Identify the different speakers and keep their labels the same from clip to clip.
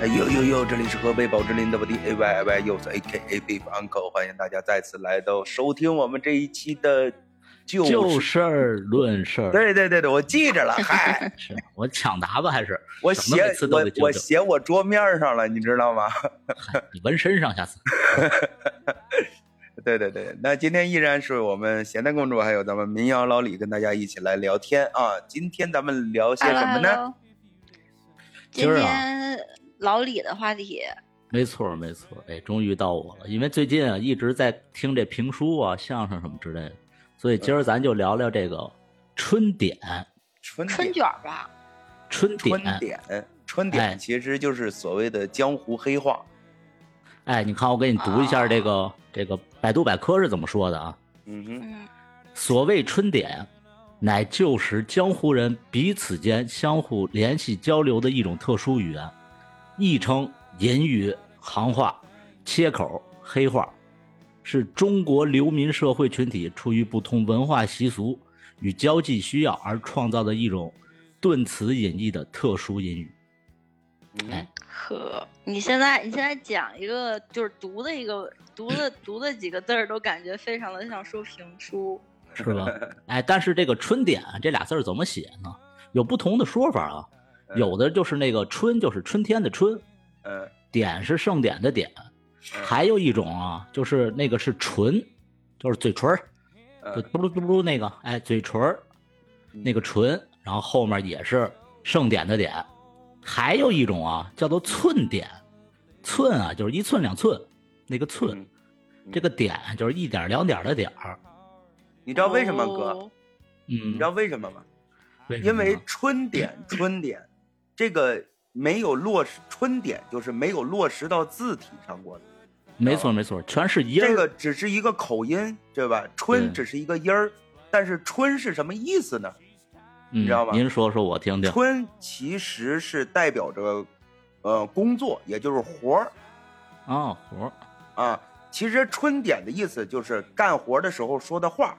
Speaker 1: 哎呦呦呦！这里是河北宝芝林的不地 A Y I Y，又是 A K A Beef Uncle，欢迎大家再次来到收听我们这一期的旧
Speaker 2: 就事儿论事儿，
Speaker 1: 对对对对，我记着了， 嗨，
Speaker 2: 是我抢答吧？还 是
Speaker 1: 我
Speaker 2: 省得
Speaker 1: 写
Speaker 2: 每次都
Speaker 1: 我
Speaker 2: 得纠
Speaker 1: 我
Speaker 2: 正
Speaker 1: 写我桌面上了，你知道吗？
Speaker 2: 你纹身上，下次
Speaker 1: 对对对，那今天依然是我们咸蛋公主还有咱们民谣老李跟大家一起来聊天啊。今天咱们聊些
Speaker 3: h e
Speaker 1: 什么呢
Speaker 3: l 今
Speaker 2: 今儿啊
Speaker 3: 天老李的话题，
Speaker 2: 没错没错，哎，终于到我了，因为最近啊一直在听这评书啊、相声什么之类的，所以今儿咱就聊聊这个春点，
Speaker 1: 春
Speaker 3: 春
Speaker 1: 点
Speaker 3: 卷儿吧，
Speaker 2: 春点，
Speaker 1: 春点春
Speaker 2: 哎
Speaker 1: 点其实就是所谓的江湖黑话。
Speaker 2: 哎，你看我给你读一下这个、这个百度百科是怎么说的啊？
Speaker 1: 嗯哼，
Speaker 3: 嗯，
Speaker 2: 所谓春点，乃旧时江湖人彼此间相互联系交流的一种特殊语言，亦称银语、行话、切口、黑话，是中国流民社会群体出于不同文化习俗与交际需要而创造的一种顿词引义的特殊引语。
Speaker 1: 嗯
Speaker 2: 哎
Speaker 3: 呵，你现在你现在讲一个，就是读的一个读 的读的几个字儿，都感觉非常的像说评书，
Speaker 2: 是吧？哎，但是这个“春点”这俩字儿怎么写呢？有不同的说法啊。
Speaker 1: 嗯
Speaker 2: 有的就是那个“春”，就是春天的“春”，
Speaker 1: 嗯，
Speaker 2: 点是盛典的点，还有一种啊，就是那个是唇，就是嘴唇儿，就
Speaker 1: 嗯
Speaker 2: 嘟噜嘟噜那个，哎，嘴唇儿那个唇，然后后面也是盛典的典。还有一种啊，叫做寸点，寸啊就是一寸两寸，那个寸，
Speaker 1: 嗯
Speaker 2: 这个点就是一点儿两点儿的点儿。
Speaker 1: 你知道为什么哥？
Speaker 3: 哦？
Speaker 1: 你
Speaker 2: 嗯
Speaker 1: 知，道为什么吗？
Speaker 2: 为什
Speaker 1: 因
Speaker 2: 么
Speaker 1: 为
Speaker 2: 呢
Speaker 1: 春点春点这个没有落实，春点就是没有落实到字体上过的，
Speaker 2: 没错没错，全是音儿。
Speaker 1: 这个只是一个口音，对吧？春
Speaker 2: 对
Speaker 1: 只是一个音儿，但是春是什么意思呢？
Speaker 2: 你
Speaker 1: 知道吗
Speaker 2: 嗯您说说我听听。
Speaker 1: 春其实是代表着呃工作，也就是活儿
Speaker 2: 啊，活儿
Speaker 1: 啊。其实春点的意思就是干活的时候说的话，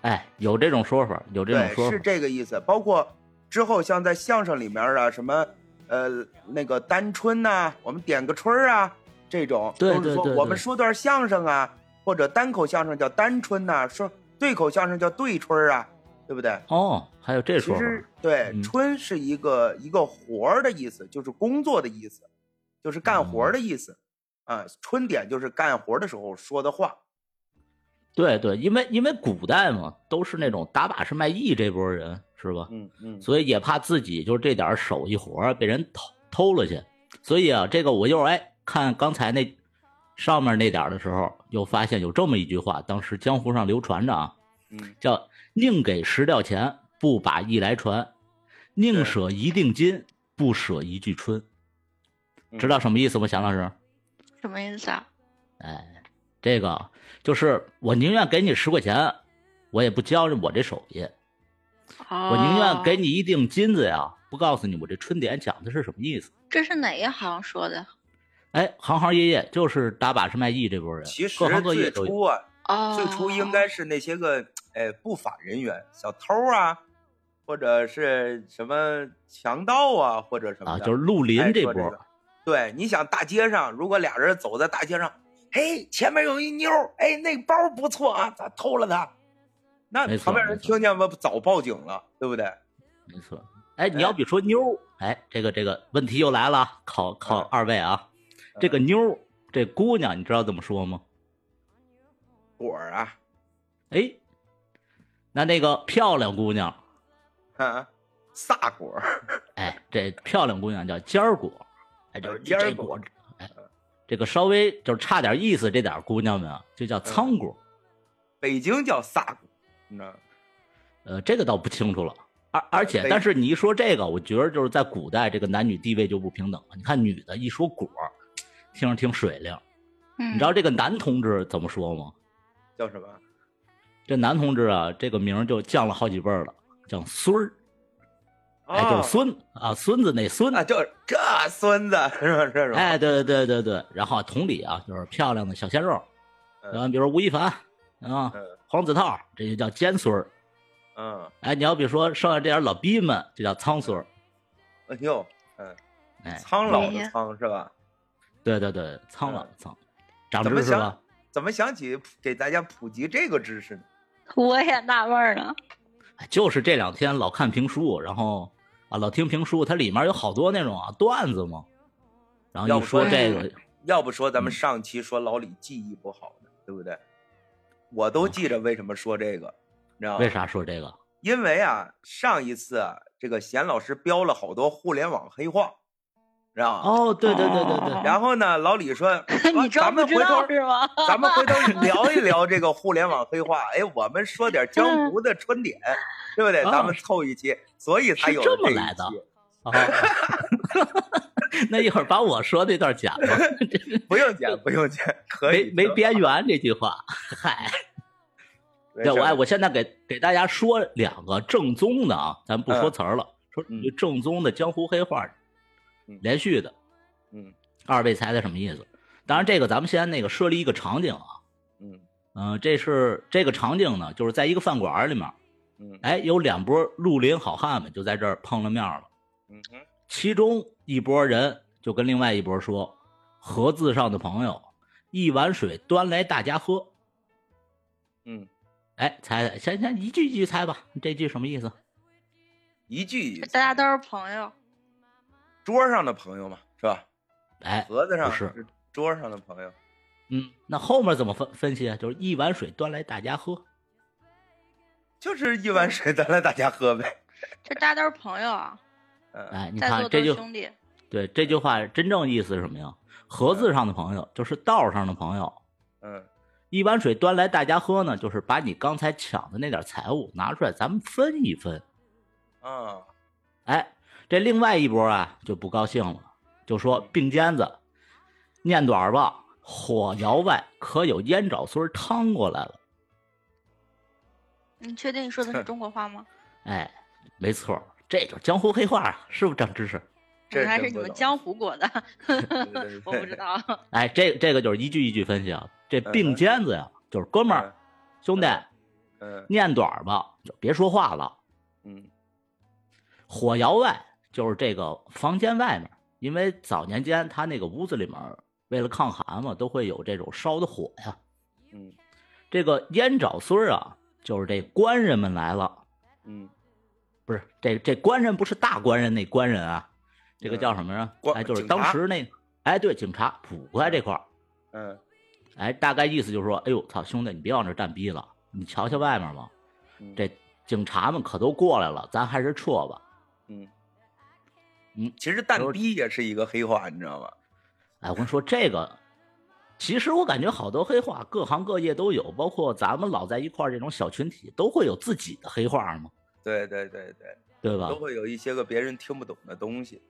Speaker 2: 哎，有这种说法，有这种说
Speaker 1: 对，
Speaker 2: 法
Speaker 1: 是。这个意思。包括之后像在相声里面啊，什么呃那个单春呐、我们点个春儿啊，这种
Speaker 2: 对
Speaker 1: 都是
Speaker 2: 对
Speaker 1: 说
Speaker 2: 对
Speaker 1: 我
Speaker 2: 对
Speaker 1: 们说段相声啊，或者单口相声叫单春呐、说对口相声叫对春儿啊，对不对？
Speaker 2: 哦，还有这
Speaker 1: 其
Speaker 2: 说法。
Speaker 1: 实对、
Speaker 2: 嗯
Speaker 1: 春是一个一个活儿的意思，就是工作的意思，就是干活
Speaker 2: 嗯
Speaker 1: 儿的意思。啊，春点就是干活儿的时候说的话。
Speaker 2: 对对，因为因为古代嘛，都是那种打把式卖艺这波人，是吧？
Speaker 1: 嗯嗯，
Speaker 2: 所以也怕自己就是这点儿手艺活儿被人偷偷了去。所以啊，这个我又哎看刚才那上面那点儿的时候，又发现有这么一句话，当时江湖上流传着啊，
Speaker 1: 嗯
Speaker 2: 叫“宁给十吊钱，不把一来传；宁舍一锭金，不舍一句春。”
Speaker 1: 嗯
Speaker 2: 知道什么意思吗？祥老师，
Speaker 3: 什么意思啊？
Speaker 2: 这个就是我宁愿给你十块钱，我也不教我这手艺。
Speaker 3: 哦，
Speaker 2: 我宁愿给，你一锭金子呀，不告诉你我这春点讲的是什么意思。
Speaker 3: 这是哪一行说的？
Speaker 2: 哎，行行业业就是打把式卖艺这波人，
Speaker 1: 其实
Speaker 2: 各行各业
Speaker 1: 最
Speaker 2: 都有。
Speaker 1: 初啊，
Speaker 3: 哦，
Speaker 1: 最初应该是那些个哎不法人员、小偷啊，或者是什么强盗啊，或者什么
Speaker 2: 啊，
Speaker 1: 的。
Speaker 2: 就是绿
Speaker 1: 哎
Speaker 2: 林这
Speaker 1: 说
Speaker 2: 波，
Speaker 1: 个对，你想大街上，如果俩人走在大街上，嘿，前面有一妞儿，哎，那包不错啊，咱偷了它。那
Speaker 2: 没错
Speaker 1: 旁边人
Speaker 2: 没错
Speaker 1: 听见不早报警了，对不对？
Speaker 2: 没错。哎，你要比说妞儿，哎，这个这个问题又来了，考考
Speaker 1: 嗯
Speaker 2: 二位啊，这个妞儿这姑娘，你知道怎么说吗？
Speaker 1: 果儿啊，
Speaker 2: 哎，那那个漂亮姑娘，
Speaker 1: 啊，撒果儿，
Speaker 2: 哎，这漂亮姑娘叫尖儿果，哎，就是
Speaker 1: 尖儿
Speaker 2: 这
Speaker 1: 果
Speaker 2: 果，哎，这个稍微就是差点意思这点儿姑娘们啊，就
Speaker 1: 嗯
Speaker 2: 叫仓果。
Speaker 1: 北京叫撒果，你知道吗？
Speaker 2: 呃，这个倒不清楚了。而而且，
Speaker 1: 北
Speaker 2: 但是你一说这个，我觉得就是在古代，这个男女地位就不平等了。你看女的一说果儿，听着挺水灵。
Speaker 3: 嗯，
Speaker 2: 你知道这个男同志怎么说吗？
Speaker 1: 叫什么？
Speaker 2: 这男同志啊，这个名儿就降了好几辈儿了，叫孙儿，哎，
Speaker 1: 哦
Speaker 2: 就是孙啊，孙子那孙。
Speaker 1: 啊，就是这孙子是吧？这种
Speaker 2: 哎，对对对对对。然后同理啊，就是漂亮的小鲜肉，
Speaker 1: 嗯
Speaker 2: 然后比如吴亦凡啊
Speaker 1: 嗯、
Speaker 2: 黄子韬，这就叫尖孙儿。
Speaker 1: 嗯，
Speaker 2: 哎，你要比如说剩下这点儿老逼们，就叫苍孙儿。
Speaker 1: 哎呦，
Speaker 2: 哎，
Speaker 1: 苍老
Speaker 3: 哎
Speaker 1: 的
Speaker 3: 呀
Speaker 1: 苍是吧？
Speaker 2: 对对对，苍老
Speaker 1: 嗯
Speaker 2: 苍，长
Speaker 1: 怎么
Speaker 2: 知识
Speaker 1: 想
Speaker 2: 了。
Speaker 1: 怎么想起给大家普及这个知识呢？
Speaker 3: 我也纳闷儿呢。
Speaker 2: 哎就是这两天老看评书，然后啊老听评书，它里面有好多那种啊段子嘛。然后
Speaker 1: 要
Speaker 2: 一
Speaker 1: 不
Speaker 2: 说
Speaker 1: 说
Speaker 2: 这
Speaker 3: 是，
Speaker 2: 个，
Speaker 1: 要不说咱们
Speaker 2: 嗯
Speaker 1: 上期说老李记忆不好呢，对不对？我都记着为什么说这个，你知道吗？
Speaker 2: 嗯为啥说这个？
Speaker 1: 因为啊，上一次啊，这个贤老师标了好多互联网黑话，知道吗？
Speaker 2: 哦，对对对对对，
Speaker 1: 然后呢，老李 说
Speaker 3: 你
Speaker 1: 咱
Speaker 3: 装不
Speaker 1: 们
Speaker 3: 知
Speaker 1: 回头
Speaker 3: 道是吗？
Speaker 1: 咱们回头聊一聊这个互联网黑话。哎，我们说点江湖的春点，对不对？
Speaker 2: 嗯哦
Speaker 1: 咱们凑一期，所以才有
Speaker 2: 是这么
Speaker 1: 一
Speaker 2: 来的
Speaker 1: 期。
Speaker 2: 啊， 那一会儿把我说那段剪了，
Speaker 1: 不用剪，不用剪， 可
Speaker 2: 没
Speaker 1: 以
Speaker 2: 没边缘这句话。嗨，
Speaker 1: 没事
Speaker 2: 对我哎，
Speaker 1: 儿
Speaker 2: 我现在给给大家说两个正宗的啊，咱不说词儿了，说
Speaker 1: 嗯
Speaker 2: 就正宗的江湖黑话，
Speaker 1: 嗯
Speaker 2: 连续的。
Speaker 1: 嗯
Speaker 2: 二位猜猜什么意思？当然，这个咱们先那个设立一个场景啊，
Speaker 1: 嗯
Speaker 2: 嗯、这是这个场景呢，就是在一个饭馆儿里面，
Speaker 1: 嗯
Speaker 2: 哎，有两波绿林好汉们就在这儿碰了面了。
Speaker 1: 嗯哼
Speaker 2: 其中一拨人就跟另外一拨说：“盒子上的朋友，一碗水端来大家喝。
Speaker 1: 嗯，”
Speaker 2: 哎，猜猜，先先一句一句猜吧，这句什么意思？
Speaker 1: 一句
Speaker 3: 大家都是朋友，
Speaker 1: 桌上的朋友嘛，是吧？
Speaker 2: 哎，
Speaker 1: 盒子上
Speaker 2: 不是
Speaker 1: 桌上的朋友，
Speaker 2: 嗯，那后面怎么分分析啊？就是一碗水端来大家喝。
Speaker 1: 就是一碗水咱来大家喝呗。
Speaker 3: 这大家都是朋友啊，
Speaker 1: 嗯
Speaker 2: 哎，你
Speaker 3: 在
Speaker 2: 看
Speaker 3: 座都
Speaker 2: 这
Speaker 3: 是
Speaker 2: 就
Speaker 3: 兄弟。
Speaker 2: 对这句话真正意思是什么呀？盒子上的朋友就是道上的朋友，
Speaker 1: 嗯
Speaker 2: 一碗水端来大家喝呢，就是把你刚才抢的那点财物拿出来，咱们分一分。
Speaker 1: 啊
Speaker 2: 哎，这另外一波啊就不高兴了，就说并肩子，念短儿吧，火窑外可有烟枣孙儿趟过来了？
Speaker 3: 你确定你说的是中国话吗？
Speaker 2: 哎，没错儿，这就是江湖黑话啊，是不是长知识？
Speaker 1: 这
Speaker 3: 我还
Speaker 1: 真
Speaker 3: 是你
Speaker 1: 不
Speaker 3: 们
Speaker 1: 懂
Speaker 3: 江湖国的，
Speaker 1: 对
Speaker 3: 我不知道。
Speaker 2: 哎，这这个就是一句一句分析啊。这
Speaker 1: 嗯
Speaker 2: 并肩子呀，就是哥们儿、兄弟，
Speaker 1: 嗯
Speaker 2: 念短儿吧，就别说话了。
Speaker 1: 嗯
Speaker 2: 火窑外就是这个房间外面，因为早年间他那个屋子里面为了抗寒嘛，都会有这种烧的火呀。
Speaker 1: 嗯
Speaker 2: 这个烟枣孙儿啊，就是这官人们来了，
Speaker 1: 嗯，
Speaker 2: 不是这这官人不是大官人那官人啊，这个叫什么呀？
Speaker 1: 嗯官
Speaker 2: 哎，就是
Speaker 1: 警察
Speaker 2: 当时那哎对警察捕快这块儿，
Speaker 1: 嗯
Speaker 2: 哎大概意思就是说，哎呦操兄弟，你别往这儿站逼了，你瞧瞧外面吧，
Speaker 1: 嗯
Speaker 2: 这警察们可都过来了，咱还是撤吧。
Speaker 1: 嗯
Speaker 2: 嗯
Speaker 1: 其实蛋逼也是一个黑话，你知道吗？
Speaker 2: 哎，我跟你说这个，其实我感觉好多黑话，各行各业都有，包括咱们老在一块儿这种小群体，都会有自己的黑话嘛，
Speaker 1: 对对对对，
Speaker 2: 对吧？
Speaker 1: 都会有一些个别人听不懂的东西。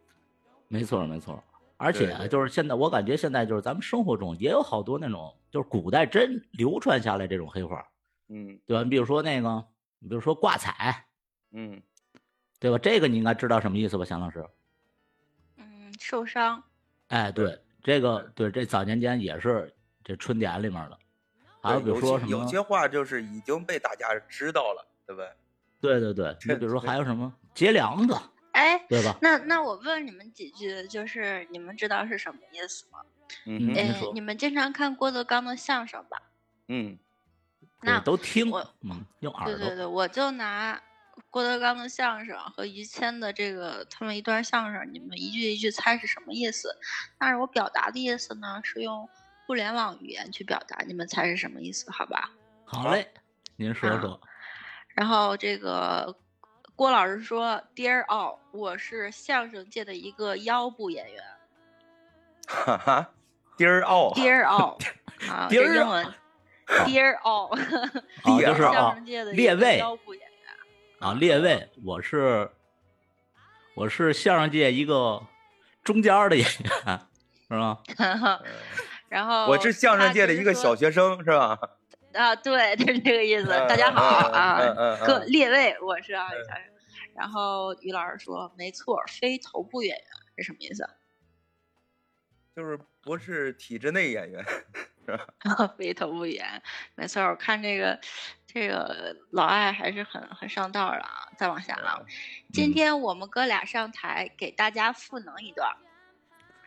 Speaker 2: 没错儿，没错儿。而
Speaker 1: 对
Speaker 2: 且啊
Speaker 1: 对
Speaker 2: 就是现在，我感觉现在就是咱们生活中也有好多那种，就是古代真流传下来这种黑话，
Speaker 1: 嗯
Speaker 2: 对吧？你比如说那个，你比如说挂彩，
Speaker 1: 嗯，
Speaker 2: 对吧？这个你应该知道什么意思吧，祥老师？
Speaker 3: 嗯，受伤，
Speaker 2: 哎，对，这个对，这早年间也是这春典里面的。还有
Speaker 1: 对
Speaker 2: 比如说
Speaker 1: 有
Speaker 2: 什
Speaker 1: 些有
Speaker 2: 么？
Speaker 1: 些话就是已经被大家知道了，对吧？
Speaker 2: 对对对，你比如说还有什么结梁子，
Speaker 3: 哎，
Speaker 2: 对吧？
Speaker 3: 那那我问你们几句，就是你们知道是什么意思吗？
Speaker 1: 嗯
Speaker 2: 您
Speaker 3: 哎
Speaker 2: 说，
Speaker 3: 你们经常看郭德纲的相声吧？
Speaker 1: 嗯
Speaker 2: 对
Speaker 3: 那
Speaker 2: 都听
Speaker 3: 我，
Speaker 2: 嗯，用
Speaker 3: 对
Speaker 2: 耳
Speaker 3: 对
Speaker 2: 朵。
Speaker 3: 对，我就拿郭德纲的相声和于谦的这个他们一段相声，你们一句一句猜是什么意思。但是我表达的意思呢，是用互联网语言去表达，你们猜是什么意思？好吧？
Speaker 2: 好嘞，您说
Speaker 3: 啊
Speaker 2: 说。哦
Speaker 3: 然后这个郭老师说：“Dear all，我是相声界的一个腰部演员。
Speaker 1: 哈哈，丁儿奥，
Speaker 3: Dear all，啊，这
Speaker 2: Dear
Speaker 3: 英文 Dear all，
Speaker 2: 哦，就是
Speaker 1: 啊
Speaker 2: 哦
Speaker 3: 相声界的，一
Speaker 2: 列
Speaker 3: 个
Speaker 2: 位
Speaker 3: 腰部演员。
Speaker 2: 啊，列位，我是我是相声界一个中间儿的演员，是吧？
Speaker 3: 然后
Speaker 1: 我是相声界的一个小
Speaker 3: 学
Speaker 1: 学生，是吧？
Speaker 3: 啊，对，就是这个意思。大家好
Speaker 1: 嗯
Speaker 3: 啊，
Speaker 1: 嗯
Speaker 3: 各列位，我是啊，相声然后于老师说，没错，非头部演员是什么意思？啊
Speaker 1: 就是不是体制内演员，
Speaker 3: 非头部演员，没错，我看这个这个老艾还是很很上道的啊。再往下啊，今
Speaker 2: 嗯
Speaker 3: 天我们哥俩上台给大家赋能一段儿。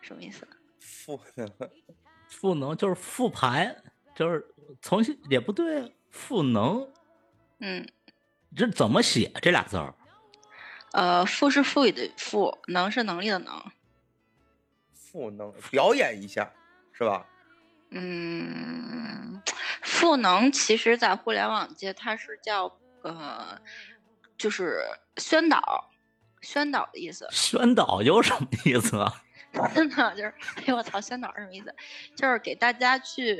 Speaker 3: 什么意思？
Speaker 1: 赋 能，
Speaker 2: 赋能就是复盘，就是重新也不对啊。赋能
Speaker 3: 嗯，
Speaker 2: 这怎么写这俩字儿？
Speaker 3: 呃，赋是赋予的赋，能是能力的能。
Speaker 1: 赋能，表演一下，是吧？
Speaker 3: 嗯，赋能其实在互联网界它是叫呃，就是宣导，宣导的意思。
Speaker 2: 宣导有什么意思啊？
Speaker 3: 真的就是，哎呦我操，宣导是什么意思？就是给大家去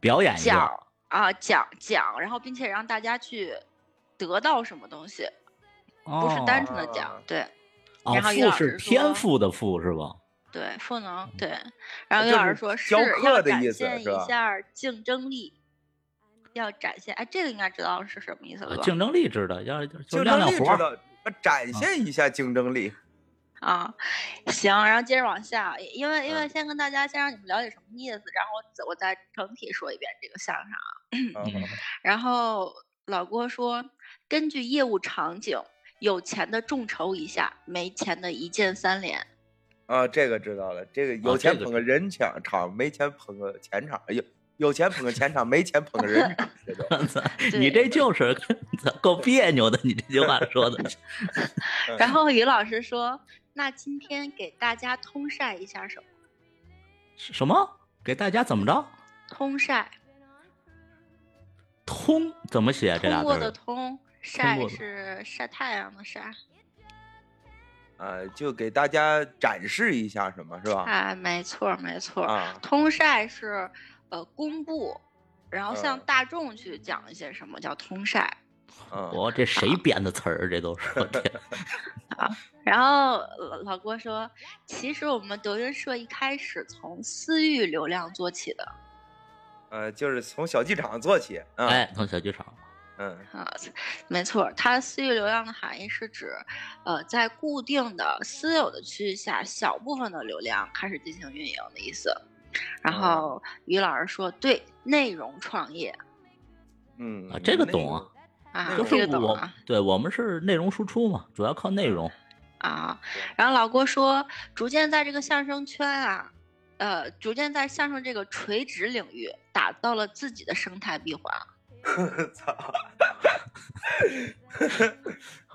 Speaker 2: 表
Speaker 1: 哎
Speaker 2: 演一下，
Speaker 3: 讲啊讲讲，然后并且让大家去得到什么东西，不是单纯的讲
Speaker 1: 哦，
Speaker 3: 对
Speaker 2: 哦，
Speaker 3: 然后于
Speaker 2: 赋
Speaker 3: 老
Speaker 2: 是
Speaker 3: 师说
Speaker 2: 天赋的赋是吧？
Speaker 3: 对，赋能对。然后
Speaker 1: 嗯就
Speaker 3: 于老师
Speaker 1: 是
Speaker 3: 说是
Speaker 1: 教
Speaker 3: 要
Speaker 1: 课的
Speaker 3: 展
Speaker 1: 意思
Speaker 3: 现
Speaker 1: 是吧
Speaker 3: 一下竞争力，要展现哎，这个应该知道是什么
Speaker 1: 啊
Speaker 3: 意思了
Speaker 2: 呃
Speaker 3: 吧？
Speaker 2: 竞争力知道，要就
Speaker 1: 竞
Speaker 2: 亮
Speaker 1: 争
Speaker 2: 亮
Speaker 1: 力知
Speaker 2: 活儿。嗯
Speaker 1: 道，呃展现一下竞争力。
Speaker 3: 啊，行，然后接着往下，因为因为
Speaker 1: 嗯
Speaker 3: 先跟大家先让你们了解什么意思，然后我我再整体说一遍这个相声。
Speaker 1: 嗯
Speaker 3: 然后老郭说，根据业务场景，有钱的众筹一下，没钱的一键三连。
Speaker 1: 啊，这个知道了，这个有
Speaker 2: 啊
Speaker 1: 钱
Speaker 2: 这个
Speaker 1: 捧个人场场，没钱捧个钱场，有有钱捧个钱场，没钱捧个人场，这 种
Speaker 2: 你这
Speaker 3: 对
Speaker 2: 就是 够别扭的，你这句话说的。
Speaker 3: 然后于老师说，那今天给大家通晒一下什么？
Speaker 2: 什么？给大家怎么着？
Speaker 3: 通晒，
Speaker 2: 通怎么写哎啊这
Speaker 3: 通
Speaker 2: 俩字
Speaker 3: 过
Speaker 2: 儿？
Speaker 3: 的通，晒
Speaker 2: 过的
Speaker 3: 是晒太阳的晒。
Speaker 1: 啊，就给大家展示一下什么是
Speaker 2: 啊
Speaker 1: 吧？
Speaker 3: 哎，没错儿没错儿。
Speaker 1: 啊，
Speaker 3: 通晒是呃公布，然后向
Speaker 2: 呃
Speaker 1: 嗯
Speaker 3: 大众去讲一些什么叫通晒。
Speaker 1: 嗯，
Speaker 2: 我哦这
Speaker 3: 啊
Speaker 2: 谁编的词儿？这都是我天
Speaker 3: 然后老老郭说，其实我们德云社一开始从私域流量做起的
Speaker 1: 呃，就是从小剧场做起，嗯
Speaker 2: 哎，从小剧场
Speaker 1: 嗯
Speaker 3: 啊、没错，它私域流量的含义是指，呃，在固定的私有的区域下，小部分的流量开始进行运营的意思。然
Speaker 1: 嗯
Speaker 3: 后于老师说，对内容创业
Speaker 1: 嗯
Speaker 2: 啊这个
Speaker 1: 那
Speaker 2: 懂啊
Speaker 3: 啊，
Speaker 2: 就
Speaker 1: 内
Speaker 2: 是
Speaker 3: 这个懂
Speaker 2: 我
Speaker 3: 啊，
Speaker 2: 对我们是内容输出嘛，主要靠内 容。
Speaker 3: 啊。然后老郭说，逐渐在这个相声圈啊，呃，逐渐在相声这个垂直领域打造了自己的生态闭环。
Speaker 1: 个操，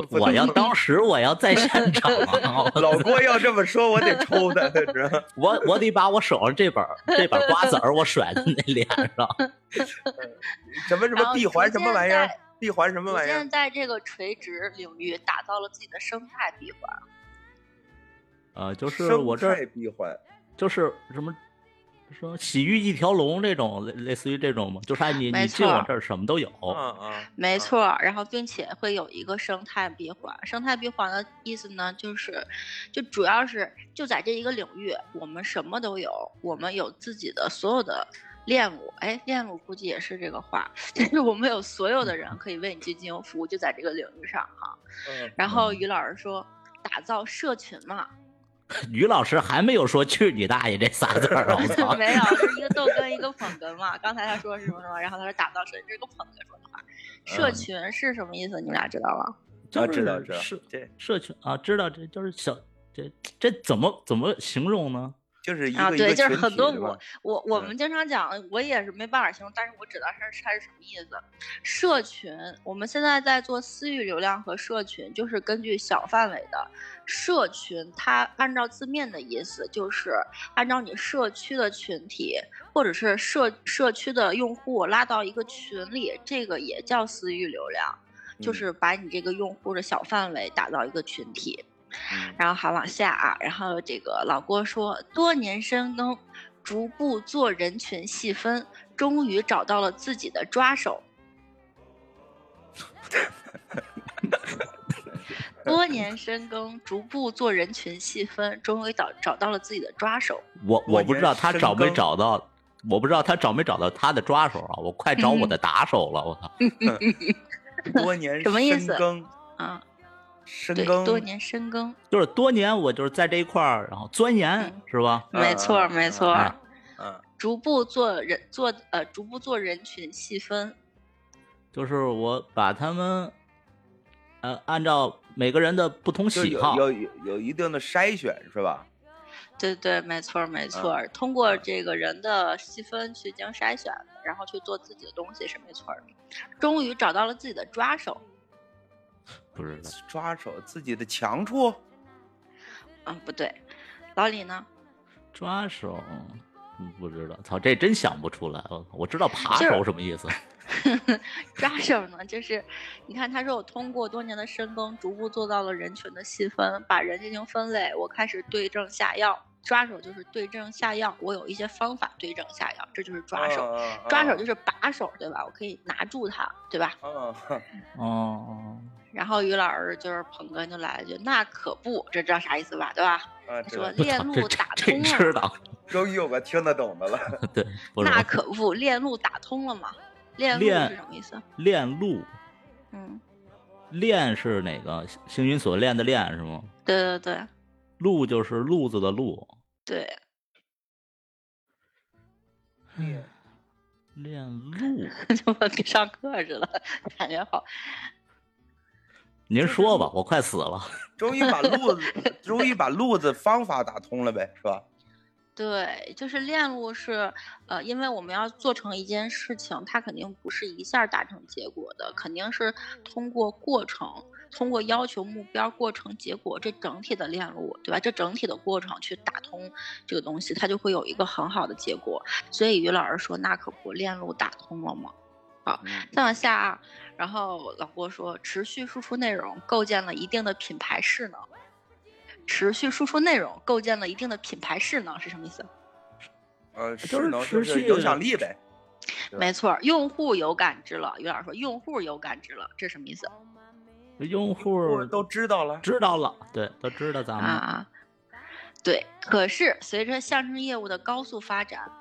Speaker 1: 懂
Speaker 2: 我要当时我要在现场，
Speaker 1: 老郭要这么说，我得抽他，知道吗？
Speaker 2: 我我得把我手上这本儿这本儿瓜子儿我甩在那脸 上。
Speaker 1: 什么什
Speaker 3: 然
Speaker 1: 么
Speaker 3: 后
Speaker 1: 闭
Speaker 3: 哦逐
Speaker 1: 环什么
Speaker 3: 渐
Speaker 1: 玩意儿
Speaker 3: 在？
Speaker 1: 闭环什么
Speaker 3: 逐
Speaker 1: 玩意儿
Speaker 3: 渐？在这个垂直领域打造了自己的生态闭环。
Speaker 2: 呃，就是
Speaker 1: 生
Speaker 2: 我这
Speaker 1: 态闭环，
Speaker 2: 就是什么。说洗浴一条龙这种类类似于这种嘛，就是哎你
Speaker 3: 没
Speaker 2: 你进
Speaker 3: 错
Speaker 2: 我这儿什么都有，
Speaker 1: 嗯嗯，
Speaker 3: 没
Speaker 1: 嗯，
Speaker 3: 错，然后并且会有一个生态闭环。生态闭环的意思呢，就是，就主要是就在这一个领域，我们什么都有，我们有自己的所有的练舞，哎，练舞估计也是这个话， 就是我们有所有的人可以为你去进行服务，就在这个领域上哈。
Speaker 1: 嗯
Speaker 3: 然后
Speaker 2: 嗯
Speaker 3: 于老师说，打造社群嘛，
Speaker 2: 于老师还没有说“去你大爷”这仨字儿，我操！
Speaker 3: 没有，是一个逗哏，一个捧哏嘛。刚才他说是什么什么，然后他说打造社群，这是个捧哏说的话。社
Speaker 2: 嗯
Speaker 3: 群是什么意思？你们俩知道吗？
Speaker 2: 就
Speaker 1: 啊，
Speaker 2: 是
Speaker 1: 知道知道
Speaker 2: 社，
Speaker 1: 这
Speaker 2: 社群啊，知道这就是小这这怎么怎么形容呢？
Speaker 1: 就是一
Speaker 3: 啊
Speaker 1: 个一
Speaker 3: 对
Speaker 1: 个
Speaker 3: 就是
Speaker 1: 群
Speaker 3: 很
Speaker 1: 体
Speaker 3: 多
Speaker 1: 是
Speaker 3: 我
Speaker 1: 吧
Speaker 3: 我我
Speaker 1: 嗯
Speaker 3: 们经常讲，我也是没办法形容，但是我指的是它是什么意思？社群，我们现在在做私域流量和社群，就是根据小范围的社群，它按照字面的意思，就是按照你社区的群体或者是社社区的用户拉到一个群里，这个也叫私域流量，就
Speaker 1: 嗯
Speaker 3: 是把你这个用户的小范围打造一个群体。
Speaker 1: 嗯
Speaker 3: 然后好往下啊，然后这个老郭说，多年深耕，逐步做人群细分，终于找到了自己的抓手。多年深耕，逐步做人群细分，终于找找到了自己的抓手。
Speaker 2: 我
Speaker 1: 我
Speaker 2: 我不知道他找没找到，我不知道他找没找到他的抓手啊！我快找我
Speaker 3: 嗯
Speaker 2: 的打手了，我操！
Speaker 1: 多年
Speaker 3: 什么意
Speaker 1: 深
Speaker 3: 思
Speaker 1: 耕
Speaker 3: 啊，
Speaker 1: 深
Speaker 3: 对，
Speaker 1: 耕
Speaker 3: 多年深耕，
Speaker 2: 就是多年我就是在这一块儿，然后钻研
Speaker 3: 嗯
Speaker 2: 是吧？
Speaker 3: 没错儿，
Speaker 1: 嗯
Speaker 3: 没
Speaker 1: 嗯
Speaker 3: 错儿，
Speaker 1: 嗯
Speaker 3: 逐步做人做呃，逐步做人群细分，
Speaker 2: 就是我把他们呃按照每个人的不同
Speaker 1: 就是
Speaker 2: 喜
Speaker 1: 有
Speaker 2: 好，
Speaker 1: 有有有一定的筛选是吧？
Speaker 3: 对对，没错儿没错儿，通过这个人的细分去进行筛选，然后去做自己的东西是没错儿的。终于找到了自己的抓手，
Speaker 2: 不知道
Speaker 1: 抓手自己的强处，
Speaker 3: 嗯，不对，老李呢？
Speaker 2: 抓手，嗯不知道，操，这真想不出来。我我知道扒手什么意思，
Speaker 3: 抓手呢，就是你看，他说我通过多年的深耕，逐步做到了人群的细分，把人进行分类，我开始对症下药。抓手就是对症下药，我有一些方法对症下药，这就是抓手。
Speaker 1: 啊
Speaker 3: 抓手就是把手，对吧？我可以拿住他，对吧？
Speaker 1: 啊啊
Speaker 2: 哦，
Speaker 3: 然后于老师就是捧哏就来了一句：“那可不，这知道啥意思吧？对吧？”
Speaker 1: 啊！
Speaker 3: 他说
Speaker 1: 这
Speaker 2: 不
Speaker 3: 链
Speaker 2: 操
Speaker 3: 路
Speaker 2: 这这
Speaker 3: 打
Speaker 2: 这
Speaker 3: 通
Speaker 2: 知
Speaker 3: 了，
Speaker 2: 道，
Speaker 1: 终于有个听得懂的了。
Speaker 2: 对，不是
Speaker 3: 那可不，链路打通了嘛？链路
Speaker 2: 链
Speaker 3: 是什么意思？
Speaker 2: 链路，
Speaker 3: 嗯，
Speaker 2: 链是哪个？星云锁链的链是吗？
Speaker 3: 对对对
Speaker 2: 路就是路子的路，
Speaker 3: 对，
Speaker 2: 嗯
Speaker 1: 练
Speaker 2: 链路。
Speaker 3: 就跟上课似的，感觉好。
Speaker 2: 您说吧，我快死了。
Speaker 1: 终于把路子，终于把路子方法打通了呗，是吧？
Speaker 3: 对，就是链路是，呃，因为我们要做成一件事情，它肯定不是一下达成结果的，肯定是通过过程，通过要求目标、过程、结果这整体的链路，对吧？这整体的过程去打通这个东西，它就会有一个很好的结果。所以于老师说，那可不，链路打通了吗？
Speaker 2: 嗯
Speaker 3: 再往下啊，然后老郭说，持续输出内容，构建了一定的品牌势能。持续输出内容，构建了一定的品牌势能是什么意思？
Speaker 1: 呃，
Speaker 2: 就是
Speaker 1: 势能就
Speaker 2: 持
Speaker 1: 是
Speaker 2: 续
Speaker 1: 影响力呗。对
Speaker 3: 没错儿，用户有感知了。于老师说，用户有感知了，这什么意思
Speaker 2: 用
Speaker 1: 我
Speaker 2: 户
Speaker 1: 都知道了，
Speaker 2: 知道了，对，都知道咱们。
Speaker 3: 啊？对，可是随着相声业务的高速发展，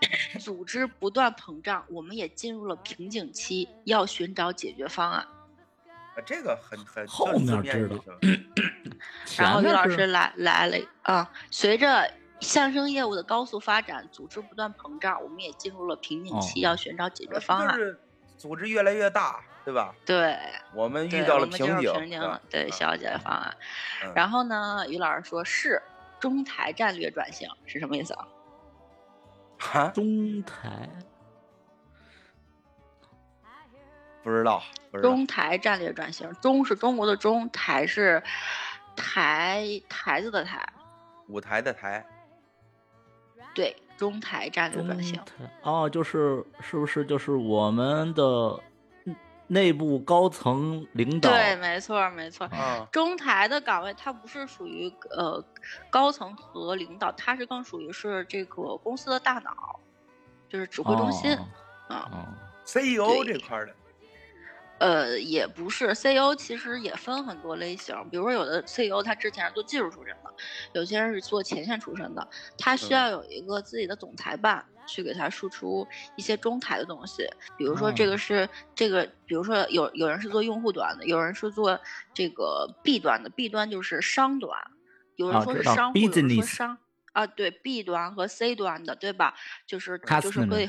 Speaker 3: 组织不断膨胀，我们也进入了瓶颈期，要寻找解决方案。
Speaker 1: 啊这个很很
Speaker 2: 后
Speaker 1: 这字
Speaker 2: 面
Speaker 1: 面
Speaker 2: 知
Speaker 1: 意
Speaker 2: 道
Speaker 1: 思
Speaker 3: 然后
Speaker 2: 前面
Speaker 3: 于老
Speaker 2: 是
Speaker 3: 师来来了啊、随着相声业务的高速发展，组织不断膨胀，我们也进入了瓶颈期，
Speaker 2: 哦
Speaker 3: 要寻找解决方
Speaker 1: 呃就
Speaker 3: 案。
Speaker 1: 是组织越来越大，对吧？
Speaker 3: 对，
Speaker 1: 我们遇
Speaker 3: 对
Speaker 1: 到
Speaker 3: 我
Speaker 1: 了
Speaker 3: 们进入
Speaker 1: 颈，啊
Speaker 3: 瓶颈了，对，需
Speaker 1: 小
Speaker 3: 要解决方案。
Speaker 1: 嗯、
Speaker 3: 然
Speaker 1: 后
Speaker 3: 后呢，于老师说是中台战略转型是什么意思啊？
Speaker 1: 哈，
Speaker 2: 中台
Speaker 1: 不知道，不知道
Speaker 3: 中台战略转型，中是中国的中，台是台台子的台，
Speaker 1: 舞台的台，
Speaker 3: 对，中台战略
Speaker 2: 中
Speaker 3: 转型
Speaker 2: 台。哦，就是是不是就是我们的嗯内部高层领导？
Speaker 3: 对，没错儿，没错
Speaker 2: 嗯
Speaker 3: 儿。
Speaker 1: 啊
Speaker 3: 中台的岗位，它不是属于呃高层和领导，它是更属于是这个公司的大脑，就是指挥中心。
Speaker 2: 哦
Speaker 3: 啊、
Speaker 2: 哦
Speaker 1: ，CEO
Speaker 3: 对
Speaker 1: E 这块儿的，
Speaker 3: 呃，也不是 CEO，其实也分很多类型，比如说有的 CEO 他之前是做技术出身的，有些人是做前线出身的，他需
Speaker 1: 嗯
Speaker 3: 要有一个自己的总裁办。去给他输出一些中台的东西，比如说
Speaker 2: 哦
Speaker 3: 这个是、这个，比如说有有人是做用户端的，有人是做这个 B 端的，B 端就是商端，有人
Speaker 2: 啊
Speaker 3: 说
Speaker 2: 知
Speaker 3: 是
Speaker 2: 道
Speaker 3: 商户，有人说
Speaker 2: business
Speaker 3: 商啊，对 B 端和 C 端的，对吧？就是就是
Speaker 2: Customer
Speaker 3: 会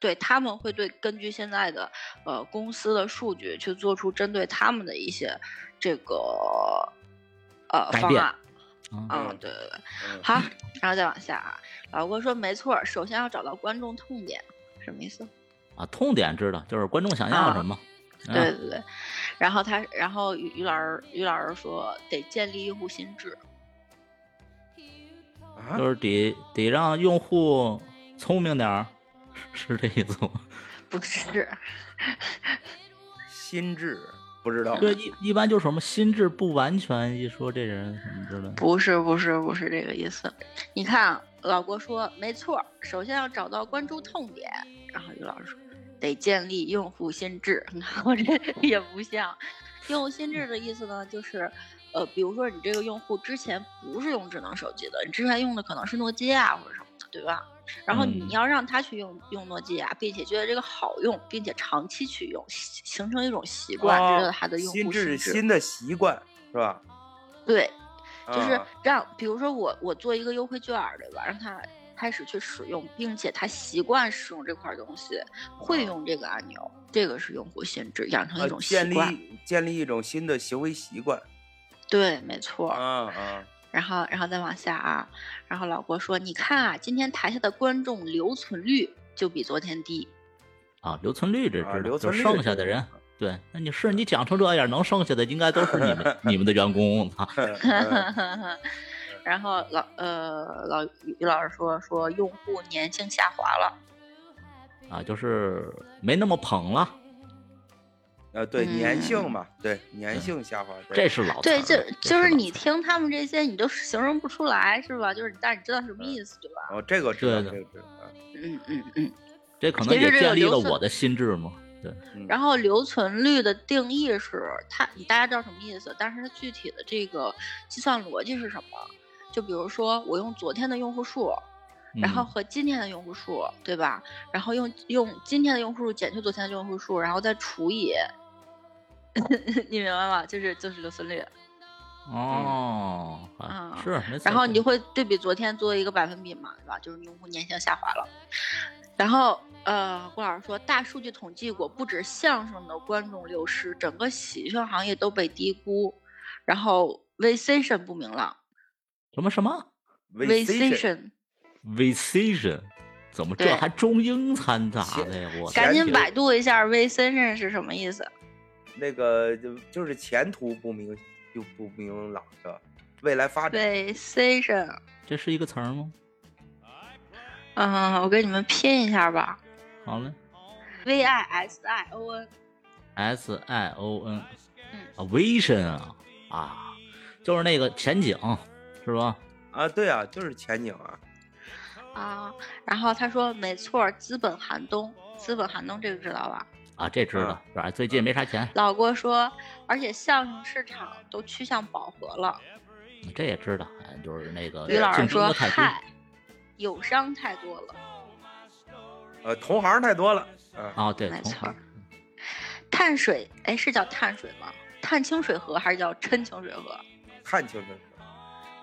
Speaker 3: 对他们会对根据现在的呃公司的数据去做出针对他们的一些这个呃
Speaker 2: 改
Speaker 3: 方
Speaker 2: 变
Speaker 3: 案。
Speaker 2: 嗯
Speaker 3: 嗯，
Speaker 1: 嗯
Speaker 3: 对对对，
Speaker 1: 嗯，
Speaker 3: 好，然后再往下啊，老郭说没错儿，首先要找到观众痛点，什么意思？
Speaker 2: 啊，痛点知道，就是观众想要什么。啊
Speaker 3: 对对对，然后他，然后于于老师于老师说得建立用户心智，
Speaker 1: 啊
Speaker 2: 就是得得让用户聪明点儿，是这意 思吗？
Speaker 3: 不是，
Speaker 1: 心智不知道，
Speaker 2: 对，一一般就是什么心智不完全，一说这人什么之类的。
Speaker 3: 不是，不是，不是这个意思。你看啊，老郭说没错儿，首先要找到关注痛点，然后于老师说得建立用户心智。 你看我这也不像，用户心智的意思呢，就是。呃，比如说你这个用户之前不是用智能手机的，你之前用的可能是诺基亚或者什么的，对吧？然后你
Speaker 2: 嗯
Speaker 3: 要让他去用用诺基亚，并且觉得这个好用，并且长期去用，形形成一种习惯，这
Speaker 1: 哦
Speaker 3: 是他的用
Speaker 1: 心
Speaker 3: 户
Speaker 1: 智
Speaker 3: 心智。
Speaker 1: 新的习惯是吧？
Speaker 3: 对，就是
Speaker 1: 啊
Speaker 3: 让，比如说我我做一个优惠券儿，对吧？让他开始去使用，并且他习惯使用这块东西，
Speaker 1: 嗯
Speaker 3: 会用这个按钮，这个是用户心智，养成一
Speaker 1: 呃
Speaker 3: 种习
Speaker 1: 建
Speaker 3: 惯。
Speaker 1: 立建立一种新的行为习惯
Speaker 3: 对，没错儿。
Speaker 1: 啊啊，
Speaker 3: 然后然后再往下啊，然后老郭说：“你看啊，今天台下的观众留存率就比昨天低。
Speaker 2: 啊，留存率这
Speaker 1: 啊
Speaker 2: 知道，
Speaker 1: 留
Speaker 2: 就
Speaker 1: 存率
Speaker 2: 剩
Speaker 1: 这
Speaker 2: 下的
Speaker 1: 知道
Speaker 2: 人，对，那你是你讲成这样，能剩下的应该都是你 们你们的员工啊，
Speaker 1: 嗯
Speaker 3: 然后老呃老于老师说说用户粘性下滑了，
Speaker 2: 啊，就是没那么捧了，
Speaker 1: 呃，对，粘性
Speaker 3: 嗯
Speaker 1: 嘛，对，粘性下滑，对
Speaker 2: 这是老
Speaker 3: 对，
Speaker 2: 词
Speaker 3: 就
Speaker 2: 儿了这
Speaker 3: 就是
Speaker 2: 老
Speaker 3: 你
Speaker 2: 词儿
Speaker 3: 听他们这些，你都形容不出来是吧？就是但是你知道什么意思对吧？
Speaker 1: 哦，这个我知道，
Speaker 2: 对
Speaker 1: 这个知道，啊
Speaker 3: 嗯嗯嗯。
Speaker 2: 这可能
Speaker 3: 其实
Speaker 2: 也
Speaker 3: 这个
Speaker 2: 建立
Speaker 3: 留
Speaker 2: 了
Speaker 3: 存
Speaker 2: 我的心智嘛，对，
Speaker 1: 嗯
Speaker 3: 然后留存率的定义是它，大家知道什么意思，但是它具体的这个计算逻辑是什么？就比如说我用昨天的用户数，然后
Speaker 2: 嗯
Speaker 3: 和今天的用户数，对吧？然后用用今天的用户数减去昨天的用户数，然后再除以， 你明白吗？就是就是留存率，
Speaker 2: 嗯哦，啊
Speaker 3: 啊
Speaker 2: 是没错，
Speaker 3: 嗯然后你就
Speaker 2: 对
Speaker 3: 会对比昨天做一个百分比嘛，对吧？就是用户粘性下滑了。然后呃，郭老师说，大数据统计过，不止相声的观众流失，整个喜剧行业都被低估，然后 vacation 不明朗
Speaker 2: 什么什么
Speaker 1: vacation
Speaker 3: ，vacation
Speaker 2: vacation，怎么这
Speaker 3: 对
Speaker 2: 还中英掺杂
Speaker 1: 前
Speaker 2: 的呀？我
Speaker 1: 前
Speaker 3: 赶紧
Speaker 1: 提
Speaker 3: 百度一下 vacation 是什么意思。
Speaker 1: 那个就就是前途不明就不明朗的未来发展，
Speaker 3: vacation，
Speaker 2: 这是一个词儿吗？
Speaker 3: 嗯，我给你们拼一下吧
Speaker 2: 好嘞
Speaker 3: ，v i s i o n，
Speaker 2: ，S I O N，
Speaker 3: 嗯
Speaker 2: 啊，vision 啊啊，就是那个前景是吧？
Speaker 1: 啊，对啊，就是前景啊，
Speaker 3: 啊。然后他说，没错，资本寒冬，资本寒冬这个知道吧？
Speaker 2: 啊，这知道
Speaker 3: 嗯
Speaker 1: 啊，
Speaker 2: 是吧？最近没啥钱，
Speaker 3: 老郭说，而且相声市场都趋向饱和了。
Speaker 2: 这也知道，哎，就是那个
Speaker 3: 于老师
Speaker 2: 竞争
Speaker 3: 说，
Speaker 2: 的太
Speaker 3: 嗨
Speaker 2: 低，
Speaker 3: 友商太多了，
Speaker 1: 呃，同行太多了，啊，
Speaker 2: 啊，对，
Speaker 3: 没
Speaker 2: 从
Speaker 3: 错儿碳水，哎，是叫碳水吗？碳清水河还是叫琛清水河？
Speaker 1: 看清楚了，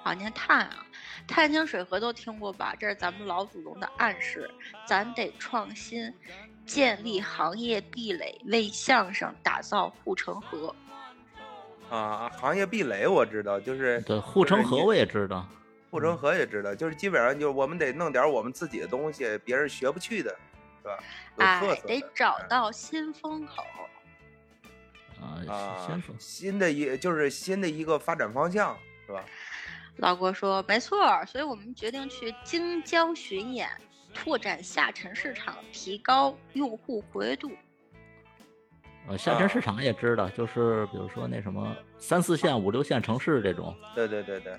Speaker 3: 啊，你看碳啊，碳清水河都听过吧？这是咱们老祖宗的暗示，咱得创新，建立行业壁垒，为相声打造护城河。
Speaker 1: 啊，行业壁垒我知道，就是
Speaker 2: 对护城河我
Speaker 1: 位，
Speaker 2: 也知道，
Speaker 1: 护城河也知道，就是基本上就是我们得弄点我们自己的东西，别人学不去的，是吧？有
Speaker 3: 哎
Speaker 1: 特色，
Speaker 3: 得
Speaker 1: 的。
Speaker 3: 找到新风口。
Speaker 2: 啊，
Speaker 1: 啊
Speaker 2: 先说，
Speaker 1: 新的一就是新的一个发展方向，是吧？
Speaker 3: 老郭说：“没错儿，所以我们决定去京郊巡演，拓展下沉市场，提高用户活跃度。
Speaker 2: 呃，下沉市场也知道，就是比如说那什么三四线、五六线城市这种，
Speaker 1: 对对对对，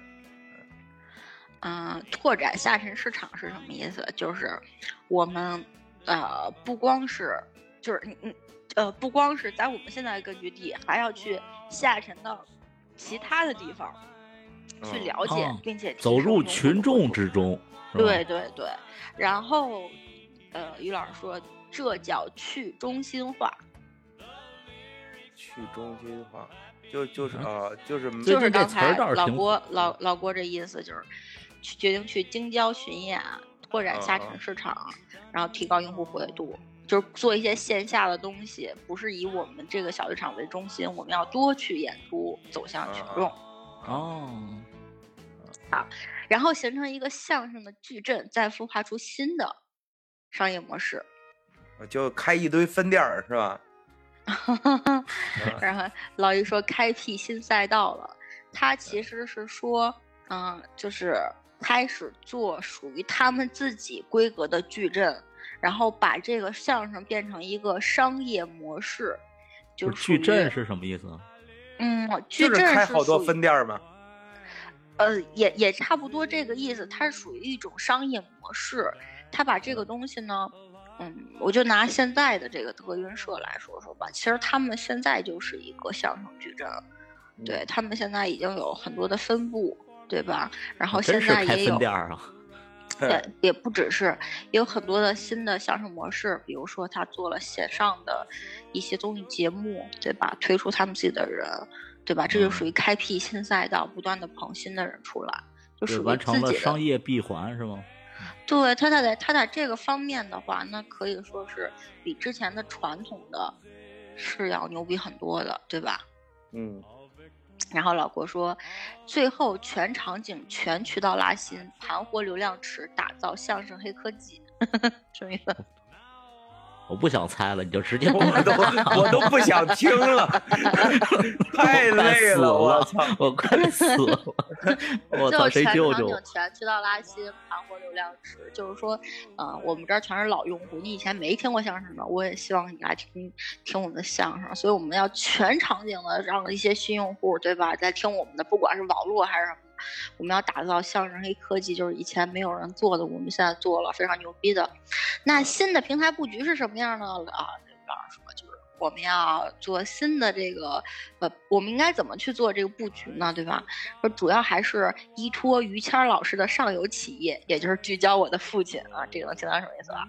Speaker 3: 嗯，拓展下沉市场是什么意思？就是我们呃，不光是就是你你呃，不光是在我们现在的根据地，还要去下沉到其他的地方去
Speaker 1: 嗯
Speaker 3: 了解，
Speaker 2: 哦
Speaker 3: 并且提
Speaker 2: 走
Speaker 3: 升
Speaker 2: 入
Speaker 3: 用户
Speaker 2: 群
Speaker 3: 的
Speaker 2: 众
Speaker 3: 活
Speaker 2: 之中，是吧
Speaker 3: 对，对对，然后，呃，于老师说这叫去中心化，
Speaker 1: 去中心化，就
Speaker 2: 嗯
Speaker 1: 就是啊，就是
Speaker 2: 最近
Speaker 3: 就是
Speaker 2: 这
Speaker 3: 刚
Speaker 2: 词儿
Speaker 3: 才
Speaker 2: 倒是
Speaker 3: 老
Speaker 2: 挺嗯
Speaker 3: 郭
Speaker 2: 火
Speaker 3: 老老郭这意思就是，去决定去京郊巡演，拓展下
Speaker 1: 嗯嗯
Speaker 3: 沉市场，然后提高用户活跃度，就是做一些线下的东西，不是以我们这个小剧场为中心，我们要多去演出，走向群
Speaker 1: 嗯嗯
Speaker 3: 众，
Speaker 2: 哦，
Speaker 3: 然后形成一个相声的矩阵，再孵化出新的商业模式。
Speaker 1: 就开一堆分店儿，是吧？啊
Speaker 3: 然后老于说开辟新赛道了，他其实是说，嗯，就是开始做属于他们自己规格的矩阵，然后把这个相声变成一个商业模式，就
Speaker 2: 不
Speaker 3: 是
Speaker 2: 是矩
Speaker 3: 属
Speaker 2: 阵
Speaker 3: 于
Speaker 2: 是什么意思啊？
Speaker 3: 嗯，矩
Speaker 1: 就
Speaker 3: 阵
Speaker 1: 是开
Speaker 3: 是
Speaker 1: 好多
Speaker 3: 属于
Speaker 1: 分店儿嘛。
Speaker 3: 呃，也也差不多这个意思，它是属于一种商业模式。它把这个东西呢，嗯，我就拿现在的这个德云社来说说吧，其实他们现在就是一个相声矩阵，
Speaker 2: 嗯
Speaker 3: 对他们现在已经有很多的分布，对吧？然后现
Speaker 2: 哦真是
Speaker 3: 在
Speaker 2: 开
Speaker 3: 也
Speaker 2: 分
Speaker 3: 有
Speaker 2: 店儿啊，
Speaker 3: 对，也不只是，也有很多的新的相声模式，比如说他做了线上的一些综艺节目，对吧？推出他们自己的人，对吧？这就
Speaker 2: 嗯
Speaker 3: 属于开辟新赛道，不断的捧新的人出来，就
Speaker 2: 对
Speaker 3: 属于
Speaker 2: 完
Speaker 3: 自
Speaker 2: 成了
Speaker 3: 己
Speaker 2: 商
Speaker 3: 的。
Speaker 2: 业闭环是吗？
Speaker 3: 对他在他在这个方面的话，那可以说是比之前的传统的是要牛逼很多的，对吧？
Speaker 1: 嗯，
Speaker 3: 然后老郭说，最后全场景全渠道拉新，盘活流量池，打造相声黑科技， 什么意思？
Speaker 2: 我不想猜了，你就直接
Speaker 1: 我都我都不想听 了，太累
Speaker 2: 我快死了
Speaker 1: 我操！
Speaker 2: 我快死 了！ 我
Speaker 3: 最后
Speaker 2: 操，
Speaker 3: 全
Speaker 2: 谁
Speaker 3: 场
Speaker 2: 救救
Speaker 3: 景
Speaker 2: 我？
Speaker 3: 全渠道拉新，盘活流量池，就是说，呃，我们这儿全是老用户，你以前没听过相声的，我也希望你来听听我们的相声，所以我们要全场景的让一些新用户，对吧，在听我们的，不管是网络还是什么。我们要打造相声黑科技，就是以前没有人做的，我们现在做了，非常牛逼的。那新的平台布局是什么样呢？啊，这个老师说就是我们要做新的这个，呃，我们应该怎么去做这个布局呢？对吧？说主要还是依托于谦儿老师的上游企业，也就是聚焦我的父亲啊，这个能听到什么意思吧？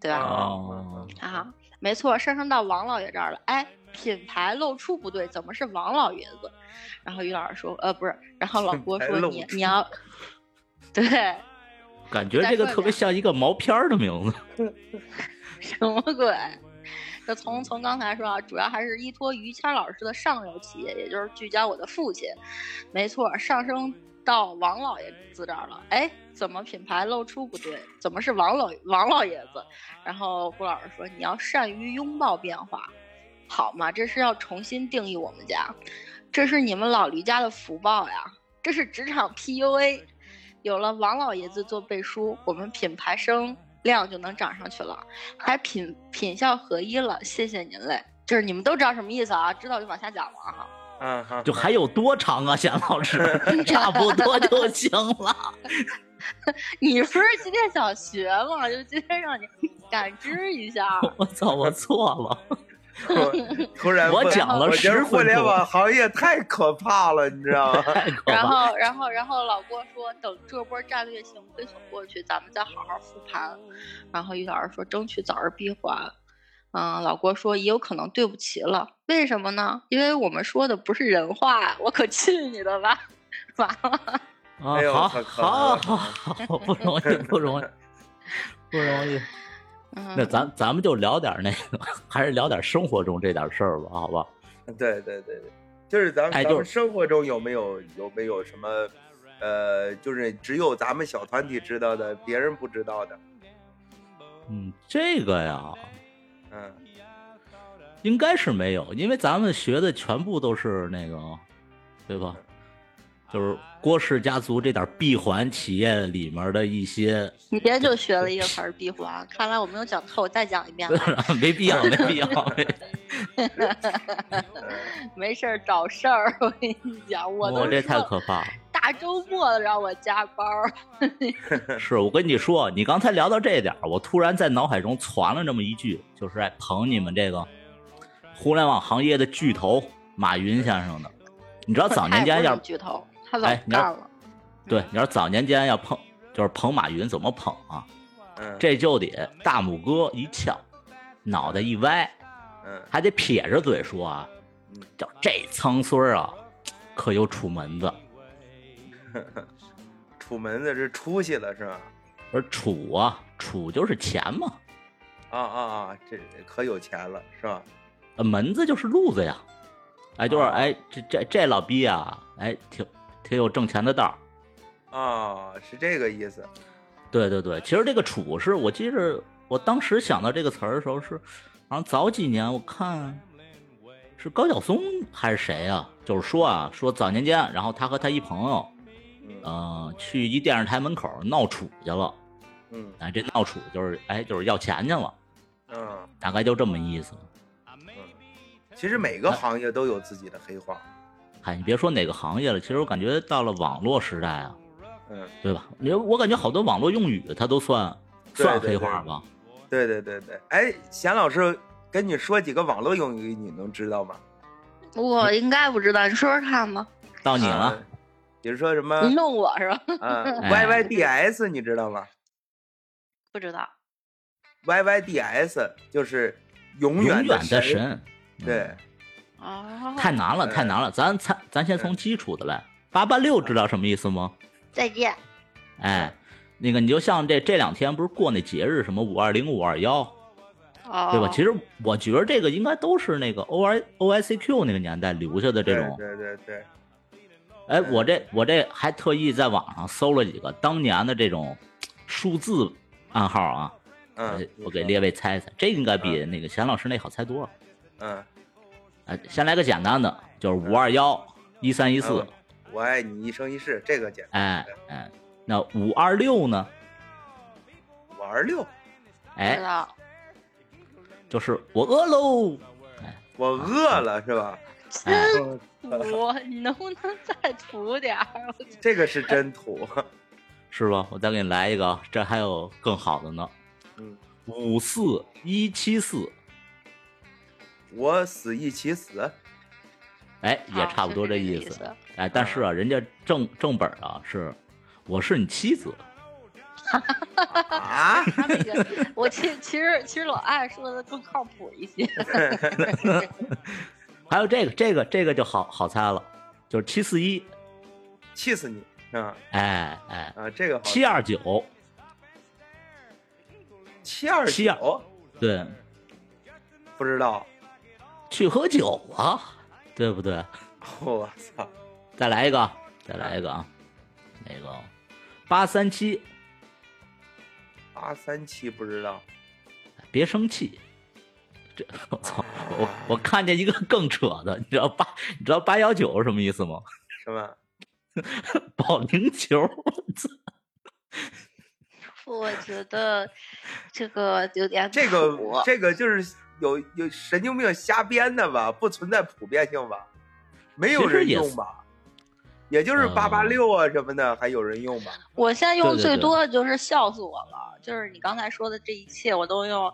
Speaker 3: 对吧？
Speaker 2: 哦
Speaker 3: 啊，没错，上升到王老爷这儿了。哎，品牌露出不对，怎么是王老爷子？然后于老师说，呃，不是，然后老
Speaker 1: 品
Speaker 3: 郭
Speaker 1: 牌
Speaker 3: 说
Speaker 1: 露
Speaker 3: 你
Speaker 1: 出
Speaker 3: 你要，对，
Speaker 2: 感觉这个特别像一个毛片儿的名字。
Speaker 3: 什么鬼？就从从刚才说啊，主要还是依托于谦儿老师的上游企业，也就是聚焦我的父亲。没错，上升到王老爷子这儿了。哎，怎么品牌露出不对？怎么是王老王老爷子？然后顾老师说，你要善于拥抱变化，好嘛，这是要重新定义我们家，这是你们老驴家的福报呀，这是职场 PUA。有了王老爷子做背书，我们品牌声量就能涨上去了。还品品效合一了，谢谢您嘞。就是你们都知道什么意思啊？知道就往下讲了啊。
Speaker 1: 嗯，好
Speaker 2: 就还有多长啊，夏老师？ 差不多就行了。
Speaker 3: 你不是今天想学吗？就今天让你感知一下。啊
Speaker 2: 我操，我错了。
Speaker 1: 我突然
Speaker 2: 我
Speaker 1: 问
Speaker 2: 讲了
Speaker 1: 我觉
Speaker 2: 10
Speaker 1: 得
Speaker 2: 分
Speaker 1: 互联
Speaker 2: 钟
Speaker 1: 网行业太可怕了，你知道 吗？
Speaker 2: 太可
Speaker 3: 然
Speaker 2: 怕了！
Speaker 3: 后，然后，然后老郭说，等这波战略性亏损过去，咱们再好好复盘。然后于老师说，争取早日闭环。嗯，老郭说也有可能对不齐了，为什么呢？因为我们说的不是人话，我可去你的吧！ 完了，
Speaker 2: 啊
Speaker 1: 哎，呦
Speaker 2: 好，
Speaker 1: 可可
Speaker 2: 好，好，好，不容易，不容易，不容易。
Speaker 3: 嗯，
Speaker 2: 那咱咱们就聊点那个，还是聊点生活中这点事儿吧，好吧？
Speaker 1: 对对对对，就是咱们、
Speaker 2: 哎
Speaker 1: 咱
Speaker 2: 就
Speaker 1: 们生活中有没有有没有什么，呃，就是只有咱们小团体知道的，别人不知道的，
Speaker 2: 嗯，这个呀，
Speaker 1: 嗯，
Speaker 2: 应该是没有，因为咱们学的全部都是那个，对吧？就是郭氏家族这点闭环企业里面的一 些，
Speaker 3: 你别就学了一个词儿闭环，看来我没有讲透，再讲一遍吧。
Speaker 2: 没必要，没必 要。没
Speaker 1: 呃
Speaker 3: 没事儿找事儿，我跟你讲，我都
Speaker 2: 哦我这
Speaker 3: 说
Speaker 2: 太
Speaker 3: 了
Speaker 2: 可怕了。
Speaker 3: 大周末的让我加班儿，
Speaker 2: 是我跟你说，你刚才聊到这点儿，我突然在脑海中传了这么一句，就是哎，捧你们这个互联网行业的巨头马云先生的。你知道早年间要
Speaker 3: 巨头，他早
Speaker 2: 哎你
Speaker 3: 干
Speaker 2: 要
Speaker 3: 了。
Speaker 2: 对，你要早年间要捧，就是捧马云怎么捧啊？
Speaker 1: 嗯
Speaker 2: 这就得大拇哥一翘，脑袋一歪，
Speaker 1: 嗯
Speaker 2: 还得撇着嘴说啊
Speaker 1: 嗯，
Speaker 2: 叫这苍孙儿啊，可有楚门子。
Speaker 1: 楚门子是出息了是吧？
Speaker 2: 而楚啊，楚就是钱嘛，
Speaker 1: 啊啊啊，这可有钱了是吧？
Speaker 2: 呃，门子就是路子呀，哎，就是
Speaker 1: 啊
Speaker 2: 哎，这这这老逼啊，哎，挺挺有挣钱的道儿。
Speaker 1: 啊，是这个意思。
Speaker 2: 对对对，其实这个楚是我记着，我当时想到这个词儿的时候是，好像早几年我看是高晓松还是谁啊，就是说啊，说早年间，然后他和他一朋友，
Speaker 1: 嗯
Speaker 2: 呃，去一电视台门口闹楚去了，
Speaker 1: 嗯
Speaker 2: 哎，这闹楚就是哎就是要钱去了，
Speaker 1: 嗯
Speaker 2: 大概就这么意思。
Speaker 1: 嗯，其实每个行业都有自己的黑话。
Speaker 2: 哎，你别说哪个行业了，其实我感觉到了网络时代啊，
Speaker 1: 嗯，
Speaker 2: 对吧？你我感觉好多网络用语它都算
Speaker 1: 对
Speaker 2: 算
Speaker 1: 对
Speaker 2: 黑
Speaker 1: 对
Speaker 2: 话吧？
Speaker 1: 对对对对。哎，贤老师跟你说几个网络用语，你能知道吗？
Speaker 3: 我应该不知道，你说说看吧。
Speaker 2: 到哦你了，
Speaker 1: 啊比如说什么
Speaker 2: 嗯
Speaker 3: 你弄我是吧？
Speaker 1: 啊
Speaker 2: 哎
Speaker 1: ，YYDS 你知道吗
Speaker 3: 不知道。
Speaker 1: ？YYDS 就是永
Speaker 2: 永
Speaker 1: 远
Speaker 2: 远的
Speaker 1: 神。
Speaker 2: 神，嗯
Speaker 1: 对，
Speaker 3: 哦，
Speaker 2: 太难了，
Speaker 1: 哎
Speaker 2: 太难了，咱咱咱先从基础的来。八八六知道什么意思吗？
Speaker 3: 再见。
Speaker 2: 哎，那个你就像这这两天不是过那节日什么五二零五二幺，
Speaker 3: 哦，
Speaker 2: 对吧？其实我觉得这个应该都是那个 O I O I C Q 那个年代留下的这种
Speaker 1: 对对对对，
Speaker 2: 哎，我这我这还特意在网上搜了几个当年的这种数字暗号啊，
Speaker 1: 嗯
Speaker 2: 我给列位猜猜，这应该比那个贤老师那好猜多了。
Speaker 1: 嗯，
Speaker 2: 哎，先来个简单的，就是五二幺、一三一四
Speaker 1: 嗯，我爱你一生一世，这个简单。
Speaker 2: 哎哎，那五二六呢？
Speaker 1: 五二六，
Speaker 3: 不
Speaker 2: 哎
Speaker 1: 嗯
Speaker 3: 知，道
Speaker 2: 就是我饿喽。
Speaker 1: 我饿了是吧？
Speaker 2: 哎
Speaker 3: 真 土，你能不能再土点儿？ 我
Speaker 1: 这个是真土。
Speaker 2: 是吧？我再给你来一个，这还有更好的呢。
Speaker 1: 嗯，
Speaker 2: 五四一七四，
Speaker 1: 我死一起死。
Speaker 2: 哎，
Speaker 3: 啊
Speaker 2: 也差不多这
Speaker 3: 意嗯
Speaker 2: 意思。哎，但是啊，人家正正本啊是，我是你妻子。
Speaker 1: 啊，
Speaker 3: 他那个，我其其实其实老艾说的更靠谱一 些。
Speaker 2: 还有这个这个这个就好好猜了，就是七四一，
Speaker 1: 气死你！啊
Speaker 2: 哎哎，
Speaker 1: 啊，这个好。
Speaker 2: 七二九，
Speaker 1: 七二
Speaker 2: 七二
Speaker 1: 九，
Speaker 2: 对，
Speaker 1: 不知道。
Speaker 2: 去喝酒啊，对不对？
Speaker 1: 我操！
Speaker 2: 再来一个，再来一个啊，那个八三七，
Speaker 1: 八三七不知道。
Speaker 2: 别生气。这 我操！我我看见一个更扯的，你知道八你知道八幺九是什么意思吗？
Speaker 1: 什么？
Speaker 2: 保龄球，
Speaker 3: 我觉得这个有点
Speaker 1: 这个
Speaker 3: 土
Speaker 1: 这个就是有有神经病瞎编的吧？不存在普遍性吧？没有
Speaker 2: 其实
Speaker 1: 人
Speaker 2: 也
Speaker 1: 用
Speaker 2: 是
Speaker 1: 吧？也就是
Speaker 2: 嗯
Speaker 1: 八八六啊什么的，还有人用吧？
Speaker 3: 我现在
Speaker 2: 对
Speaker 3: 用
Speaker 2: 对
Speaker 3: 最
Speaker 2: 对
Speaker 3: 多的就是笑死我了，就是你刚才说的这一切，我都用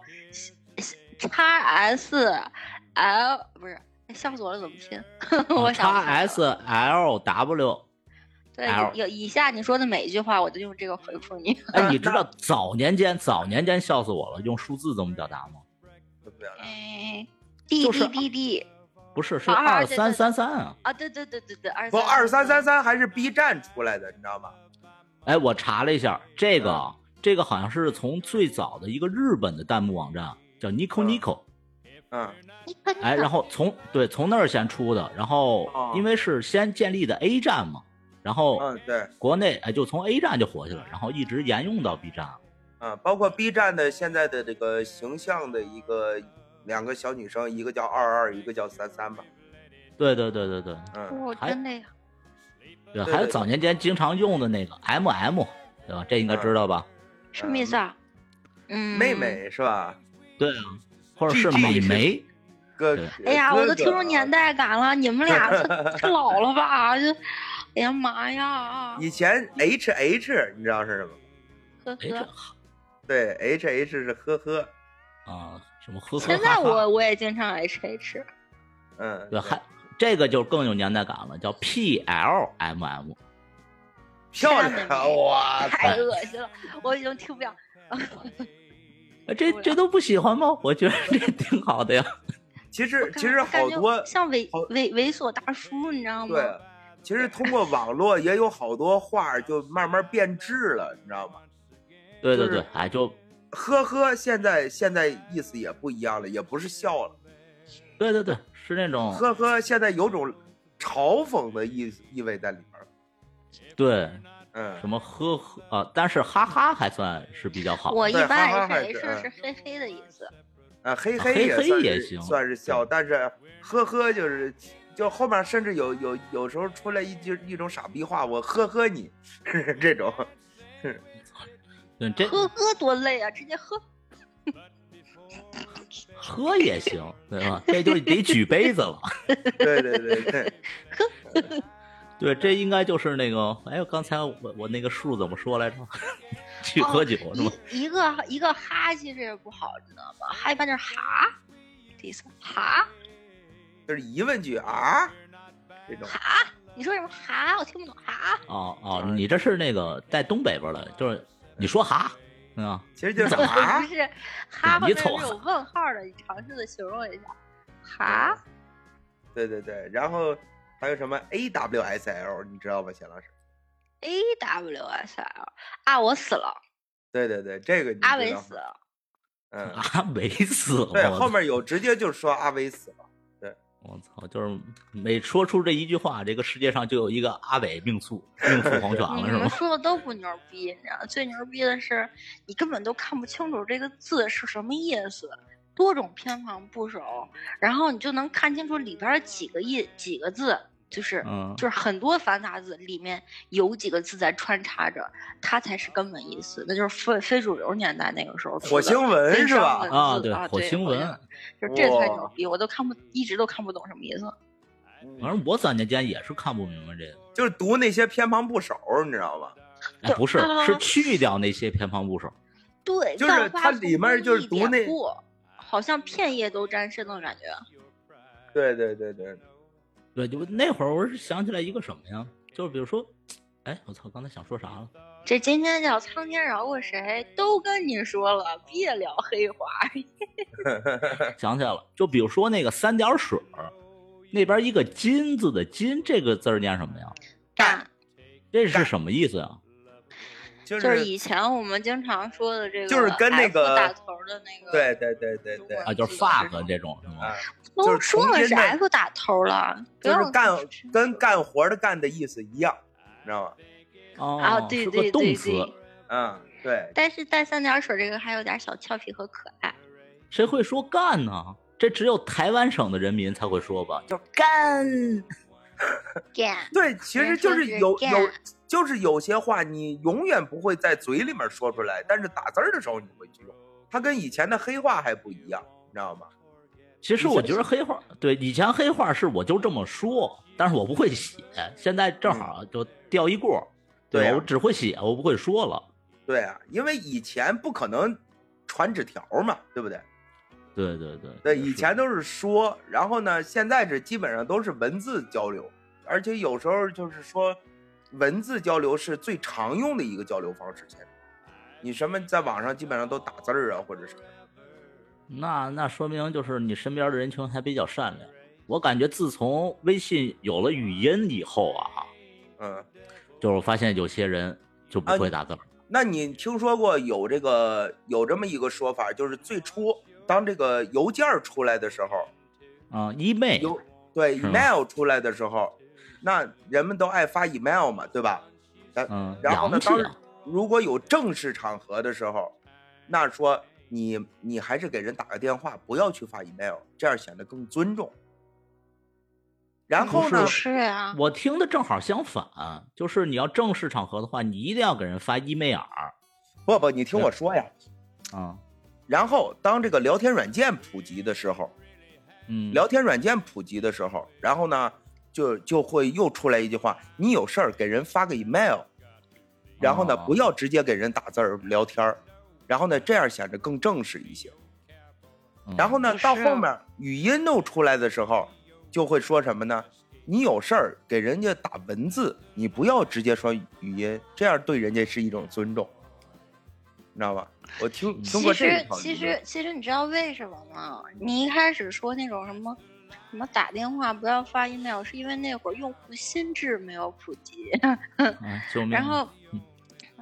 Speaker 3: 叉 S L 不是。笑死我了，怎么拼？ 我想不
Speaker 2: 叉
Speaker 3: 起来了
Speaker 2: 哦 S L W。L
Speaker 3: 对有以下你说的每一句话，我都用这个回 复你。
Speaker 2: 哎，你知道早年间早年间笑死我了，用数字怎么表达吗？
Speaker 1: 怎么样？
Speaker 3: 哎，滴
Speaker 2: 就是
Speaker 3: 滴滴滴
Speaker 2: 不是，是
Speaker 3: 啊啊
Speaker 2: 二
Speaker 3: 对对对
Speaker 2: 三三三啊！
Speaker 3: 啊！对对对对对，二
Speaker 1: 不，二三三三还是 B 站出来的，你知道吗？
Speaker 2: 哎，我查了一下，这个
Speaker 3: 嗯
Speaker 2: 啊这个好像是从最早的一个日本的弹幕网站叫 Nico
Speaker 1: 嗯
Speaker 2: Nico，
Speaker 1: 嗯
Speaker 2: 哎，然后从对从那儿先出的，然后
Speaker 1: 哦
Speaker 2: 因为是先建立的 A 站嘛，然后
Speaker 1: 嗯，对，
Speaker 2: 国内哎就从 A 站就火起来了，然后一直沿用到 B 站。
Speaker 1: 嗯，包括 B 站的现在的这个形象的一个两个小女生，一个叫二二，一个叫三三吧。
Speaker 2: 对对对对对
Speaker 1: 嗯，
Speaker 3: 我
Speaker 2: 还
Speaker 3: 真的呀，
Speaker 1: 对
Speaker 2: 对，还有
Speaker 1: 对嗯
Speaker 2: 早年间经常用的那个 MM，对吧？这应该知道吧？
Speaker 3: 什么意思啊？嗯，
Speaker 1: 妹。妹是吧？
Speaker 2: 对啊，或者是
Speaker 1: GG
Speaker 2: 美
Speaker 1: 是
Speaker 2: 眉。
Speaker 1: 哥
Speaker 2: 对，
Speaker 1: 哥
Speaker 3: 哎呀，我都
Speaker 1: 哥
Speaker 3: 听出年代感了，你们 俩这这老了吧？ 这，哎呀妈呀！
Speaker 1: 啊以前 H H 你知道是什么吗？
Speaker 3: 呵
Speaker 2: 哎，这
Speaker 3: 呵，
Speaker 1: 对，H H 是呵呵，
Speaker 2: 啊，什么呵呵哈哈。
Speaker 3: 现在我我也经常 H H，
Speaker 1: 嗯，
Speaker 2: 对还这个就更有年代感了，叫 PLMM。
Speaker 1: 漂
Speaker 3: 下面
Speaker 1: 亮，啊
Speaker 3: 没
Speaker 1: 哇
Speaker 3: 太恶心了，我已经听不了。
Speaker 2: 哎这这都不喜欢吗？我觉得这挺好的呀。
Speaker 1: 其
Speaker 3: 我
Speaker 1: 实
Speaker 3: 感
Speaker 1: 其实
Speaker 3: 感
Speaker 1: 好
Speaker 3: 觉
Speaker 1: 多
Speaker 3: 像猥
Speaker 1: 好
Speaker 3: 猥猥琐大叔，你知道吗？
Speaker 1: 对，其实通过网络也有好多画儿就慢慢变质了，你知道吗？
Speaker 2: 对对
Speaker 1: 就
Speaker 2: 对
Speaker 1: 是，
Speaker 2: 哎，就
Speaker 1: 呵呵，现在现在意思也不一样了，也不是笑了，
Speaker 2: 对对对，是那种
Speaker 1: 呵呵，现在有种嘲讽的意意味在里边儿。
Speaker 2: 对
Speaker 1: 嗯
Speaker 2: 什，么呵呵啊，但是哈哈还算是比较好。
Speaker 3: 我一
Speaker 1: 对
Speaker 3: 般
Speaker 1: 哈哈
Speaker 3: H
Speaker 1: 还是嗯
Speaker 3: H 是嘿嘿的意思。
Speaker 1: 啊，嘿
Speaker 2: 嘿
Speaker 1: 也
Speaker 2: 嘿
Speaker 1: 算
Speaker 2: 也
Speaker 1: 是
Speaker 2: 行
Speaker 1: 算是笑，但是呵呵就是就后面甚至有有有时候出来一句一种傻逼话，我呵呵你， 这种。
Speaker 2: 对这
Speaker 3: 呵呵，多累啊！直接呵，
Speaker 2: 喝也行，对吧？这就得举杯子了。
Speaker 1: 对对对对，
Speaker 2: 对，这应该就是那个，哎，刚才我我那个数怎么说来着？ 去喝酒
Speaker 3: 哦
Speaker 2: 是吗？
Speaker 3: 一一个一个哈，其实也不好，你知道吗？哈一般就是哈，这意思哈。
Speaker 1: 就是疑问句啊，这种。
Speaker 3: 你说什么哈？我听不懂哈。
Speaker 2: 哦哦，你这是那个在东北边儿的，就是你说哈，嗯啊，
Speaker 1: 其实就是
Speaker 3: 不
Speaker 1: 啊，
Speaker 3: 是哈，
Speaker 2: 你
Speaker 3: 后面是
Speaker 2: 瞅哈
Speaker 3: 有问号的，你尝试的形容一下。哈，
Speaker 1: 对对对，然后还有什么 A W S L，你知道吧，钱老师？嗯
Speaker 3: A W S L 啊，我死了，
Speaker 1: 对对对，这个你
Speaker 3: 阿
Speaker 1: 知
Speaker 3: 伟
Speaker 1: 道
Speaker 3: 死
Speaker 1: 吗，
Speaker 3: 了，
Speaker 1: 嗯，
Speaker 2: 阿维死了。
Speaker 1: 对，
Speaker 2: 啊我
Speaker 1: 后面有直接就说阿威死了，
Speaker 2: 我操，就是每说出这一句话，这个世界上就有一个阿北命宿命宿 黄
Speaker 3: 你
Speaker 2: 泉了，是
Speaker 3: 们
Speaker 2: 吗？
Speaker 3: 说的都不牛逼，你知道吗？最牛逼的是，你根本都看不清楚这个字是什么意思，多种偏旁部首，然后你就能看清楚里边儿几个意几个字，就是、
Speaker 2: 嗯
Speaker 3: 就是很多繁杂字里面有几个字在穿插着，它才是根本意思。那就是非非主流年代那个时候出
Speaker 1: 火
Speaker 3: 的
Speaker 1: 星文
Speaker 3: 悲
Speaker 1: 是
Speaker 3: 伤
Speaker 1: 吧
Speaker 3: 文？
Speaker 2: 啊，
Speaker 3: 字
Speaker 2: 对
Speaker 3: 啊，
Speaker 2: 火
Speaker 3: 对
Speaker 2: 星
Speaker 3: 火
Speaker 2: 文。
Speaker 3: 星就是这才
Speaker 1: 哇
Speaker 3: 牛逼，我都看不一直都看不懂什么意思。
Speaker 2: 反正我早年间也是看不明白这个，
Speaker 1: 就是读那些偏旁部首，你知道吧？
Speaker 2: 哎，不是，
Speaker 3: 啊
Speaker 2: 是去掉那些偏旁部首。
Speaker 3: 对，
Speaker 1: 就是
Speaker 3: 万花
Speaker 1: 它
Speaker 3: 丛
Speaker 1: 里面
Speaker 3: 中
Speaker 1: 就是
Speaker 3: 一
Speaker 1: 读
Speaker 3: 点
Speaker 1: 那
Speaker 3: 过好像片叶都沾身的感觉。
Speaker 1: 对对对对，
Speaker 2: 对，就那会儿我是想起来一个什么呀？就是比如说，哎，我操，刚才想说啥了？
Speaker 3: 这今天叫苍天饶过谁，都跟你说了，别聊黑 话。
Speaker 2: 想起来了，就比如说那个三点水儿，那边一个金字的金，这个字儿念什么呀？
Speaker 3: 干，
Speaker 2: 这是什么意思呀？
Speaker 1: 就
Speaker 3: 就是
Speaker 1: 是
Speaker 3: 以前我们经常说的这个，
Speaker 1: 就是跟那个
Speaker 3: 打头的那个，
Speaker 1: 对，对对对对
Speaker 2: 啊，就是 fuck 这种是吗
Speaker 1: 啊？，
Speaker 3: 都
Speaker 1: 就是
Speaker 3: 说
Speaker 1: 从
Speaker 3: 了
Speaker 1: 今
Speaker 3: 是
Speaker 1: 天
Speaker 3: F 打头了，不
Speaker 1: 就
Speaker 3: 要
Speaker 1: 是干
Speaker 3: 吃
Speaker 1: 跟干活的干的意思一样，你知道吗？
Speaker 2: 哦，
Speaker 3: 啊，对
Speaker 2: 是
Speaker 3: 对
Speaker 2: 个动
Speaker 3: 对
Speaker 2: 词。
Speaker 3: 对，
Speaker 1: 嗯，对，
Speaker 3: 但是带三点水这个还有点小俏皮和可爱。
Speaker 2: 谁会说干呢？这只有台湾省的人民才会说吧，就是干。
Speaker 3: 干，
Speaker 1: 对，其实就是
Speaker 3: 人
Speaker 1: 有
Speaker 3: 说是
Speaker 1: 有
Speaker 3: 干，
Speaker 1: 就是有些话你永远不会在嘴里面说出来，但是打字儿的时候你会去用。它跟以前的黑话还不一样，你知道吗？
Speaker 2: 其实我觉得黑话，对以前黑话是我就这么说，但是我不会写，现在正好就掉一过儿，
Speaker 1: 嗯对啊
Speaker 2: 吧
Speaker 1: 呀
Speaker 2: 我只会写，我不会说了。
Speaker 1: 对啊，因为以前不可能传纸条嘛，对不对？
Speaker 2: 对对对，
Speaker 1: 对，
Speaker 2: 也
Speaker 1: 以
Speaker 2: 是
Speaker 1: 前都是说，然后呢，现在这基本上都是文字交流，而且有时候就是说，文字交流是最常用的一个交流方式。现在，你什么在网上基本上都打字儿啊，或者什么。
Speaker 2: 那那说明就是你身边的人群还比较善良。我感觉自从微信有了语音以后啊，
Speaker 1: 嗯，
Speaker 2: 就是我发现有些人就
Speaker 1: 啊
Speaker 2: 不会打字儿。
Speaker 1: 那你听说过有这个有这么一个说法，就是最初当这个邮件儿出来的时候，
Speaker 2: 啊，email
Speaker 1: 邮对
Speaker 2: 是吗
Speaker 1: email 出来的时候，那人们都爱发 email 嘛，对吧？
Speaker 2: 嗯，
Speaker 1: 然后呢，
Speaker 2: 洋气
Speaker 1: 当
Speaker 2: 啊
Speaker 1: 如果有正式场合的时候，那说你你还是给人打个电话，不要去发 email，这样显得更尊重。然后呢
Speaker 3: 不，是呀，
Speaker 2: 我听的正好相反，就是你要正式场合的话，你一定要给人发 email
Speaker 1: 不不，你听我说呀。
Speaker 2: 啊，
Speaker 1: 然后当这个聊天软件普及的时候，
Speaker 2: 嗯，
Speaker 1: 聊天软件普及的时候，然后呢，就就会又出来一句话：你有事儿给人发个 email，然后呢，
Speaker 2: 哦
Speaker 1: 不要直接给人打字儿聊天儿，然后呢，这样显得更正式一些。
Speaker 2: 嗯
Speaker 1: 然后呢，
Speaker 3: 是
Speaker 1: 到后面语音又出来的时候，就会说什么呢？你有事儿给人家打文字，你不要直接说语音，这样对人家是一种尊重，你知道吧？我听
Speaker 3: 其
Speaker 1: 通过这一
Speaker 3: 实
Speaker 1: 套理论，
Speaker 3: 其实其实你知道为什么吗？你一开始说那种什么什么打电话不要发 email，是因为那会儿用户心智没有普及，
Speaker 2: 啊救命！
Speaker 3: 然后
Speaker 2: 嗯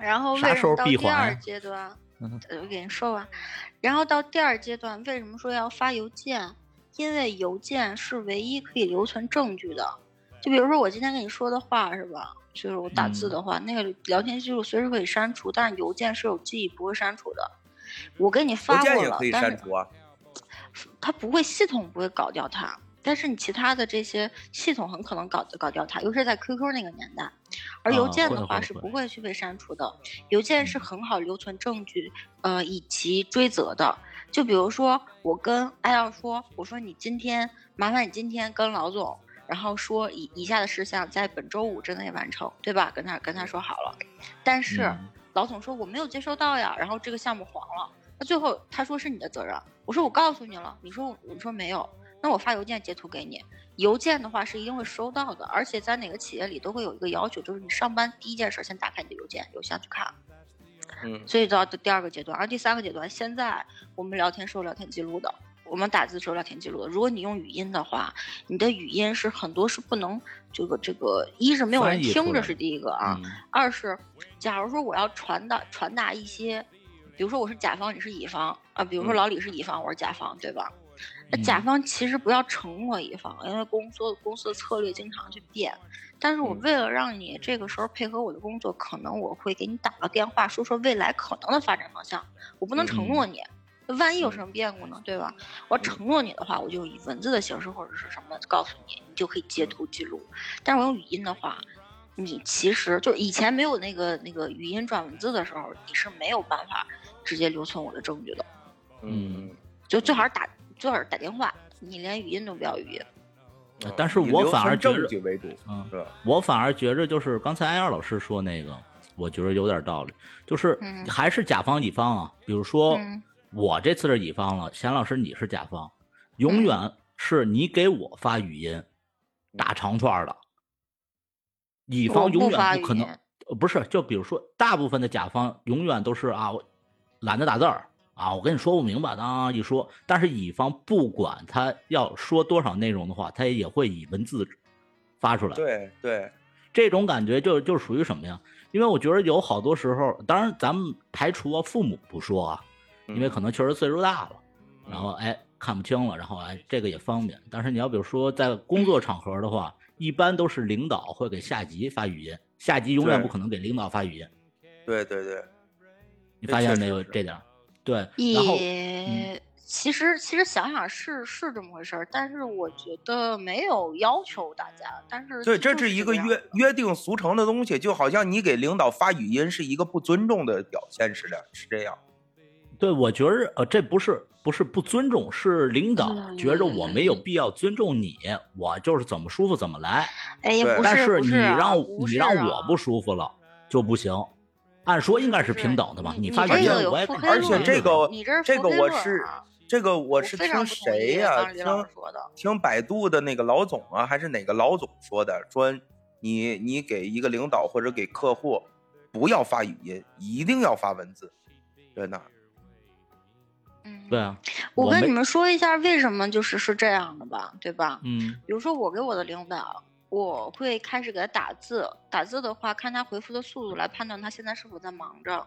Speaker 3: 然后为
Speaker 2: 啥
Speaker 3: 什
Speaker 2: 时候
Speaker 3: 么到
Speaker 2: 闭
Speaker 3: 第
Speaker 2: 环
Speaker 3: 二
Speaker 2: 啊
Speaker 3: 阶段
Speaker 2: 嗯，
Speaker 3: 呃我给你说完，然后到第二阶段为什么说要发邮件？因为邮件是唯一可以留存证据的，就比如说我今天跟你说的话是吧？就是我打字的话，那个聊天记录随时可以删除，但是邮件是有记忆不会删除的。我给你
Speaker 1: 邮
Speaker 3: 发
Speaker 1: 件
Speaker 3: 过
Speaker 1: 也
Speaker 3: 了
Speaker 1: 可以，
Speaker 3: 但是
Speaker 1: 删除啊。
Speaker 3: 它不会系统不会搞掉它，但是你其他的这些系统很可能搞搞掉它，尤其是在 QQ 那个年代。而
Speaker 2: 啊
Speaker 3: 邮件
Speaker 2: 会
Speaker 3: 的
Speaker 2: 的
Speaker 3: 话
Speaker 2: 会的
Speaker 3: 是
Speaker 2: 会
Speaker 3: 不
Speaker 2: 的嗯
Speaker 3: 会去被删除的，邮件是很好留存证据，呃以及追责的。就比如说我跟艾耀说，我说你今天麻烦你今天跟老总。然后说以以下的事项在本周五之内完成，对吧？跟他跟他说好了，但是、
Speaker 2: 嗯
Speaker 3: 老总说我没有接收到呀，然后这个项目黄了。那最后他说是你的责任，我说我告诉你了，你说你说没有，那我发邮件截图给你。邮件的话是一定会收到的，而且在哪个企业里都会有一个要求，就是你上班第一件事先打开你的邮件邮箱去看。
Speaker 1: 嗯，
Speaker 3: 所以到第二个阶段，而第三个阶段，现在我们聊天是有聊天记录的，我们打字是有聊天记录的。如果你用语音的话，你的语音是很多是不能这个这个，一是没有人
Speaker 2: 翻译出
Speaker 3: 听着
Speaker 2: 来
Speaker 3: 是第一个啊，
Speaker 2: 嗯
Speaker 3: 二是，假如说我要传达传达一些，比如说我是甲方，你是乙方啊，比如说
Speaker 1: 嗯
Speaker 3: 老李是乙方，我是甲方，对吧？
Speaker 2: 嗯
Speaker 3: 那甲方其实不要承诺一方，因为公司公司的策略经常去变。但是我
Speaker 1: 嗯
Speaker 3: 为了让你这个时候配合我的工作，可能我会给你打个电话，说说未来可能的发展方向。我不能承诺你，万一有什么变故呢，对吧？我承诺你的话，我就以文字的形式或者是什么告诉你，你就可以截图记录。但是我用语音的话，你其实就是以前没有那个那个语音转文字的时候，你是没有办法直接留存我的证据的。
Speaker 1: 嗯，
Speaker 3: 就最好是打最好是打电话，你连语音都不要语音。
Speaker 1: 嗯
Speaker 2: 但是
Speaker 1: 以
Speaker 2: 我
Speaker 1: 留
Speaker 2: 反
Speaker 1: 存
Speaker 2: 而觉
Speaker 1: 证
Speaker 2: 得
Speaker 1: 据为主，
Speaker 2: 嗯，
Speaker 1: 是吧？
Speaker 2: 我反而觉着就是刚才艾尔老师说那个，我觉得有点道理，就是
Speaker 3: 嗯
Speaker 2: 还是甲方乙方啊。比如说
Speaker 3: 嗯
Speaker 2: 我这次是乙方了，贤老师你是甲方，永远是你给我发语音
Speaker 3: 嗯
Speaker 2: 打长串儿的，乙
Speaker 3: 我
Speaker 2: 方
Speaker 3: 不
Speaker 2: 永
Speaker 3: 发
Speaker 2: 远
Speaker 3: 语
Speaker 2: 不可能
Speaker 3: 音，
Speaker 2: 呃不是，就比如说大部分的甲方永远都是啊，我懒得打字儿。啊，我跟你说不明白啊，一说，但是乙方不管他要说多少内容的话，他也会以文字发出来。
Speaker 1: 对对，
Speaker 2: 这种感觉就就属于什么呀？因为我觉得有好多时候，当然咱们排除啊父母不说啊，因为可能确实岁数大了，
Speaker 1: 嗯
Speaker 2: 然后哎看不清了，然后哎这个也方便。但是你要比如说在工作场合的话，一般都是领导会给下级发语音，下级永远
Speaker 1: 对
Speaker 2: 不可能给领导发语音，
Speaker 1: 对对对，
Speaker 2: 你
Speaker 1: 这
Speaker 2: 发现
Speaker 1: 确
Speaker 2: 没
Speaker 1: 实
Speaker 2: 有
Speaker 1: 是
Speaker 2: 这点儿？对，然后嗯
Speaker 3: 也、其实其实想想是是这么回事儿，但是我觉得没有要求大家，但是
Speaker 1: 对，这
Speaker 3: 就是
Speaker 1: 一
Speaker 3: 个
Speaker 1: 个
Speaker 3: 样
Speaker 1: 约
Speaker 3: 子
Speaker 1: 约定俗成的东西，就好像你给领导发语音是一个不尊重的表现似的，是这样。
Speaker 2: 对我觉着呃这不是不是不尊重，是领导
Speaker 3: 嗯
Speaker 2: 觉着我没有必要尊重你，我就是怎么舒服怎么来。
Speaker 3: 哎也不
Speaker 1: 对
Speaker 3: 是，
Speaker 2: 但
Speaker 3: 不
Speaker 2: 你
Speaker 3: 啊
Speaker 2: 让
Speaker 3: 不
Speaker 2: 你
Speaker 3: 是
Speaker 2: 让
Speaker 3: 啊
Speaker 2: 我不舒服了就不行。按说应该是平等的吧？
Speaker 3: 不是你
Speaker 2: 发
Speaker 3: 这
Speaker 2: 语音
Speaker 3: 个有
Speaker 2: 我也
Speaker 3: 腹
Speaker 2: 给
Speaker 3: 黑
Speaker 2: 你
Speaker 1: 而
Speaker 3: 论
Speaker 1: 且这
Speaker 3: 啊
Speaker 1: 个
Speaker 3: 你这是
Speaker 1: 这
Speaker 3: 弗
Speaker 1: 个
Speaker 3: 黑
Speaker 1: 我
Speaker 3: 论
Speaker 1: 是
Speaker 3: 啊
Speaker 1: 这个我是
Speaker 3: 非常
Speaker 1: 听
Speaker 3: 不同意
Speaker 1: 谁呀、
Speaker 3: 刚才李老
Speaker 1: 听
Speaker 3: 师说的
Speaker 1: 听百度的那个老总啊，还是哪个老总说的？说你你给一个领导或者给客户，不要发语音，一定要发文字，真的。
Speaker 3: 嗯
Speaker 2: 对啊，
Speaker 3: 我跟
Speaker 2: 没
Speaker 3: 你们说一下为什么就是是这样的吧，对吧？
Speaker 2: 嗯
Speaker 3: 比如说我给我的领导，我会开始给他打字，打字的话看他回复的速度来判断他现在是否在忙着。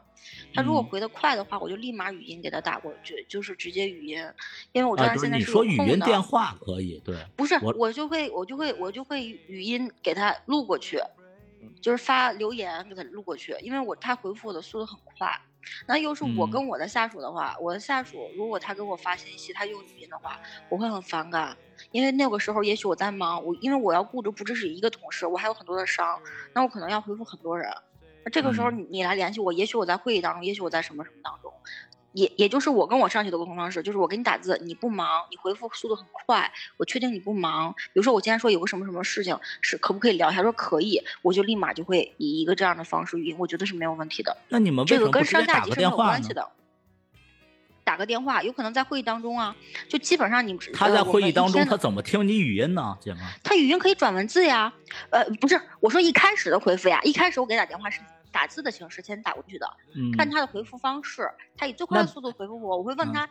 Speaker 3: 他如果
Speaker 2: 嗯
Speaker 3: 回的快的话，我就立马语音给他打过去，就是直接语音，因为我知
Speaker 2: 啊，
Speaker 3: 道
Speaker 2: 就是
Speaker 3: 现在
Speaker 2: 你
Speaker 3: 是有
Speaker 2: 说语
Speaker 3: 空的。
Speaker 2: 音电话可以，对，
Speaker 3: 不是，
Speaker 2: 我
Speaker 3: 我就会我就会我就会语音给他录过去
Speaker 1: 嗯，
Speaker 3: 就是发留言给他录过去，因为我他回复的速度很快。那又是我
Speaker 2: 嗯
Speaker 3: 跟我的下属的话，我的下属如果他给我发信息，他用语音的话，我会很反感，因为那个时候也许我在忙，我因为我要顾着不只是一个同事，我还有很多的伤，那我可能要回复很多人。那这个时候
Speaker 2: 嗯
Speaker 3: 你你来联系我，也许我在会议当中，也许我在什么什么当中，也也就是我跟我上级的沟通方式，就是我给你打字，你不忙，你回复速度很快，我确定你不忙。比如说我今天说有个什么什么事情，是可不可以聊一下？说可以，我就立马就会以一个这样的方式语音，我觉得是没有问题的。
Speaker 2: 那你们哦为
Speaker 3: 这
Speaker 2: 什
Speaker 3: 个
Speaker 2: 么不
Speaker 3: 跟
Speaker 2: 直接
Speaker 3: 上下
Speaker 2: 打
Speaker 3: 级
Speaker 2: 个
Speaker 3: 是没
Speaker 2: 电
Speaker 3: 有
Speaker 2: 话
Speaker 3: 关
Speaker 2: 呢
Speaker 3: 系？的。打个电话，有可能在会议当中啊，就基本上你们
Speaker 2: 他
Speaker 3: 呃
Speaker 2: 在
Speaker 3: 我
Speaker 2: 会
Speaker 3: 们
Speaker 2: 议
Speaker 3: 一
Speaker 2: 当中
Speaker 3: 天
Speaker 2: 他
Speaker 3: 的
Speaker 2: 怎么听你语音呢，姐们儿？
Speaker 3: 他语音可以转文字呀，呃，不是，我说一开始的回复呀，一开始我给他打电话是打字的形式先打过去的，
Speaker 2: 嗯，
Speaker 3: 看他的回复方式，他以最快
Speaker 2: 那
Speaker 3: 的速度回复我，我会问
Speaker 2: 嗯
Speaker 3: 他，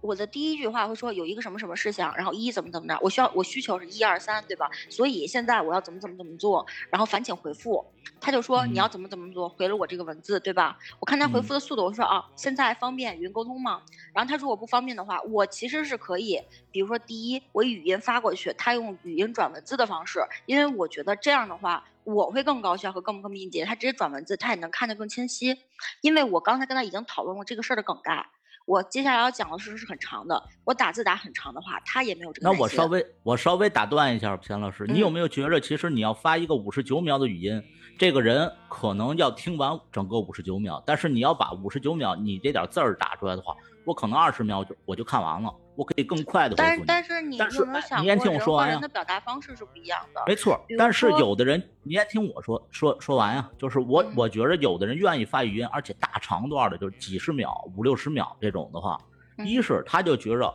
Speaker 3: 我的第一句话会说有一个什么什么事项，然后一怎么怎么着，我需要我需求是一二三，对吧？所以现在我要怎么怎么怎么做，然后烦请回复。他就说
Speaker 2: 嗯
Speaker 3: 你要怎么怎么做，回了我这个文字，对吧？我看他回
Speaker 2: 嗯
Speaker 3: 复的速度，我说啊，现在方便语音沟通吗？然后他如果不方便的话，我其实是可以，比如说第一，我语音发过去，他用语音转文字的方式，因为我觉得这样的话。我会更高效和更更敏捷，他直接转文字，他也能看得更清晰。因为我刚才跟他已经讨论过这个事儿的梗概，我接下来要讲的事是很长的。我打字打很长的话，他也没有这个
Speaker 2: 那
Speaker 3: 耐
Speaker 2: 我
Speaker 3: 心
Speaker 2: 稍微我稍微打断一下，钱老师，你有
Speaker 3: 嗯
Speaker 2: 没有觉着其实你要发一个五十九秒的语音，这个人可能要听完整个五十九秒，但是你要把五十九秒你这点字儿打出来的话，我可能二十秒就我就看完了，我可以更快的回
Speaker 3: 但
Speaker 2: 复
Speaker 3: 是
Speaker 2: 你。但
Speaker 3: 但是你
Speaker 2: 是
Speaker 3: 有没
Speaker 2: 哎
Speaker 3: 有想
Speaker 2: 你
Speaker 3: 过，
Speaker 2: 先听我
Speaker 3: 人
Speaker 2: 说哎完
Speaker 3: 和人
Speaker 2: 呀
Speaker 3: 的表达方式是不一样的。
Speaker 2: 没错儿
Speaker 3: 比，如
Speaker 2: 但是
Speaker 3: 说
Speaker 2: 有的人，你先听我说说说完呀、就是我、
Speaker 3: 嗯
Speaker 2: 我觉着有的人愿意发语音，而且大长段的，就是几十秒、五六十秒这种的话，
Speaker 3: 嗯
Speaker 2: 一是他就觉着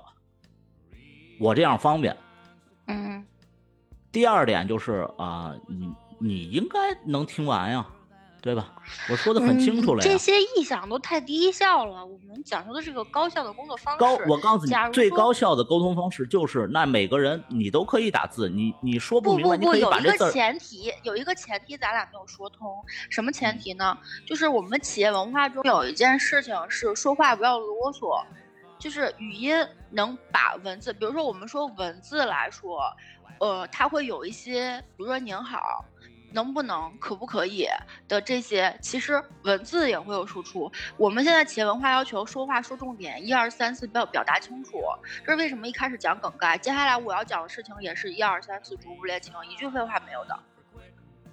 Speaker 2: 我这样方便，
Speaker 3: 嗯，
Speaker 2: 第二点就是啊、你你应该能听完呀，对吧？我说的很清楚了呀。
Speaker 3: 嗯这些臆想都太低效了，我们讲究的是个高效的工作方式。
Speaker 2: 高，我告诉你
Speaker 3: 假，如
Speaker 2: 最
Speaker 3: 说
Speaker 2: 高效的沟通方式就是，那每个人你都可以打字，你你说
Speaker 3: 不
Speaker 2: 明白，
Speaker 3: 不
Speaker 2: 你
Speaker 3: 不，
Speaker 2: 可以
Speaker 3: 有
Speaker 2: 把
Speaker 3: 一
Speaker 2: 这字
Speaker 3: 个
Speaker 2: 儿
Speaker 3: 前提，有一个前提，咱俩没有说通。什么前提呢？就是我们企业文化中有一件事情是说话不要啰嗦，就是语音能把文字，比如说我们说文字来说，呃，它会有一些，比如说您好，能不能，可不可以的这些，其实文字也会有输出。我们现在企业文化要求说话说重点，一二三四表表达清楚，这是为什么一开始讲梗概，接下来我要讲的事情也是一二三四逐步列清，一句废话没有的。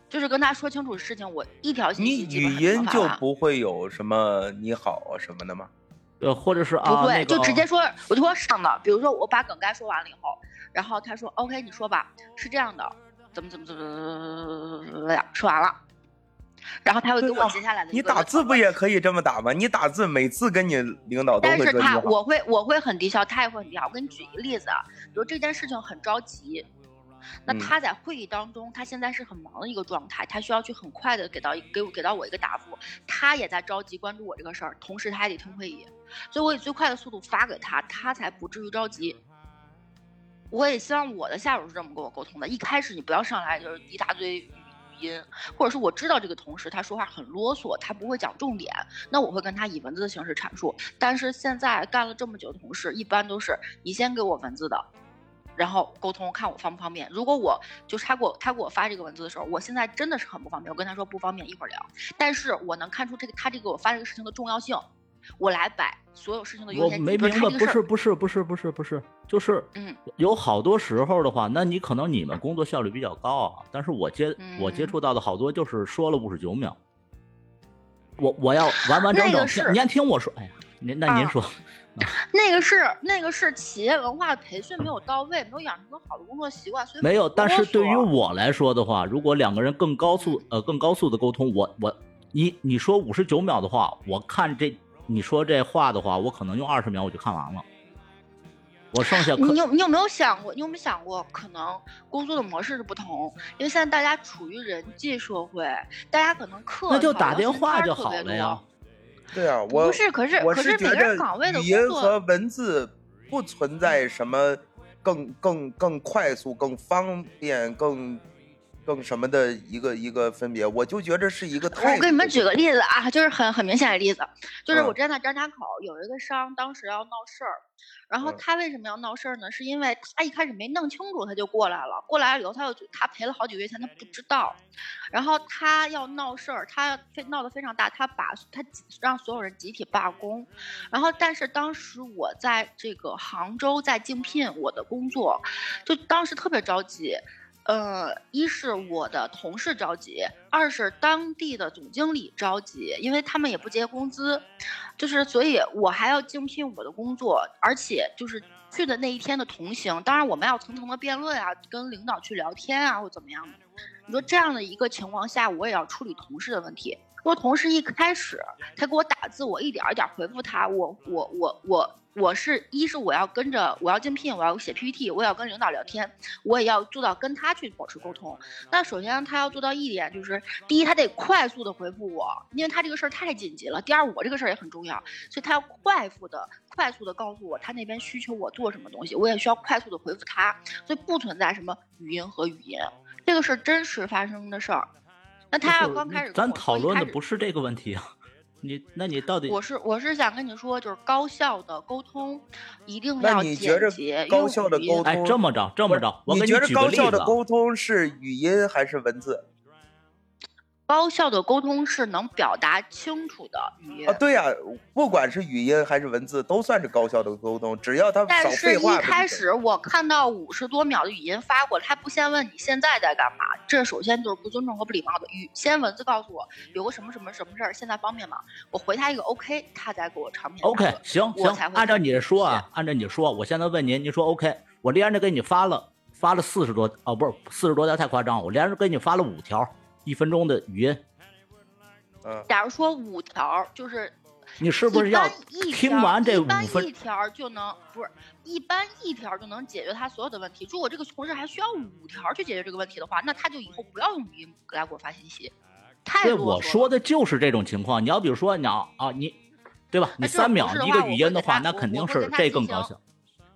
Speaker 3: 就是跟他说清楚事情，我一条信
Speaker 1: 你
Speaker 3: 息基本
Speaker 1: 语
Speaker 3: 很
Speaker 1: 音
Speaker 3: 麻
Speaker 1: 就
Speaker 3: 烦了
Speaker 1: 不会有什么你好啊什么的吗？
Speaker 2: 呃，或者是啊，
Speaker 3: 不会，
Speaker 2: 那
Speaker 3: 就
Speaker 2: 个
Speaker 3: 直接说，我就说上的。比如说我把梗概说完了以后，然后他说 OK，你说吧，是这样的，怎么怎么怎么怎么怎么怎么样，说完了，然后他会给
Speaker 1: 对啊
Speaker 3: 我接下来的一
Speaker 1: 你
Speaker 3: 个
Speaker 1: 打字不
Speaker 3: 问题
Speaker 1: 也可以这么打吗？你打字每次跟你领导都
Speaker 3: 但
Speaker 1: 会
Speaker 3: 是
Speaker 1: 说你
Speaker 3: 他
Speaker 1: 好。
Speaker 3: 我会我会很低效，他也会很低效。我给你举一个例子啊，比如这件事情很着急，那
Speaker 1: 嗯
Speaker 3: 他在会议当中，他现在是很忙的一个状态，他需要去很快的给到一给我给到我一个答复。他也在着急关注我这个事儿，同时他还得听会议，所以我以最快的速度发给他，他才不至于着急。我也希望我的下属是这么跟我沟通的。一开始你不要上来就是一大堆语音，或者是我知道这个同事他说话很啰嗦，他不会讲重点，那我会跟他以文字的形式阐述。但是现在干了这么久的同事，一般都是你先给我文字的，然后沟通看我方不方便。如果我就是他给我他给我发这个文字的时候，我现在真的是很不方便，我跟他说不方便，一会儿聊。但是我能看出这个他这个我发这个事情的重要性，我来摆所有事情的优
Speaker 2: 我
Speaker 3: 先级。
Speaker 2: 没
Speaker 3: 比如
Speaker 2: 明
Speaker 3: 他
Speaker 2: 白，不
Speaker 3: 这个事儿
Speaker 2: 是不是不是不是不是，就是
Speaker 3: 嗯
Speaker 2: 有好多时候的话，那你可能你们工作效率比较高啊，但是我接我接
Speaker 3: 嗯
Speaker 2: 触到的好多就是说了五十九秒，我我要完完整
Speaker 3: 那个
Speaker 2: 整听，
Speaker 3: 是
Speaker 2: 您先听我说，哎呀，您那您
Speaker 3: 啊
Speaker 2: 说，
Speaker 3: 那个是那个是企业文化培训没有到位，没有养成好的工作习惯，所以
Speaker 2: 没有，
Speaker 3: 很
Speaker 2: 但
Speaker 3: 啰
Speaker 2: 是对于
Speaker 3: 嗦
Speaker 2: 我来说的话，如果两个人更高
Speaker 3: 嗯
Speaker 2: 速呃更高速的沟通，我我你你说五十九秒的话，我看这你说这话的话，我可能用二十秒我就看完了，我剩下呃可
Speaker 3: 你有你有没有想过？你有没有想过，可能工作的模式是不同？因为现在大家处于人际社会，大家可能课
Speaker 2: 那就
Speaker 3: 讨
Speaker 2: 打
Speaker 3: 论
Speaker 2: 电
Speaker 3: 时
Speaker 2: 话
Speaker 3: 间
Speaker 2: 就
Speaker 3: 特
Speaker 2: 好
Speaker 3: 别
Speaker 2: 了
Speaker 3: 多
Speaker 2: 呀。
Speaker 1: 对啊，
Speaker 3: 不
Speaker 1: 我
Speaker 3: 是可是
Speaker 1: 我
Speaker 3: 可
Speaker 1: 是
Speaker 3: 是
Speaker 1: 觉
Speaker 3: 每个人
Speaker 1: 得
Speaker 3: 岗位的
Speaker 1: 语
Speaker 3: 工
Speaker 1: 音
Speaker 3: 作
Speaker 1: 和文字不存在什么更更更快速、更方便、更更什么的一个一个分别，我就觉着是一个态度。
Speaker 3: 我给你们举个例子啊，就是很很明显的例子，就是
Speaker 1: 嗯
Speaker 3: 我之前在张家口有一个商，当时要闹事儿，然后
Speaker 1: 嗯
Speaker 3: 他为什么要闹事儿呢？是因为他一开始没弄清楚，他就过来了，过来了以后他又觉他赔了好几个月钱，他不知道，然后他要闹事儿，他非闹得非常大，他把他集让所有人集体罢工，然后但是当时我在这个杭州在竞聘我的工作，就当时特别着急，呃，一是我的同事着急，二是当地的总经理着急，因为他们也不结工资，就是所以我还要精聘我的工作，而且就是去的那一天的同行，当然我们要层层的辩论啊，跟领导去聊天啊，或怎么样的。你说这样的一个情况下，我也要处理同事的问题。如果同事一开始他给我打字，我一点儿一点儿回复他，我我我我我是一是我要跟着我要竞聘，我要写 PPT，我也要跟领导聊天，我也要做到跟他去保持沟通。那首先他要做到一点就是，第一他得快速的回复我，因为他这个事儿太紧急了；第二我这个事儿也很重要，所以他要快速的快速的告诉我他那边需求我做什么东西，我也需要快速的回复他，所以不存在什么语音和语音，这个是真实发生的事儿。那他要
Speaker 2: 就是
Speaker 3: 刚开始跟
Speaker 2: 咱
Speaker 3: 我说
Speaker 2: 讨
Speaker 3: 一
Speaker 2: 论
Speaker 3: 开
Speaker 2: 的
Speaker 3: 始
Speaker 2: 不是这个问题啊。你那你到底
Speaker 3: 我是我是想跟你说，就是高效的沟通一定
Speaker 1: 那
Speaker 3: 要
Speaker 1: 你
Speaker 3: 简
Speaker 1: 觉着
Speaker 3: 洁。
Speaker 1: 高
Speaker 3: 用
Speaker 1: 效的
Speaker 3: 语音
Speaker 1: 沟
Speaker 2: 哎
Speaker 1: 通
Speaker 2: 这么着这
Speaker 1: 这
Speaker 2: 么着，我
Speaker 1: 你
Speaker 2: 给
Speaker 1: 觉着
Speaker 2: 举个
Speaker 1: 高
Speaker 2: 例
Speaker 1: 效
Speaker 2: 子
Speaker 1: 的
Speaker 2: 啊，
Speaker 1: 沟通是语音还是文字
Speaker 3: 高效的沟通是能表达清楚的语音
Speaker 1: 啊？，对呀、不管是语音还是文字，都算是高效的沟通，只要他少
Speaker 3: 但是
Speaker 1: 废
Speaker 3: 一
Speaker 1: 话。
Speaker 3: 开，始我看到五十多秒的语音发过来，他不先问你现在在干嘛，这首先就是不尊重和不礼貌的语。先文字告诉我有个什么什么什么事儿，现在方便吗？我回他一个 OK，他再给我长篇大
Speaker 2: OK，
Speaker 3: 论
Speaker 2: 行
Speaker 3: 我
Speaker 2: 行
Speaker 3: 才，会
Speaker 2: 按照
Speaker 3: 看
Speaker 2: 你的说啊，按照你的说，我现在问您，您说 OK，我连着给你发了发了四十多哦，不是四十多条太夸张，我连着给你发了五条，一分钟的语音，
Speaker 1: 嗯，
Speaker 3: 假如说五条，就是
Speaker 2: 你是不是要
Speaker 3: 一般一条
Speaker 2: 听完这
Speaker 3: 一
Speaker 2: 五
Speaker 3: 般
Speaker 2: 分
Speaker 3: 一条就能不是一般一条就能解决他所有的问题。如果这个同事还需要五条去解决这个问题的话，那他就以后不要用语音来给我发信息，太
Speaker 2: 对，
Speaker 3: 啰嗦
Speaker 2: 我
Speaker 3: 了
Speaker 2: 说的就是这种情况。你要比如说你要啊，你对吧？你
Speaker 3: 呃那这
Speaker 2: 三
Speaker 3: 种
Speaker 2: 秒
Speaker 3: 同事的
Speaker 2: 一
Speaker 3: 话
Speaker 2: 个语
Speaker 3: 我
Speaker 2: 音
Speaker 3: 会
Speaker 2: 的
Speaker 3: 给
Speaker 2: 话，
Speaker 3: 他
Speaker 2: 那
Speaker 3: 我
Speaker 2: 肯
Speaker 3: 我
Speaker 2: 定
Speaker 3: 会
Speaker 2: 是
Speaker 3: 跟他
Speaker 2: 这
Speaker 3: 进
Speaker 2: 更
Speaker 3: 行
Speaker 2: 高效。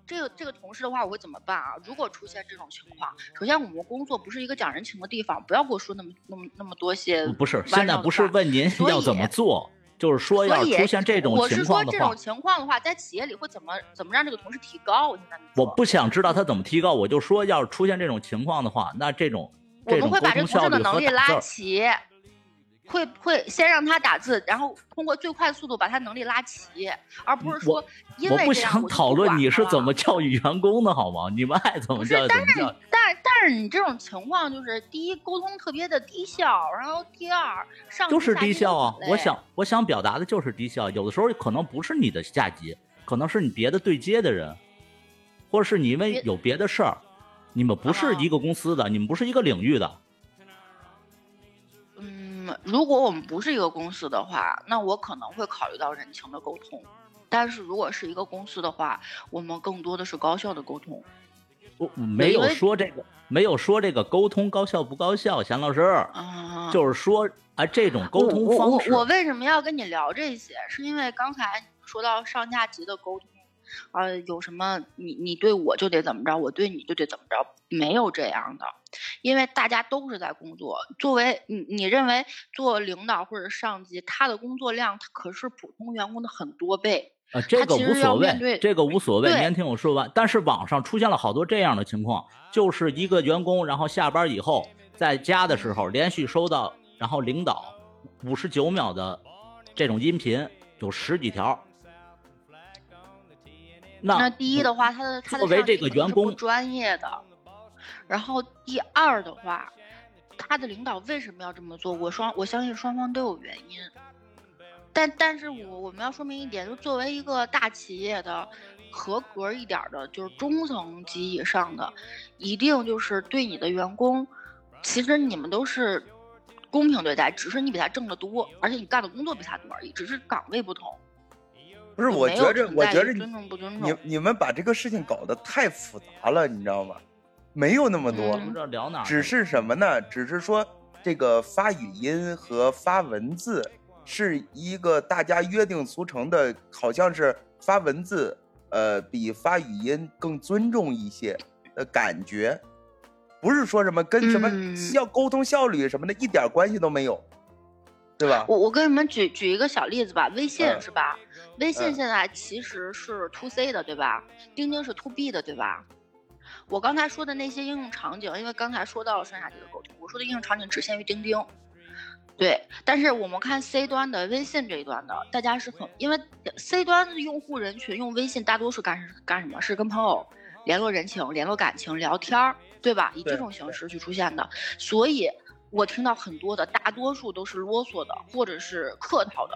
Speaker 3: 这个这个同事的话，我会怎么办啊？如果出现这种情况，首先我们工作不是一个讲人情的地方，不要给我说那么那么那么多些
Speaker 2: 不是，
Speaker 3: 弯
Speaker 2: 现在
Speaker 3: 绕的
Speaker 2: 不是
Speaker 3: 话
Speaker 2: 问您
Speaker 3: 所
Speaker 2: 要怎么
Speaker 3: 以
Speaker 2: 做，就是说，要
Speaker 3: 所
Speaker 2: 是
Speaker 3: 以
Speaker 2: 出现这种
Speaker 3: 我
Speaker 2: 情
Speaker 3: 是
Speaker 2: 况
Speaker 3: 说
Speaker 2: 的
Speaker 3: 这
Speaker 2: 话
Speaker 3: 种，情况的话，在企业里会怎么怎么让这个同事提高？我就让你
Speaker 2: 我
Speaker 3: 说
Speaker 2: 不想知道他怎么提高，我就说，要是出现这种情况的话，那这种
Speaker 3: 我
Speaker 2: 这
Speaker 3: 们
Speaker 2: 种
Speaker 3: 会
Speaker 2: 沟
Speaker 3: 把这
Speaker 2: 通
Speaker 3: 同
Speaker 2: 效率
Speaker 3: 事的
Speaker 2: 和打
Speaker 3: 能力
Speaker 2: 字
Speaker 3: 拉
Speaker 2: 儿
Speaker 3: 齐，会会先让他打字，然后通过最快速度把他能力拉齐，而不是说因
Speaker 2: 我
Speaker 3: 为
Speaker 2: 不
Speaker 3: 这样
Speaker 2: 想
Speaker 3: 我就
Speaker 2: 讨论
Speaker 3: 管
Speaker 2: 你
Speaker 3: 他
Speaker 2: 是
Speaker 3: 了
Speaker 2: 怎么教育员工的，好吗？你们爱怎么
Speaker 3: 不是
Speaker 2: 教育怎
Speaker 3: 但
Speaker 2: 么
Speaker 3: 是
Speaker 2: 教育。
Speaker 3: 但但是你这种情况就是，第一沟通特别的低效，然后第二上级
Speaker 2: 就是
Speaker 3: 下
Speaker 2: 低
Speaker 3: 级
Speaker 2: 效
Speaker 3: 都
Speaker 2: 啊
Speaker 3: 很！
Speaker 2: 我
Speaker 3: 累
Speaker 2: 想我想表达的就是低效，有的时候可能不是你的下级，可能是你别的对接的人，或者是你们
Speaker 3: 别
Speaker 2: 有别的事儿，你们不是
Speaker 3: 啊
Speaker 2: 一个公司的，你们不是一个领域的，
Speaker 3: 嗯，如果我们不是一个公司的话，那我可能会考虑到人情的沟通。但是如果是一个公司的话，我们更多的是高效的沟通。
Speaker 2: 我我哦没有
Speaker 3: 因为
Speaker 2: 说这个，没有说这个沟通高效不高效，钱老师，
Speaker 3: 啊，
Speaker 2: 就是说啊，这种沟通方式
Speaker 3: 我我我我为什么要跟你聊这些？是因为刚才你说到上下级的沟通，呃，有什么你你对我就得怎么着，我对你就得怎么着，没有这样的，因为大家都是在工作。作为你你认为做领导或者上级，他的工作量可是普通员工的很多倍。
Speaker 2: 啊，这
Speaker 3: 他
Speaker 2: 个
Speaker 3: 其
Speaker 2: 无
Speaker 3: 实要
Speaker 2: 所
Speaker 3: 面
Speaker 2: 谓
Speaker 3: 对，
Speaker 2: 这个无所谓，
Speaker 3: 对
Speaker 2: 您先听我说完。但是网上出现了好多这样的情况，就是一个员工，然后下班以后在家的时候连续收到，然后领导五十九秒的这种音频有十几条。那
Speaker 3: 那第一的话，他的他的
Speaker 2: 嗯作为
Speaker 3: 上级
Speaker 2: 这个
Speaker 3: 肯定
Speaker 2: 员
Speaker 3: 是不
Speaker 2: 工
Speaker 3: 专业的，然后第二的话，他的领导为什么要这么做？我双我相信双方都有原因，但但是我我们要说明一点，就作为一个大企业的合格一点儿的，就是中层及以上的，一定就是对你的员工，其实你们都是公平对待，只是你比他挣得多，而且你干的工作比他多而已，只是岗位不同。
Speaker 1: 不是，
Speaker 3: 就
Speaker 1: 我
Speaker 3: 没
Speaker 1: 觉
Speaker 3: 有
Speaker 1: 着，
Speaker 3: 存
Speaker 1: 我
Speaker 3: 在
Speaker 1: 觉
Speaker 3: 于
Speaker 1: 着
Speaker 3: 尊重不尊
Speaker 1: 你
Speaker 3: 重。
Speaker 1: 你们把这个事情搞得太复杂了，你知道吗？没有那么多，
Speaker 2: 不
Speaker 3: 嗯
Speaker 2: 知道聊哪儿去
Speaker 1: 只是什么呢？只是说这个发语音和发文字是一个大家约定俗成的，好像是发文字，呃，比发语音更尊重一些的感觉，不是说什么跟什么
Speaker 3: 嗯
Speaker 1: 效沟通效率什么的一点关系都没有，对吧？
Speaker 3: 我我跟你们举举一个小例子吧，微信
Speaker 1: 嗯
Speaker 3: 是吧？微信
Speaker 1: 嗯
Speaker 3: 现在其实是 to C 的，对吧？钉钉是 to B 的，对吧？我刚才说的那些应用场景，因为刚才说到了上下级的沟通，我说的应用场景只限于钉钉。对，但是我们看 C 端的微信这一端的，大家是很因为 C 端的用户人群用微信大多数干是干什么？是跟朋友联络人情、联络感情、聊天儿，对吧？以
Speaker 1: 对
Speaker 3: 这种形式去出现的，所以我听到很多的，大多数都是啰嗦的，或者是客套的，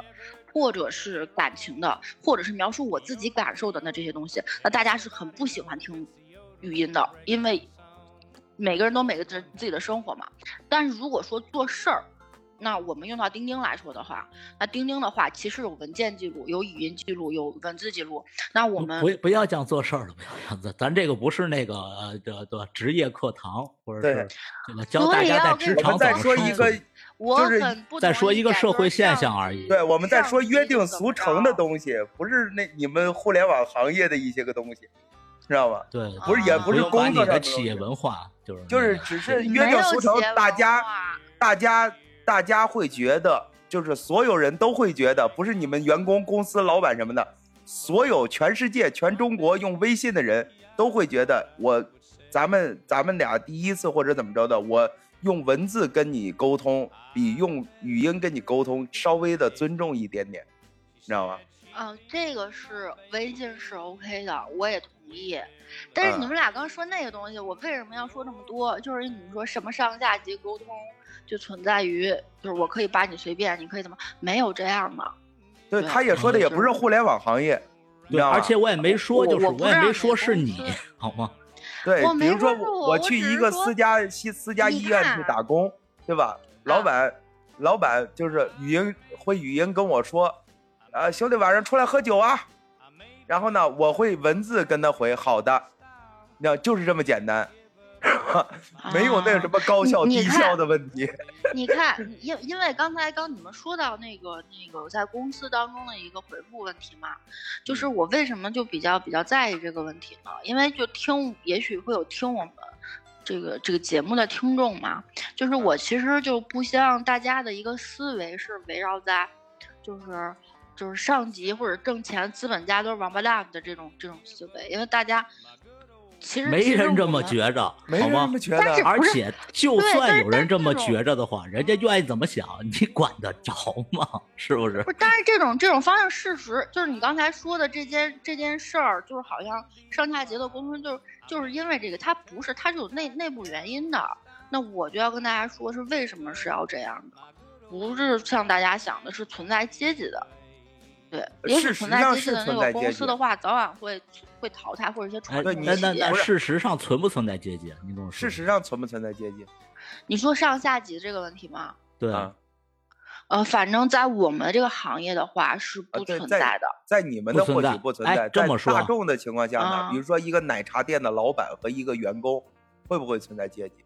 Speaker 3: 或者是感情的，或者是描述我自己感受的那这些东西，那大家是很不喜欢听语音的，因为每个人都每个自自己的生活嘛。但是如果说做事儿，那我们用到钉钉来说的话，那钉钉的话其实有文件记录、有语音记录、有文字记录。那我
Speaker 2: 不
Speaker 3: 们
Speaker 2: 不不要这样做事儿了，不要这样做，咱这个不是那个呃这这职业课堂，或者是
Speaker 1: 对
Speaker 2: 这个教
Speaker 3: 所
Speaker 2: 大
Speaker 3: 以
Speaker 2: 家在
Speaker 3: 要
Speaker 2: 职
Speaker 3: 跟
Speaker 1: 我们
Speaker 2: 场怎
Speaker 1: 再
Speaker 2: 么
Speaker 1: 说一
Speaker 2: 生
Speaker 1: 个
Speaker 2: 存，
Speaker 3: 我
Speaker 1: 就是
Speaker 3: 很不
Speaker 2: 再
Speaker 3: 同
Speaker 2: 说
Speaker 3: 意
Speaker 2: 一个
Speaker 3: 见
Speaker 2: 社
Speaker 3: 就是
Speaker 2: 会现
Speaker 3: 上
Speaker 2: 象而已。
Speaker 1: 对，我们在
Speaker 3: 上
Speaker 1: 说
Speaker 3: 级
Speaker 1: 约定
Speaker 3: 就怎
Speaker 1: 俗
Speaker 3: 么
Speaker 1: 成的
Speaker 3: 着
Speaker 1: 东西，不是那你们互联网行业的一些个东西，知道吧？
Speaker 2: 对，
Speaker 3: 啊
Speaker 1: 不是也不
Speaker 2: 不
Speaker 1: 是
Speaker 2: 用把
Speaker 1: 工
Speaker 2: 你
Speaker 1: 作上的
Speaker 2: 的企业
Speaker 1: 东西
Speaker 2: 文化，就是那
Speaker 1: 就是
Speaker 2: 个
Speaker 1: 只是约定
Speaker 3: 没有啊
Speaker 1: 俗
Speaker 3: 企
Speaker 1: 成
Speaker 3: 业，文
Speaker 1: 大家
Speaker 3: 化
Speaker 1: 大家大家会觉得，就是所有人都会觉得，不是你们员工、公司老板什么的，所有全世界、全中国用微信的人都会觉得我，咱们咱们俩第一次或者怎么着的，我用文字跟你沟通，比用语音跟你沟通稍微的尊重一点点，你知道吗？
Speaker 3: 嗯，这个是微信是 OK 的，我也同意。但是你们俩刚说那个东西，我为什么要说这么多？就是你们说什么上下级沟通，就存在于就是我可以把你随便，你可以怎么，没有这样的。
Speaker 1: 对，
Speaker 3: 对
Speaker 1: 他也说的也不是互联网行业，你
Speaker 2: 对，
Speaker 1: 知道吗？
Speaker 2: 而且我也没说，
Speaker 3: 我
Speaker 2: 就是
Speaker 3: 我不
Speaker 2: 我也
Speaker 3: 让
Speaker 2: 没
Speaker 3: 你
Speaker 2: 说是
Speaker 3: 公
Speaker 2: 你
Speaker 3: 司，
Speaker 2: 好吗？
Speaker 1: 对，
Speaker 3: 我
Speaker 1: 比
Speaker 3: 没
Speaker 1: 如说
Speaker 3: 说是
Speaker 1: 我
Speaker 3: 我
Speaker 1: 我
Speaker 3: 我
Speaker 1: 去
Speaker 3: 只
Speaker 1: 一
Speaker 3: 是
Speaker 1: 个
Speaker 3: 说
Speaker 1: 私家西私家
Speaker 3: 你
Speaker 1: 医院
Speaker 3: 看嗯
Speaker 1: 去
Speaker 3: 啊
Speaker 1: 打工，对吧？老板、老板就是语音会语音跟我说，呃，兄弟晚上出来喝酒啊，然后呢，我会文字跟他回好的，那就是这么简单，没有那个什么高效
Speaker 3: 啊你
Speaker 1: 低
Speaker 3: 你看
Speaker 1: 效的问题。
Speaker 3: 你看，因因为刚才刚你们说到那个那个在公司当中的一个回复问题嘛，
Speaker 2: 嗯
Speaker 3: 就是我为什么就比较比较在意这个问题呢？因为就听，也许会有听我们这个这个节目的听
Speaker 2: 嗯
Speaker 3: 众嘛，就是我其实就不希望大家的一个思维是围绕在就是就是上级或者挣钱资本家都是王八蛋的这种这种思维，因为大家其实
Speaker 2: 没人这么
Speaker 3: 得。
Speaker 2: 觉着，
Speaker 1: 没
Speaker 2: 好
Speaker 1: 人这
Speaker 2: 吗
Speaker 1: 么？觉
Speaker 3: 但是
Speaker 1: 得。啊
Speaker 2: 而
Speaker 3: 不是
Speaker 2: 且，就
Speaker 3: 对但
Speaker 2: 算
Speaker 3: 是
Speaker 2: 有人
Speaker 3: 但是
Speaker 2: 这么
Speaker 3: 这种
Speaker 2: 觉着的话，人家愿意怎么想，你管得着吗？是不是
Speaker 3: 不？是，但是这种这种方向事实就是你刚才说的这件这件事儿，就是好像上下级的沟通，就是就是因为这个，它不是，它是有内内部原因的。那我就要跟大家说，是为什么是要这样的，不是像大家想的是存在阶级的。对，也许
Speaker 1: 事
Speaker 3: 存
Speaker 1: 实
Speaker 3: 在
Speaker 1: 上
Speaker 3: 阶级
Speaker 1: 是
Speaker 3: 的那
Speaker 1: 存在
Speaker 3: 个公
Speaker 1: 阶
Speaker 3: 司
Speaker 1: 级
Speaker 3: 的话，早晚会会淘汰或者一些
Speaker 2: 哎，
Speaker 3: 传
Speaker 2: 那
Speaker 3: 统
Speaker 1: 对你
Speaker 2: 那
Speaker 3: 企
Speaker 2: 那
Speaker 3: 业
Speaker 2: 那，事实上存不存在阶级？啊你跟我说
Speaker 1: 事
Speaker 2: 说，
Speaker 1: 实上存不存在阶级
Speaker 3: 你说上下级这个问题吗？
Speaker 2: 对
Speaker 1: 啊？
Speaker 3: 呃，反正在我们这个行业的话是
Speaker 1: 啊
Speaker 3: 不
Speaker 1: 对
Speaker 3: 存
Speaker 1: 在
Speaker 3: 在的。
Speaker 1: 在你们
Speaker 2: 不
Speaker 1: 的
Speaker 2: 存
Speaker 1: 或许
Speaker 2: 在
Speaker 1: 不存
Speaker 2: 哎
Speaker 1: 在，
Speaker 2: 这
Speaker 1: 在
Speaker 2: 么说
Speaker 1: 大
Speaker 2: 啊
Speaker 1: 众的情况下呢
Speaker 3: 啊，
Speaker 1: 比如说一个奶茶店的老板和一个员工，会不会存在阶级？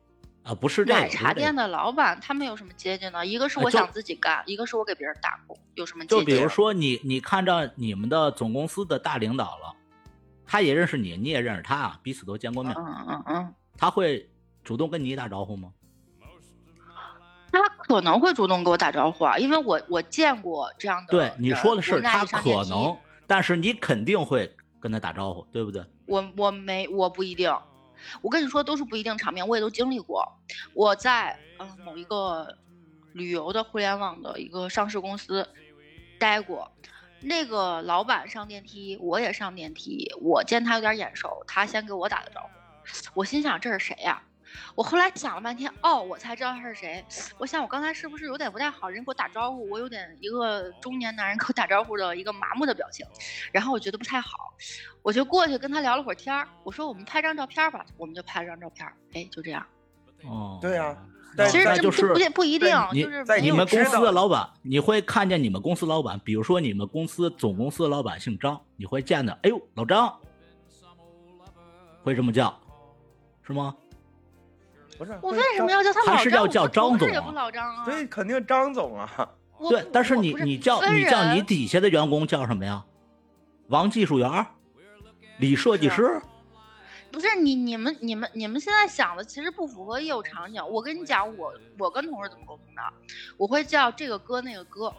Speaker 2: 啊，不是这个
Speaker 3: 奶茶店
Speaker 2: 的。
Speaker 3: 的老板他们有什么阶级呢？一个是
Speaker 2: 呃
Speaker 3: 我
Speaker 2: 就
Speaker 3: 想自己干，一个是我给别人打工，有什么阶
Speaker 2: 就
Speaker 3: 级？
Speaker 2: 比如说你，你看着你们的总公司的大领导了，他也认识你，你也认识他，啊彼此都见过面
Speaker 3: 嗯，嗯嗯嗯，
Speaker 2: 他会主动跟你打招呼吗？
Speaker 3: 他可能会主动给我打招呼啊，因为我我见过这样的
Speaker 2: 对
Speaker 3: 人。，
Speaker 2: 你说的
Speaker 3: 我
Speaker 2: 是
Speaker 3: 们俩
Speaker 2: 他
Speaker 3: 一上
Speaker 2: 可
Speaker 3: 电梯
Speaker 2: 能，，但是你肯定会跟他打招呼，对不对？
Speaker 3: 我我没我不一定。我跟你说，都是不一定场面，我也都经历过。我在嗯、某一个旅游的互联网的一个上市公司待过，那个老板上电梯，我也上电梯，我见他有点眼熟，他先给我打的招呼，我心想这是谁呀、我后来想了半天，哦，我才知道他是谁。我想我刚才是不是有点不太好，人给我打招呼，我有点一个中年男人给我打招呼的一个麻木的表情，然后我觉得不太好，我就过去跟他聊了会儿天儿，我说我们拍张照片儿吧，我们就拍了张照片儿，哎，就这样。
Speaker 2: 哦，
Speaker 1: 对啊
Speaker 2: 那，
Speaker 1: 但
Speaker 3: 其实
Speaker 2: 那
Speaker 3: 这
Speaker 2: 就
Speaker 3: 不
Speaker 2: 是
Speaker 3: 不不一定，
Speaker 2: 你
Speaker 3: 就是
Speaker 1: 在
Speaker 3: 没
Speaker 2: 你
Speaker 3: 有
Speaker 2: 们
Speaker 1: 知
Speaker 2: 公司
Speaker 1: 道
Speaker 2: 的老板，你会看见你们公司老板，比如说你们公司总公司的老板姓张，你会见的，哎呦，老张，会这么叫，是吗？
Speaker 1: 不是，
Speaker 3: 我
Speaker 1: 那
Speaker 3: 为什么
Speaker 1: 张？
Speaker 3: 要叫他
Speaker 2: 还
Speaker 3: 老
Speaker 2: 是
Speaker 3: 张？
Speaker 2: 要
Speaker 3: 我
Speaker 2: 叫
Speaker 3: 的
Speaker 2: 张
Speaker 3: 同事
Speaker 2: 总
Speaker 3: 也
Speaker 2: 啊
Speaker 3: 不老张啊。
Speaker 1: 所以肯定张总啊，
Speaker 3: 我
Speaker 2: 对
Speaker 3: 不，
Speaker 2: 但是
Speaker 3: 我
Speaker 2: 你
Speaker 3: 不是
Speaker 2: 你叫
Speaker 3: 分
Speaker 2: 你叫你
Speaker 3: 人
Speaker 2: 底下的员工叫什么呀？王技术员儿，李设计
Speaker 3: 是
Speaker 2: 师，
Speaker 3: 不是你你们你们你们现在想的其实不符合业务场景。我跟你讲，我我跟同事怎么沟通的，我会叫这个哥那个哥。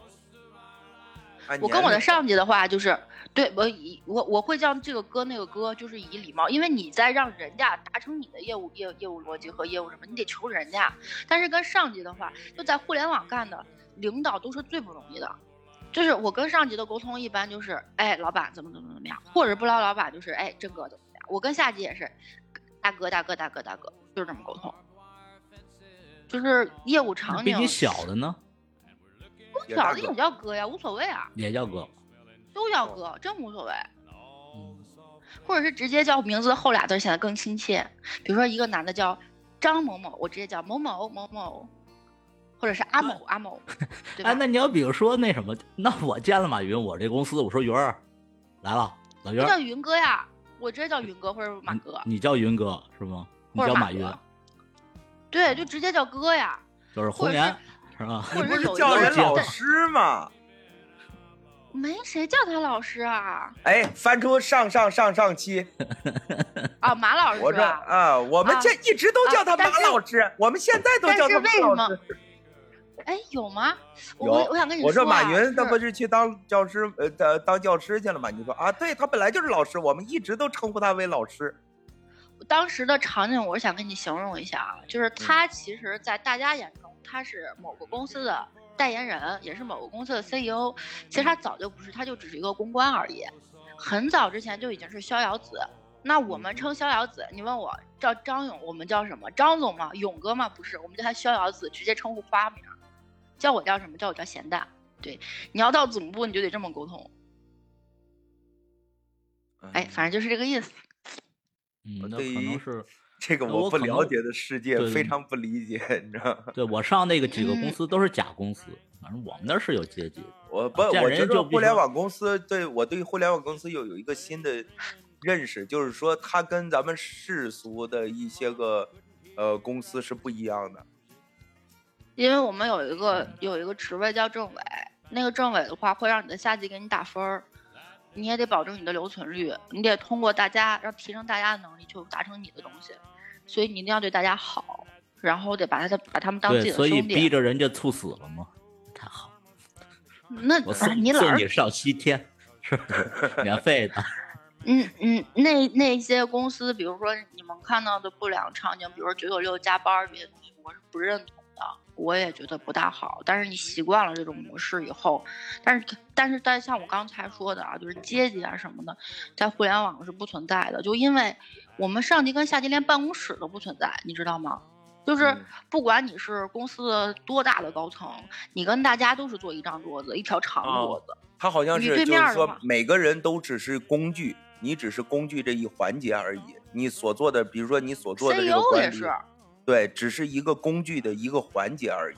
Speaker 1: 按
Speaker 3: 我跟
Speaker 1: 年
Speaker 3: 我的
Speaker 1: 龄
Speaker 3: 上级的话就是，对我以我我会叫这个哥那个哥，就是以礼貌，因为你在让人家达成你的业务业业务逻辑和业务什么，你得求人家。但是跟上级的话，就在互联网干的领导都是最不容易的。就是我跟上级的沟通一般就是，哎，老板怎么怎么怎么样，或者不知道老板就是，哎，郑哥怎么怎么样。我跟下级也是，大哥大哥大哥大哥，就是这么沟通。就是业务
Speaker 2: 那
Speaker 3: 场
Speaker 2: 比
Speaker 3: 景
Speaker 2: 你，小的呢
Speaker 1: 也
Speaker 3: 小
Speaker 1: 大
Speaker 3: 的
Speaker 1: 哥
Speaker 3: 也叫哥呀，无所谓啊，
Speaker 2: 也叫哥，
Speaker 3: 都叫哥，真无所谓。
Speaker 2: 嗯
Speaker 3: 或者是直接叫名字的后俩字显得更亲切。比如说一个男的叫张某某，我直接叫某某某某，或者是阿某阿某，对吧？
Speaker 2: 哎，那你要比如说那什么，那我见了马云，我这公司我说云儿来了，老云
Speaker 3: 就
Speaker 2: 儿
Speaker 3: 叫，云哥呀，我直接叫云哥或者马哥，
Speaker 2: 你叫云哥是吗？你
Speaker 3: 或者
Speaker 2: 叫
Speaker 3: 马
Speaker 2: 马云
Speaker 3: 哥对，就直接叫哥呀。
Speaker 2: 就是红
Speaker 3: 或者
Speaker 2: 岩是吧？
Speaker 3: 或
Speaker 1: 你不
Speaker 3: 者是
Speaker 1: 是
Speaker 3: 有一
Speaker 1: 叫
Speaker 3: 个
Speaker 1: 人
Speaker 2: 人
Speaker 1: 老
Speaker 2: 在
Speaker 1: 师吗？
Speaker 3: 没谁叫他老师啊，
Speaker 1: 哎，翻出上上上上期，
Speaker 3: 啊，马老师
Speaker 1: 我
Speaker 3: 是
Speaker 1: 说
Speaker 3: 吧？
Speaker 1: 啊，我们
Speaker 3: 啊
Speaker 1: 这一直都叫他
Speaker 3: 啊但
Speaker 1: 马
Speaker 3: 是
Speaker 1: 老师，我们现在都
Speaker 3: 但
Speaker 1: 叫
Speaker 3: 是
Speaker 1: 他
Speaker 3: 为
Speaker 1: 马
Speaker 3: 什
Speaker 1: 老师。
Speaker 3: 哎，有吗？我
Speaker 1: 有
Speaker 3: 我我想跟你
Speaker 1: 我
Speaker 3: 说、
Speaker 1: 说
Speaker 3: 啊，
Speaker 1: 马云他
Speaker 3: 是
Speaker 1: 不是去当教师呃当当教师去了吗？你说啊，对他本来就是老师，我们一直都称呼他为老师。
Speaker 3: 当时的场景，我是想跟你形容一下啊，就是他其实，在大家眼中，他是某个公司的代言人，也是某个公司的 CEO。其实他早就不是，他就只是一个公关而已。很早之前就已经是逍遥子。那我们称逍遥子，你问我叫张勇，我们叫什么？张总吗？勇哥吗？不是，我们叫他逍遥子，直接称呼花名。叫我叫什么？叫我叫咸蛋。对，你要到总部，你就得这么沟通。哎，反正就是这个意思。
Speaker 2: 嗯，那
Speaker 1: 对
Speaker 2: 可能
Speaker 1: 于
Speaker 2: 是
Speaker 1: 这个
Speaker 2: 那
Speaker 1: 我
Speaker 2: 我
Speaker 1: 不
Speaker 2: 可
Speaker 1: 了
Speaker 2: 能
Speaker 1: 解的世界
Speaker 2: 对
Speaker 1: 非常不理解，你知道吗？
Speaker 2: 对我上那个几个公
Speaker 3: 嗯
Speaker 2: 司都是假公司，反正我们那是有阶级的。
Speaker 1: 我不，
Speaker 2: 见
Speaker 1: 我
Speaker 2: 啊人
Speaker 1: 觉
Speaker 2: 就
Speaker 1: 得
Speaker 2: 必
Speaker 1: 互
Speaker 2: 须
Speaker 1: 联网公司对我对互联网公司有有一个新的认识，就是说它跟咱们世俗的一些个呃公司是不一样的。
Speaker 3: 因为我们有一个有一个职位叫政委，那个政委的话会让你的下级给你打分儿，你也得保证你的留存率，你得通过大家让提升大家的能力去达成你的东西，所以你一定要对大家好，然后得把他的把他们当自
Speaker 2: 对，
Speaker 3: 己的
Speaker 2: 所以
Speaker 3: 兄啊
Speaker 2: 逼
Speaker 3: 弟。
Speaker 2: 着人家猝死了嘛，太好。
Speaker 3: 那
Speaker 2: 我送
Speaker 3: 啊你老
Speaker 2: 送
Speaker 3: 是
Speaker 2: 你上西天，是免 费的。
Speaker 3: 嗯嗯，那那些公司，比如说你们看到的不良场景，比如说九九六加班儿这些东西，我是不认同的，我也觉得不大好。但是你习惯了这种模式以后，但是但是但像我刚才说的啊，就是阶级啊什么的，在互联网是不存在的，就因为我们上级跟下级连办公室都不存在，你知道吗？就是
Speaker 1: 嗯
Speaker 3: 不管你是公司的多大的高层，你跟大家都是坐一张桌子，一条长
Speaker 1: 哦
Speaker 3: 桌子。
Speaker 1: 他好像
Speaker 3: 你
Speaker 1: 是
Speaker 3: 对
Speaker 1: 就
Speaker 3: 面
Speaker 1: 是
Speaker 3: 儿的
Speaker 1: 说
Speaker 3: 话
Speaker 1: 每个人都只是工具，你只是工具这一环节而已。你所做的，比如说你所做的这个
Speaker 3: CEO E 也
Speaker 1: 管理，
Speaker 3: 是，
Speaker 1: 对，只是一个工具的一个环节而已，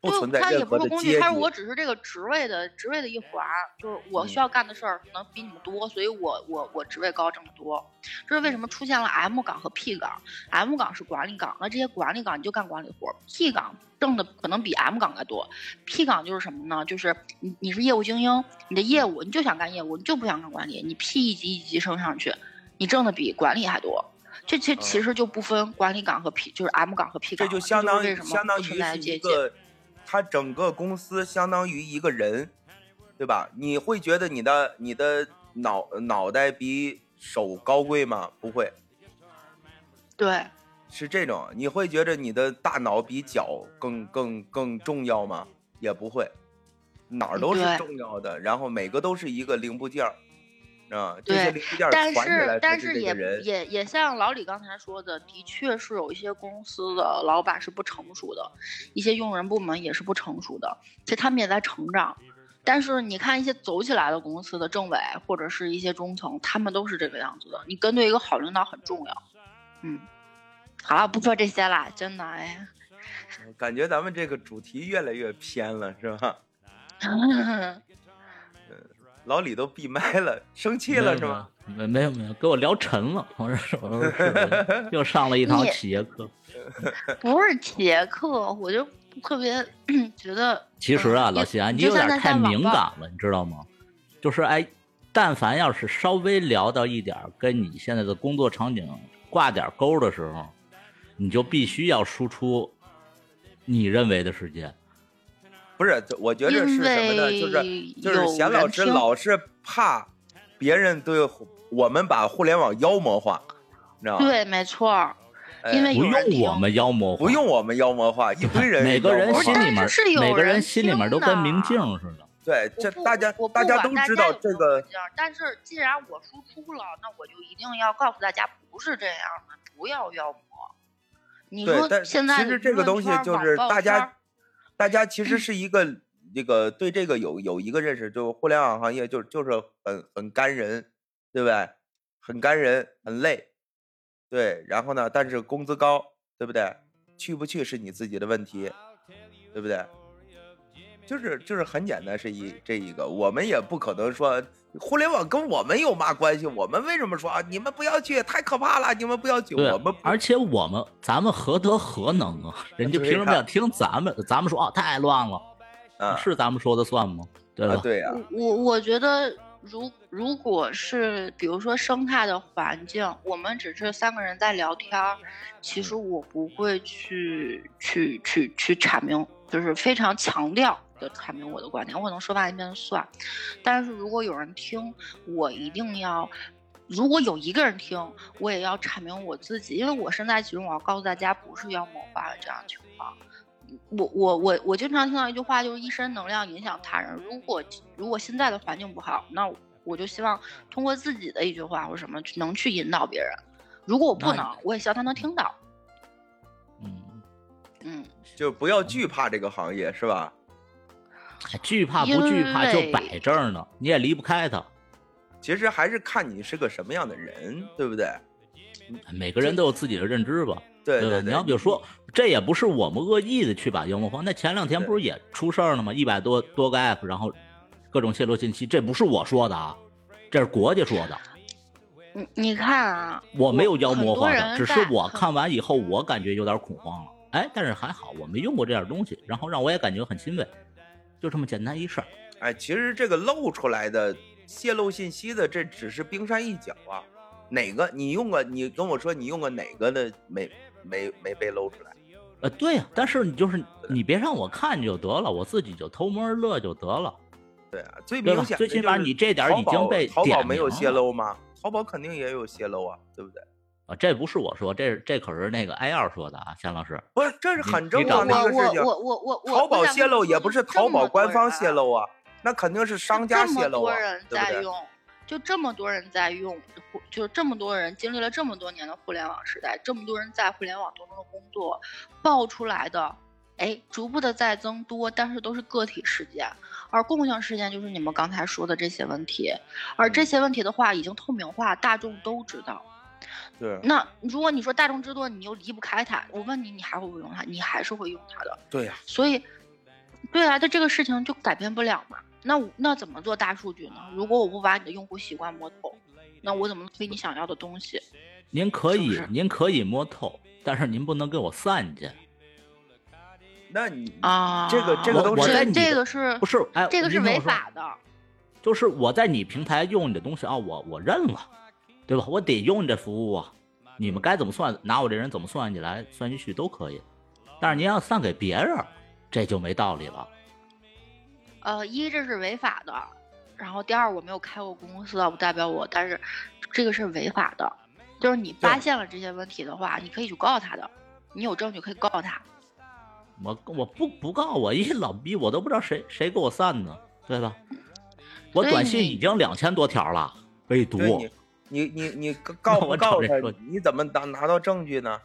Speaker 1: 不
Speaker 3: 对，
Speaker 1: 存在
Speaker 3: 它也
Speaker 1: 任
Speaker 3: 不
Speaker 1: 何的
Speaker 3: 是工具，
Speaker 1: 阶级
Speaker 3: 它是。我只是这个职位的职位的一环，就是我
Speaker 1: 嗯
Speaker 3: 需要干的事儿可能比你们多，所以我我我职位高这么多。这是为什么出现了 M 岗和 P 岗？M 岗是管理岗，那这些管理岗你就干管理活儿，P 岗挣的可能比 M 岗该多。P 岗就是什么呢？就是你你是业务精英，你的业务你就想干业务，你就不想干管理，你 P 一级一级升上去，你挣的比管理还多。这这其实就不分管理岗和 P，就是 M 岗和
Speaker 1: 嗯
Speaker 3: P
Speaker 1: 这
Speaker 3: 岗了，
Speaker 1: 就相
Speaker 3: 是
Speaker 1: 当
Speaker 3: 为
Speaker 1: 于
Speaker 3: 什么
Speaker 1: 相当
Speaker 3: 不
Speaker 1: 于
Speaker 3: 存在
Speaker 1: 是
Speaker 3: 阶
Speaker 1: 一
Speaker 3: 级。
Speaker 1: 个，他整个公司相当于一个人，对吧？你会觉得你的你的脑脑袋比手高贵吗？不会，
Speaker 3: 对，
Speaker 1: 是这种。你会觉得你的大脑比脚更更更重要吗？也不会，哪儿都是
Speaker 3: 对
Speaker 1: 重要的。然后每个都是一个零部件儿，啊，这
Speaker 3: 对
Speaker 1: 些零部件儿
Speaker 3: 但
Speaker 1: 攒起来
Speaker 3: 是
Speaker 1: 才
Speaker 3: 但
Speaker 1: 是
Speaker 3: 是
Speaker 1: 这
Speaker 3: 也
Speaker 1: 个人。
Speaker 3: 也也像老李刚才说的，的确是有一些公司的老板是不成熟的，一些用人部门也是不成熟的，其实他们也在成长。但是你看一些走起来的公司的政委或者是一些中层，他们都是这个样子的。你跟对一个好领导很重要。嗯，好了，不说这些啦，真的哎呀。
Speaker 1: 感觉咱们这个主题越来越偏了，是吧？ 老李都闭麦了，生气了是吗？
Speaker 2: 没有？没有没有，给我聊沉了。我说我说是又上了一堂
Speaker 3: 你
Speaker 2: 企业课。
Speaker 3: 不是杰克，我就特别 觉得。
Speaker 2: 其实啊，
Speaker 3: 嗯
Speaker 2: 老
Speaker 3: 你
Speaker 2: 谢啊，
Speaker 3: 你
Speaker 2: 你
Speaker 3: 就
Speaker 2: 有点
Speaker 3: 像在
Speaker 2: 太
Speaker 3: 在网
Speaker 2: 敏
Speaker 3: 吧
Speaker 2: 感了，你知道吗？就是哎，但凡要是稍微聊到一点儿跟你现在的工作场景挂点儿钩的时候，你就必须要输出你认为的世界。
Speaker 1: 不是，我觉着是什么呢？就是
Speaker 3: 因
Speaker 1: 就
Speaker 3: 为有
Speaker 1: 是贤老
Speaker 3: 人
Speaker 1: 师
Speaker 3: 听
Speaker 1: 老是怕别人对我们把互联网妖魔化，你知道吗？
Speaker 3: 对，没错儿，
Speaker 1: 哎
Speaker 3: 因为
Speaker 2: 不
Speaker 3: 有人
Speaker 2: 用我
Speaker 3: 听
Speaker 2: 们妖魔化，
Speaker 1: 不用我们妖魔化，一堆人
Speaker 2: 每个人
Speaker 1: 妖魔
Speaker 2: 心
Speaker 1: 化
Speaker 2: 里
Speaker 3: 但
Speaker 2: 面
Speaker 3: 是是有
Speaker 2: 每个人
Speaker 3: 人
Speaker 2: 心里面
Speaker 3: 听
Speaker 2: 都跟
Speaker 3: 的
Speaker 2: 明镜似的。
Speaker 1: 对
Speaker 3: 我
Speaker 1: 这
Speaker 3: 不
Speaker 1: 大家
Speaker 3: 我不
Speaker 1: 大家
Speaker 3: 管
Speaker 1: 都
Speaker 3: 大
Speaker 1: 知
Speaker 3: 家
Speaker 1: 道
Speaker 3: 有
Speaker 1: 这
Speaker 3: 没有
Speaker 1: 个
Speaker 3: 意见儿但是既然我输出了，那我就一定要告诉大家，不是这样的，不要妖魔。你
Speaker 1: 对，
Speaker 3: 说
Speaker 1: 但
Speaker 3: 现在
Speaker 1: 其
Speaker 3: 的
Speaker 1: 实
Speaker 3: 舆
Speaker 1: 这个
Speaker 3: 论
Speaker 1: 东西
Speaker 3: 圈儿
Speaker 1: 就
Speaker 3: 网
Speaker 1: 是
Speaker 3: 暴
Speaker 1: 大
Speaker 3: 圈
Speaker 1: 家
Speaker 3: 儿，嗯
Speaker 1: 大家其实是一个这个对这个有有一个认识，就是互联网行业就是就是很很干人，对不对？很干人，很累，对。然后呢，但是工资高，对不对？去不去是你自己的问题，对不对？就是就是很简单，是一这一个，我们也不可能说互联网跟我们有嘛关系？我们为什么说啊？你们不要去，太可怕了，你们不要去，
Speaker 2: 对，
Speaker 1: 我们不
Speaker 2: 而且我们咱们何德何能啊？人家
Speaker 1: 对
Speaker 2: 凭什么
Speaker 1: 呀
Speaker 2: 要听咱们？咱们说啊，太乱了，
Speaker 1: 啊
Speaker 2: 是咱们说的算吗？对吧？
Speaker 1: 啊，对呀、
Speaker 3: 我我我觉得如如果是比如说生态的环境，我们只是三个人在聊天儿，其实我不会去去去去阐明，就是非常强调的阐明我的观点，我可能说半天就算。但是如果有人听，我一定要。如果有一个人听，我也要阐明我自己，因为我身在其中，我要告诉大家，不是妖魔化的这样的情况。嗯我我我我经常听到一句话，就是一身能量影响他人。如果如果现在的环境不好，那我就希望通过自己的一句话或什么，去能去引导别人。如果我不
Speaker 2: 那
Speaker 3: 能，我也希望他能听到。
Speaker 2: 嗯，
Speaker 3: 嗯，
Speaker 1: 就不要惧怕这个行业，是吧？
Speaker 2: 哎惧怕不惧怕
Speaker 3: 因
Speaker 2: 就
Speaker 3: 为
Speaker 2: 摆这儿呢，你也离不开它。
Speaker 1: 其实还是看你是个什么样的
Speaker 2: 嗯
Speaker 1: 人，对不对？
Speaker 2: 每个人都有自己的认知吧，
Speaker 1: 对
Speaker 2: 吧？
Speaker 1: 对
Speaker 2: 你要比如说，这也不是我们恶意的去把妖魔化。那前两天
Speaker 1: 对
Speaker 2: 不是也出事儿了吗？一百多多个 app，然后各种泄露信息，这不是我说的啊，这是国家说的，
Speaker 3: 你你看啊，
Speaker 2: 我没有妖魔化
Speaker 3: 很多
Speaker 2: 的，
Speaker 3: 人
Speaker 2: 只是
Speaker 3: 在
Speaker 2: 我
Speaker 3: 很
Speaker 2: 看完以后，我感觉有点恐慌了。哎，但是还好我没用过这点东西，然后让我也感觉很欣慰，就这么简单一事儿。
Speaker 1: 哎，其实这个露出来的、泄露信息的，这只是冰山一角啊。哪个你用过？你跟我说你用过哪个的没没没被露出来？
Speaker 2: 呃，对呀、但是你就是你别让我看就得了，我自己就偷摸乐就得了。
Speaker 1: 对啊，最
Speaker 2: 对
Speaker 1: 明
Speaker 2: 吧
Speaker 1: 显的
Speaker 2: 最起码
Speaker 1: 就是
Speaker 2: 你这点儿
Speaker 1: 淘
Speaker 2: 已经
Speaker 1: 宝
Speaker 2: 被
Speaker 1: 淘宝
Speaker 2: 点
Speaker 1: 没有
Speaker 2: 名
Speaker 1: 泄
Speaker 2: 了
Speaker 1: 露吗？淘宝肯定也有泄露啊，对不对？
Speaker 2: 啊，这不是我说，这这可是那个 I 二说的啊，夏老师。
Speaker 1: 不是，这是
Speaker 2: 你
Speaker 1: 很正
Speaker 2: 你找
Speaker 1: 常的
Speaker 2: 到
Speaker 1: 一个
Speaker 3: 我
Speaker 1: 事
Speaker 3: 我
Speaker 1: 情。
Speaker 3: 我我我我
Speaker 1: 淘宝
Speaker 3: 我想
Speaker 1: 泄露
Speaker 3: 跟你
Speaker 1: 也
Speaker 3: 说
Speaker 1: 不
Speaker 3: 就是
Speaker 1: 淘
Speaker 3: 这么
Speaker 1: 宝官
Speaker 3: 多
Speaker 1: 方
Speaker 3: 人
Speaker 1: 泄露啊，那肯定是
Speaker 3: 就
Speaker 1: 商家
Speaker 3: 这么
Speaker 1: 泄露
Speaker 3: 多
Speaker 1: 啊，
Speaker 3: 人
Speaker 1: 对不
Speaker 3: 在
Speaker 1: 对？
Speaker 3: 用，就这么多人在用，互就这么多人经历了这么多年的互联网时代，这么多人在互联网当中的工作，爆出来的，哎，逐步的在增多，但是都是个体事件，而共性事件就是你们刚才说的这些问题，而
Speaker 1: 嗯
Speaker 3: 这些问题的话已经透明化，大众都知道。
Speaker 1: 对
Speaker 3: 那如果你说大众之多，你又离不开它，我问你，你还会不会用它？你还是会用它的。
Speaker 1: 对呀、
Speaker 3: 所以，对啊，那这个事情就改变不了嘛。那我那怎么做大数据呢？如果我不把你的用户习惯摸透，那我怎么推你想要的东西？
Speaker 2: 您可
Speaker 3: 是不
Speaker 2: 以
Speaker 3: 是，
Speaker 2: 您可以摸透，但是您不能给我散去。
Speaker 1: 那你
Speaker 3: 啊，
Speaker 1: 这个这个
Speaker 2: 我
Speaker 1: 都
Speaker 2: 我在
Speaker 1: 是
Speaker 2: 你的
Speaker 3: 这个是
Speaker 2: 不是？哎，
Speaker 3: 这个是
Speaker 2: 您听我
Speaker 3: 违
Speaker 2: 说
Speaker 3: 法的，
Speaker 2: 就是我在你平台用你的东西啊，我我认了，对吧？我得用你这服务啊，你们该怎么算，拿我这人怎么算起来，算进去都可以。但是您要散给别人，这就没道理了。
Speaker 3: 呃，一这是违法的，然后第二我没有开过公司啊，不代表我，但是这个是违法的，就是你发
Speaker 1: 对
Speaker 3: 现了这些问题的话，你可以去告他的，你有证据可以告他。
Speaker 2: 我我不不告我一老逼，我都不知道谁谁给我散呢，对吧？我
Speaker 3: 所以
Speaker 2: 短信
Speaker 3: 你
Speaker 2: 已经两千多条了，被毒。
Speaker 1: 对你你你 你告
Speaker 2: 我
Speaker 1: 不
Speaker 2: 找
Speaker 1: 告
Speaker 2: 人
Speaker 1: 他
Speaker 2: 说，
Speaker 1: 你怎么拿拿到证据呢？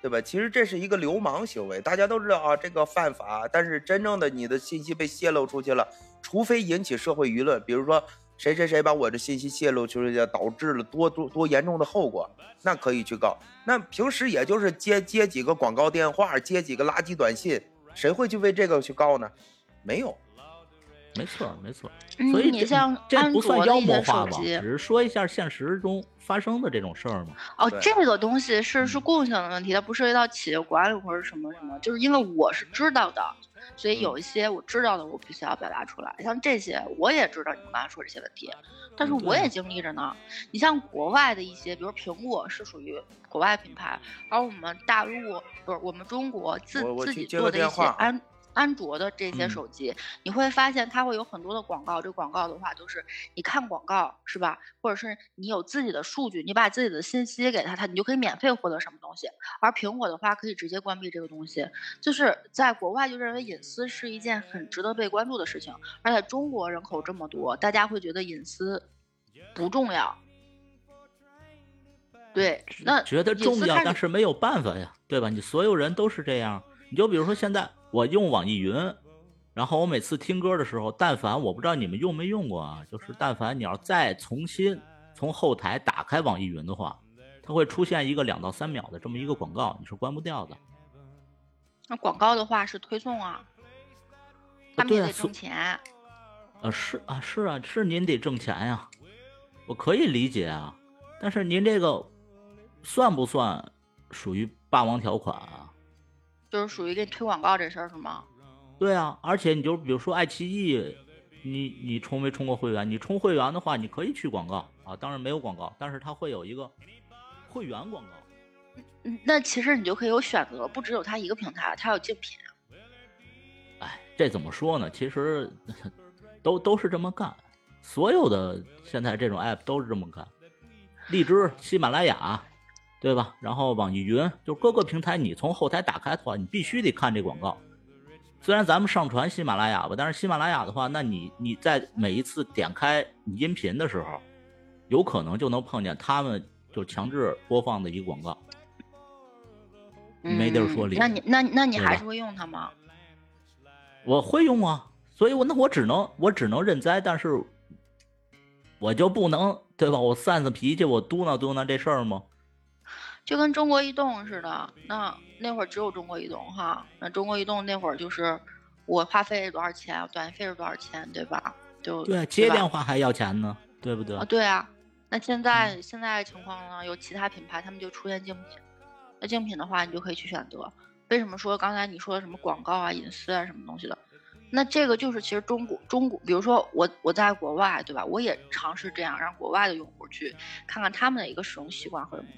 Speaker 1: 对吧？其实这是一个流氓行为，大家都知道啊，这个犯法。但是真正的你的信息被泄露出去了，除非引起社会舆论，比如说谁谁谁把我的信息泄露出去，导致了多多多严重的后果，那可以去告。那平时也就是接接几个广告电话，接几个垃圾短信，谁会去为这个去告呢？没有。
Speaker 2: 没错儿，没错儿。
Speaker 3: 嗯
Speaker 2: 所以
Speaker 3: 你
Speaker 2: 这
Speaker 3: 像
Speaker 2: 这
Speaker 3: 安
Speaker 2: 不算
Speaker 3: 卓的
Speaker 2: 妖
Speaker 3: 一
Speaker 2: 魔
Speaker 3: 些
Speaker 2: 化
Speaker 3: 手
Speaker 2: 吧？
Speaker 3: 机
Speaker 2: 只，是说一下现实中发生的这种事儿嘛。
Speaker 3: 哦，
Speaker 1: 对
Speaker 3: 这个东西是是
Speaker 2: 嗯
Speaker 3: 共性的问题，它不涉及到企业管理或者什么什么，就是因为我是知道的，所
Speaker 1: 嗯
Speaker 3: 以有一些我知道的我必须要表达出来。像这些我也知道你们刚才说这些问题，但是
Speaker 1: 嗯对
Speaker 3: 我
Speaker 2: 啊
Speaker 3: 也经历着呢。你像国外的一些，比如苹果是属于国外品牌，而我们大陆不是我们中国自
Speaker 1: 我我
Speaker 3: 自
Speaker 1: 去
Speaker 3: 己
Speaker 1: 接
Speaker 3: 做
Speaker 1: 个
Speaker 3: 的一
Speaker 1: 电
Speaker 3: 些
Speaker 1: 话啊
Speaker 3: 安。安卓的这些
Speaker 2: 嗯
Speaker 3: 手机，你会发现它会有很多的广告。这广告的话，就是你看广告是吧？或者是你有自己的数据，你把自己的信息给他，他你就可以免费获得什么东西。而苹果的话，可以直接关闭这个东西。就是在国外就认为隐私是一件很值得被关注的事情，而且中国人口这么多，大家会觉得隐私不重要。对，那
Speaker 2: 觉得
Speaker 3: 隐
Speaker 2: 重
Speaker 3: 私
Speaker 2: 要，
Speaker 3: 看
Speaker 2: 但
Speaker 3: 着
Speaker 2: 是没有办法呀，对吧？你所有人都是这样。你就比如说现在我用网易云，然后我每次听歌的时候，但凡我不知道你们用没用过啊，就是但凡你要再重新从后台打开网易云的话，它会出现一个两到三秒的这么一个广告，你是关不掉的。
Speaker 3: 那广告的话是推送啊，他们
Speaker 2: 对
Speaker 3: 也
Speaker 2: 啊
Speaker 3: 得
Speaker 2: 所
Speaker 3: 挣钱。
Speaker 2: 呃，是啊，是啊，是您得挣钱呀，我可以理解啊，但是您这个算不算属于霸王条款啊？
Speaker 3: 就是属于给你推广告这事儿是吗？
Speaker 2: 对啊，而且你就比如说爱奇艺，你你充没充过会员？你充会员的话，你可以去广告啊，当然没有广告，但是它会有一个会员广告。
Speaker 3: 嗯，那其实你就可以有选择，不只有它一个平台，它有竞品。
Speaker 2: 哎，这怎么说呢？其实都都是这么干，所有的现在这种 app 都是这么干，荔枝、喜马拉雅，对吧？然后网易云，就各个平台，你从后台打开的话，你必须得看这广告。虽然咱们上传喜马拉雅吧，但是喜马拉雅的话，那你你在每一次点开你音频的时候，有可能就能碰见他们就强制播放的一个广告。没地儿说理
Speaker 3: 嗯。那你那那你
Speaker 2: 对
Speaker 3: 还
Speaker 2: 吧
Speaker 3: 是会用它吗？
Speaker 2: 我会用啊，所以我那我只能我只能认栽，但是我就不能对吧？我散散脾气，我嘟囔嘟囔这事儿吗？
Speaker 3: 就跟中国移动似的，那那会儿只有中国移动哈，那中国移动那会儿就是我话费是多少钱，我短信费是多少钱，对吧？就
Speaker 2: 对，啊接
Speaker 3: 吧
Speaker 2: 电话还要钱呢，对不对？
Speaker 3: 啊，对啊。那现在、现在情况呢，有其他品牌他们就出现竞品，那竞品的话，你就可以去选择。为什么说刚才你说的什么广告啊、隐私啊什么东西的？那这个就是其实中国中国，比如说我我在国外对吧，我也尝试这样让国外的用户去看看他们的一个使用习惯和什么。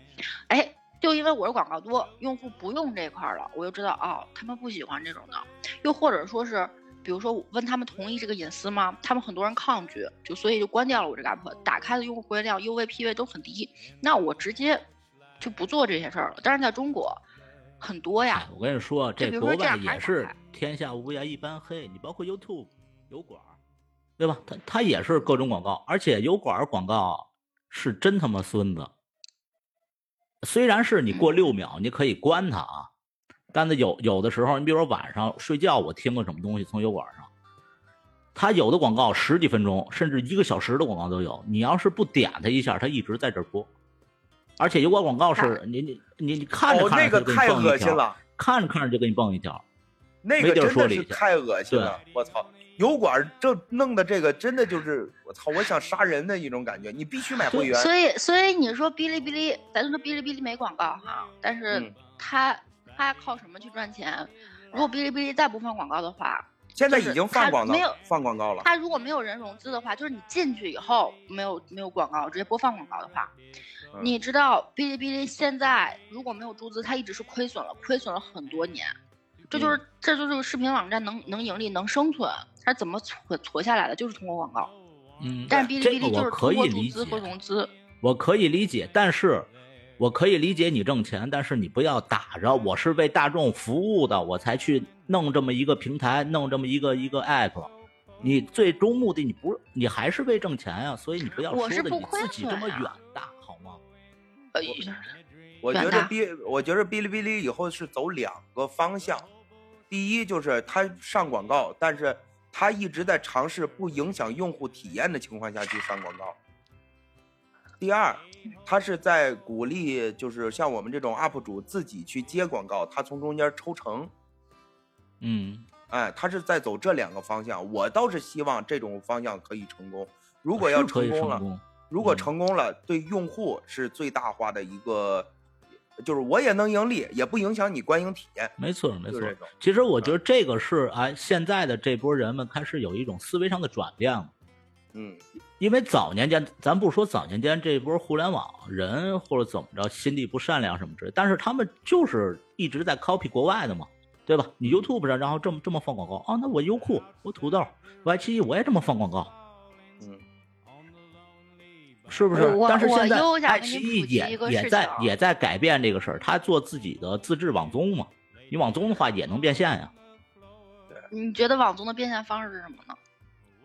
Speaker 3: 哎，就因为我是广告多，用户不用这块儿了，我就知道哦，他们不喜欢这种的。又或者说是比如说我问他们同意这个隐私吗？他们很多人抗拒，就所以就关掉了我这个 app，打开的用户活跃量、UV、PV 都很低。那我直接就不做这些事儿了。但是在中国很多呀
Speaker 2: 哎，我跟你说，
Speaker 3: 就
Speaker 2: 这
Speaker 3: 比如
Speaker 2: 国
Speaker 3: 说这
Speaker 2: 外
Speaker 3: 样还
Speaker 2: 也
Speaker 3: 打
Speaker 2: 是
Speaker 3: 开
Speaker 2: 天下乌鸦一般黑，你包括 YouTube 油管儿，对吧？它它也是各种广告，而且油管儿广告是真他妈孙子。虽然是你过
Speaker 3: 嗯
Speaker 2: 六秒你可以关它啊，但是有有的时候，你比如说晚上睡觉，我听个什么东西从油管上，它有的广告十几分钟甚至一个小时的广告都有，你要是不点它一下，它一直在这儿播。而且油管广告是你你你你看着
Speaker 1: 哦，
Speaker 2: 看
Speaker 1: 那
Speaker 2: 着
Speaker 1: 个
Speaker 2: 就给你
Speaker 1: 太
Speaker 2: 蹦一
Speaker 1: 恶
Speaker 2: 条
Speaker 1: 心了，
Speaker 2: 看着看着就给你蹦一条。
Speaker 1: 那
Speaker 2: 没
Speaker 1: 个
Speaker 2: 地儿
Speaker 1: 真
Speaker 2: 说
Speaker 1: 的
Speaker 2: 理
Speaker 1: 是
Speaker 2: 去
Speaker 1: 太恶心了，我操！油管儿这弄的这个真的就是我操，我想杀人的一种感觉。你必须买会员，
Speaker 3: 所以所以你说哔哩哔哩，咱就说哔哩哔哩没广告哈，但是
Speaker 1: 嗯
Speaker 3: 它、它靠什么去赚钱？如果哔哩哔哩再不放广告的话，
Speaker 1: 现在
Speaker 3: 就
Speaker 1: 已
Speaker 3: 是
Speaker 1: 经放
Speaker 3: 它
Speaker 1: 广告
Speaker 3: 没有
Speaker 1: 放广告了。
Speaker 3: 它如果没有人融资的话，就是你进去以后没有没有广告，直接播放广告的话，
Speaker 1: 嗯
Speaker 3: 你知道哔哩哔哩现在如果没有注资，它一直是亏损了，亏损了很多年。这就是、
Speaker 2: 嗯
Speaker 3: 这就是视频网站能能盈利能生存，它是怎么存存下来的？就是通过广告。
Speaker 2: 嗯
Speaker 3: 但是哔哩
Speaker 2: 这
Speaker 3: 哔
Speaker 2: 个
Speaker 3: 哩就
Speaker 2: 我
Speaker 3: 是
Speaker 2: 可
Speaker 3: 通
Speaker 2: 以
Speaker 3: 过注
Speaker 2: 理
Speaker 3: 资
Speaker 2: 解，
Speaker 3: 和融资。
Speaker 2: 我可以理解，但是我可以理解你挣钱，但是你不要打着我是为大众服务的，我才去弄这么一个平台，弄这么一个一个 app。你最终目的你不是你还是为挣钱呀、所以你不要
Speaker 3: 我
Speaker 2: 说
Speaker 3: 是
Speaker 2: 的
Speaker 3: 不
Speaker 2: 你
Speaker 3: 亏
Speaker 2: 自己这
Speaker 3: 损啊
Speaker 2: 么
Speaker 3: 呀
Speaker 2: 远大好吗？
Speaker 3: 呃，
Speaker 1: 我觉
Speaker 3: 远
Speaker 1: 着
Speaker 3: 大
Speaker 1: 哔，我觉着哔哩哔哩以后是走两个方向，第一就是它上广告，但是它一直在尝试不影响用户体验的情况下去上广告。第二，它是在鼓励就是像我们这种 UP 主自己去接广告，他从中间抽成。
Speaker 2: 嗯，
Speaker 1: 哎，他是在走这两个方向。我倒是希望这种方向可以成功。如果要
Speaker 2: 是可以
Speaker 1: 成功
Speaker 2: 成
Speaker 1: 了，
Speaker 2: 功，
Speaker 1: 如果
Speaker 2: 嗯
Speaker 1: 成功了，对用户是最大化的一个，就是我也能盈利，也不影响你观影体验。
Speaker 2: 没错没
Speaker 1: 就
Speaker 2: 错
Speaker 1: 这种。
Speaker 2: 其实我觉得这个是哎，现在的这波人们开始有一种思维上的转变了。
Speaker 1: 嗯，
Speaker 2: 因为早年间，咱不说早年间这波互联网人或者怎么着，心地不善良什么之类，但是他们就是一直在 copy 国外的嘛，对吧？你 YouTube 上，然后这么这么放广告啊，那我优酷、我土豆、我爱奇艺，我也这么放广告，
Speaker 1: 嗯，
Speaker 2: 是不是？
Speaker 3: 我
Speaker 2: 但是现在
Speaker 3: 我又想
Speaker 2: 爱
Speaker 3: 给你
Speaker 2: 奇
Speaker 3: 普
Speaker 2: 艺
Speaker 3: 及
Speaker 2: 也
Speaker 3: 一个
Speaker 2: 也
Speaker 3: 视
Speaker 2: 在
Speaker 3: 角
Speaker 2: 也在改变这个事儿，他做自己的自制网综嘛，你网综的话也能变现呀，
Speaker 3: 你觉得网综的变现方式是什么呢？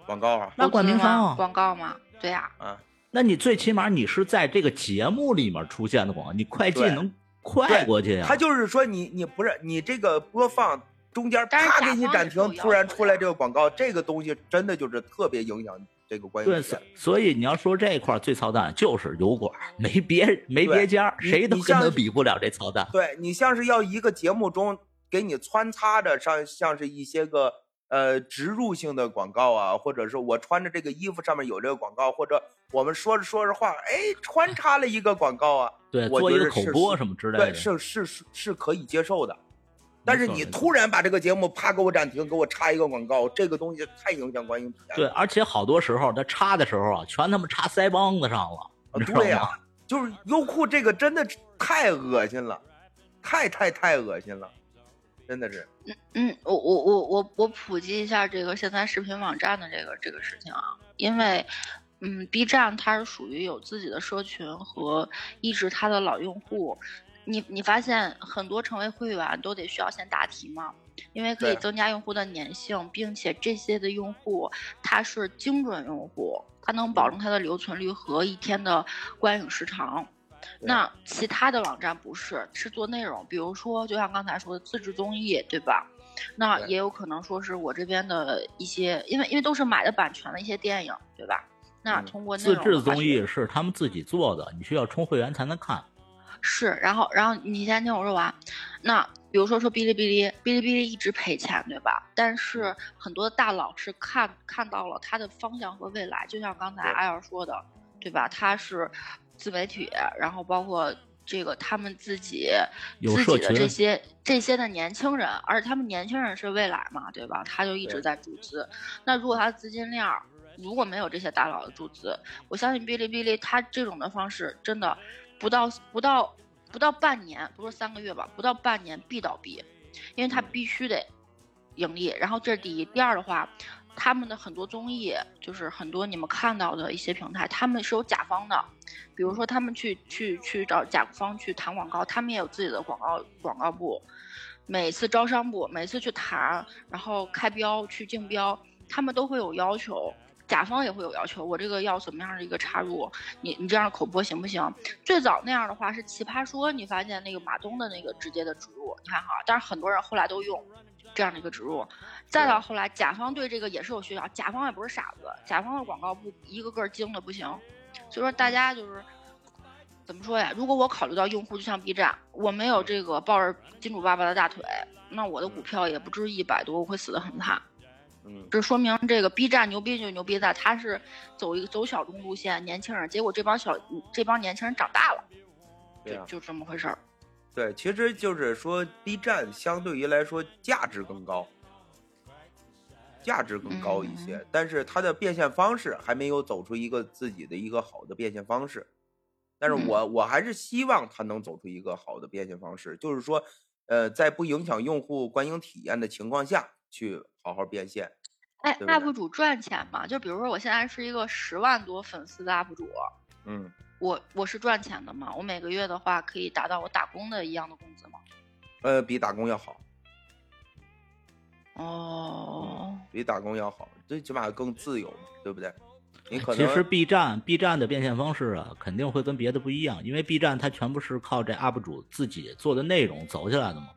Speaker 1: 广告啊，
Speaker 2: 那
Speaker 3: 投资
Speaker 2: 冠名
Speaker 3: 吗
Speaker 2: 商啊
Speaker 3: 广告吗？对呀、
Speaker 1: 啊，
Speaker 2: 那你最起码你是在这个节目里面出现的广告，你快进
Speaker 1: 对
Speaker 2: 能快过去呀、
Speaker 1: 他就是说你你不是你这个播放中间
Speaker 3: 但是
Speaker 1: 啪
Speaker 3: 甲
Speaker 1: 给你
Speaker 3: 方
Speaker 1: 暂
Speaker 3: 也是有
Speaker 1: 停，
Speaker 3: 要
Speaker 1: 突然
Speaker 3: 求
Speaker 1: 出
Speaker 3: 的
Speaker 1: 来
Speaker 3: 呀
Speaker 1: 这个广告，这个东西真的就是特别影响这个观影
Speaker 2: 对，
Speaker 1: 体
Speaker 2: 所
Speaker 1: 验。
Speaker 2: 所以你要说这一块儿最操蛋就是油管儿，没别没别家儿，
Speaker 1: 你
Speaker 2: 谁都
Speaker 1: 你
Speaker 2: 根
Speaker 1: 像
Speaker 2: 本比不了这操 蛋。
Speaker 1: 对你像是要一个节目中给你穿插着上像是一些个呃植入性的广告啊，或者是我穿着这个衣服上面有这个广告，或者我们说着说着话，哎，穿插了一个广告啊，
Speaker 2: 对，
Speaker 1: 我
Speaker 2: 做一
Speaker 1: 觉
Speaker 2: 个
Speaker 1: 得
Speaker 2: 口
Speaker 1: 是
Speaker 2: 播什么之类
Speaker 1: 对，
Speaker 2: 的，
Speaker 1: 是是是是可以接受的。但是
Speaker 2: 错
Speaker 1: 你
Speaker 2: 没错
Speaker 1: 突然把这个节目啪给我暂停，给我插一个广告，这个东西太影响观影体验
Speaker 2: 对，
Speaker 1: 了。
Speaker 2: 而且好多时候他插的时候啊，全他妈插腮帮子上了，你
Speaker 1: 啊
Speaker 2: 知道
Speaker 1: 对呀、
Speaker 2: 吗？
Speaker 1: 就是优酷这个真的是太恶心了，太太太恶心了，真的是。
Speaker 3: 嗯，我我我我我普及一下这个现在视频网站的这个这个事情啊，因为，嗯，B 站它是属于有自己的社群和一直它的老用户，你你发现很多成为会员都得需要先答题嘛，因为可以
Speaker 1: 对
Speaker 3: 增加用户的粘性，并且这些的用户他是精准用户，他能保证他的留存率和一天的观影时长。
Speaker 1: 对
Speaker 3: 那其他的网站不是，是做内容，比如说就像刚才说的自制综艺，对吧？那
Speaker 1: 对
Speaker 3: 也有可能说是我这边的一些，因为因为都是买的版权的一些电影，对吧？那
Speaker 1: 嗯
Speaker 3: 通过内
Speaker 2: 自
Speaker 3: 容
Speaker 2: 制
Speaker 3: 的话
Speaker 2: 综
Speaker 3: 去
Speaker 2: 艺是他们自己做的，你需要充会员才能看。
Speaker 3: 是，然后然后你先听我说完。那比如说说哔哩哔哩，哔哩哔哩一直赔钱，对吧？但
Speaker 2: 嗯
Speaker 3: 是很多大佬是看看到了它的方向和未来，就像刚才
Speaker 1: 对
Speaker 3: 阿瑶说的，对吧？它是自媒体，然后包括这个他们自己
Speaker 2: 有
Speaker 3: 自
Speaker 2: 社
Speaker 3: 己的这
Speaker 2: 群
Speaker 3: 些这些的年轻人，而且他们年轻人是未来嘛，对吧？他就一直
Speaker 1: 对
Speaker 3: 在注资。那如果他的资金链儿如果没有这些大佬的注资，我相信哔哩哔哩它这种的方式真的不到不到不到半年，不是三个月吧，不到半年必倒闭，因为它必须得盈利。然后这是第一，第二的话，他们的很多综艺，就是很多你们看到的一些平台，他们是有甲方的，比如说他们去去去找甲方去谈广告，他们也有自己的广告广告部，每次招商部每次去谈，然后开标去竞标，他们都会有要求。甲方也会有要求，我这个要怎么样的一个插入？你你这样的口播行不行？最早那样的话是《奇葩说》，你发现那个马东的那个直接的植入，你看哈，但是很多人后来都用这样的一个植入。再到后来，甲方对这个也是有需要，甲方也不是傻子，甲方的广告部一个个精的不行，所以说大家就是怎么说呀？如果我考虑到用户，就像 B 站，我没有这个抱着金主爸爸的大腿，那我的股票也不值一百多，我会死得很惨。
Speaker 1: 嗯，
Speaker 3: 这说明这个 B 站牛逼就牛逼在它是走一个走小众路线，年轻人，结果这帮小这帮年轻人长大了，
Speaker 1: 对
Speaker 3: 就
Speaker 1: 啊，
Speaker 3: 就这么回事儿。
Speaker 1: 对，其实就是说 B 站相对于来说价值更高，价值更高一些，但是它的变现方式还没有走出一个自己的一个好的变现方式。但是我、我还是希望它能走出一个好的变现方式，就是说，呃，在不影响用户观影体验的情况下去好好变现。
Speaker 3: 哎
Speaker 1: 对不对
Speaker 3: ，UP 主赚钱嘛？就比如说我现在是一个十万多粉丝的 UP 主，
Speaker 1: 嗯，
Speaker 3: 我我是赚钱的嘛？我每个月的话可以达到我打工的一样的工资吗？
Speaker 1: 呃，比打工要好。
Speaker 3: 哦，
Speaker 1: 比打工要好，最起码更自由，对不对？你可
Speaker 2: 其
Speaker 1: 能
Speaker 2: 实 B 站 B 站的变现方式啊，肯定会跟别的不一样，因为 B 站它全部是靠这 UP 主自己做的内容走起来的嘛，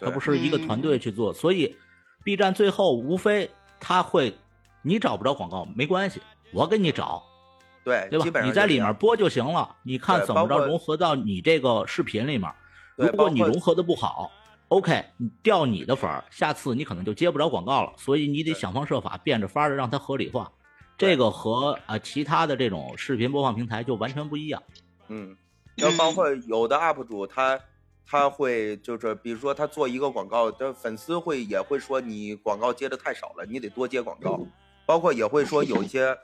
Speaker 2: 它
Speaker 1: 对
Speaker 2: 不是一个团队去做，所以 B 站最后无非它会，你找不着广告没关系，我给你找，
Speaker 1: 对
Speaker 2: 对吧
Speaker 1: 基本？上
Speaker 2: 你在
Speaker 1: 就
Speaker 2: 里
Speaker 1: 这
Speaker 2: 面
Speaker 1: 样
Speaker 2: 播就行了，你看
Speaker 1: 对
Speaker 2: 怎么
Speaker 1: 包
Speaker 2: 着
Speaker 1: 括
Speaker 2: 融合到你这个视频里面。
Speaker 1: 对
Speaker 2: 如果你
Speaker 1: 包括
Speaker 2: 融合的不好，OK，你掉你的粉儿，下次你可能就接不着广告了。所以你得
Speaker 1: 对
Speaker 2: 想方设法变着法儿的让它合理化。
Speaker 1: 对
Speaker 2: 这个和啊、呃其他的这种视频播放平台就完全不一样。
Speaker 1: 嗯，然后包括有的 UP 主他他会就是比如说他做一个广告，这粉丝会也会说你广告接的太少了，你得多接广告。包括也会说有一些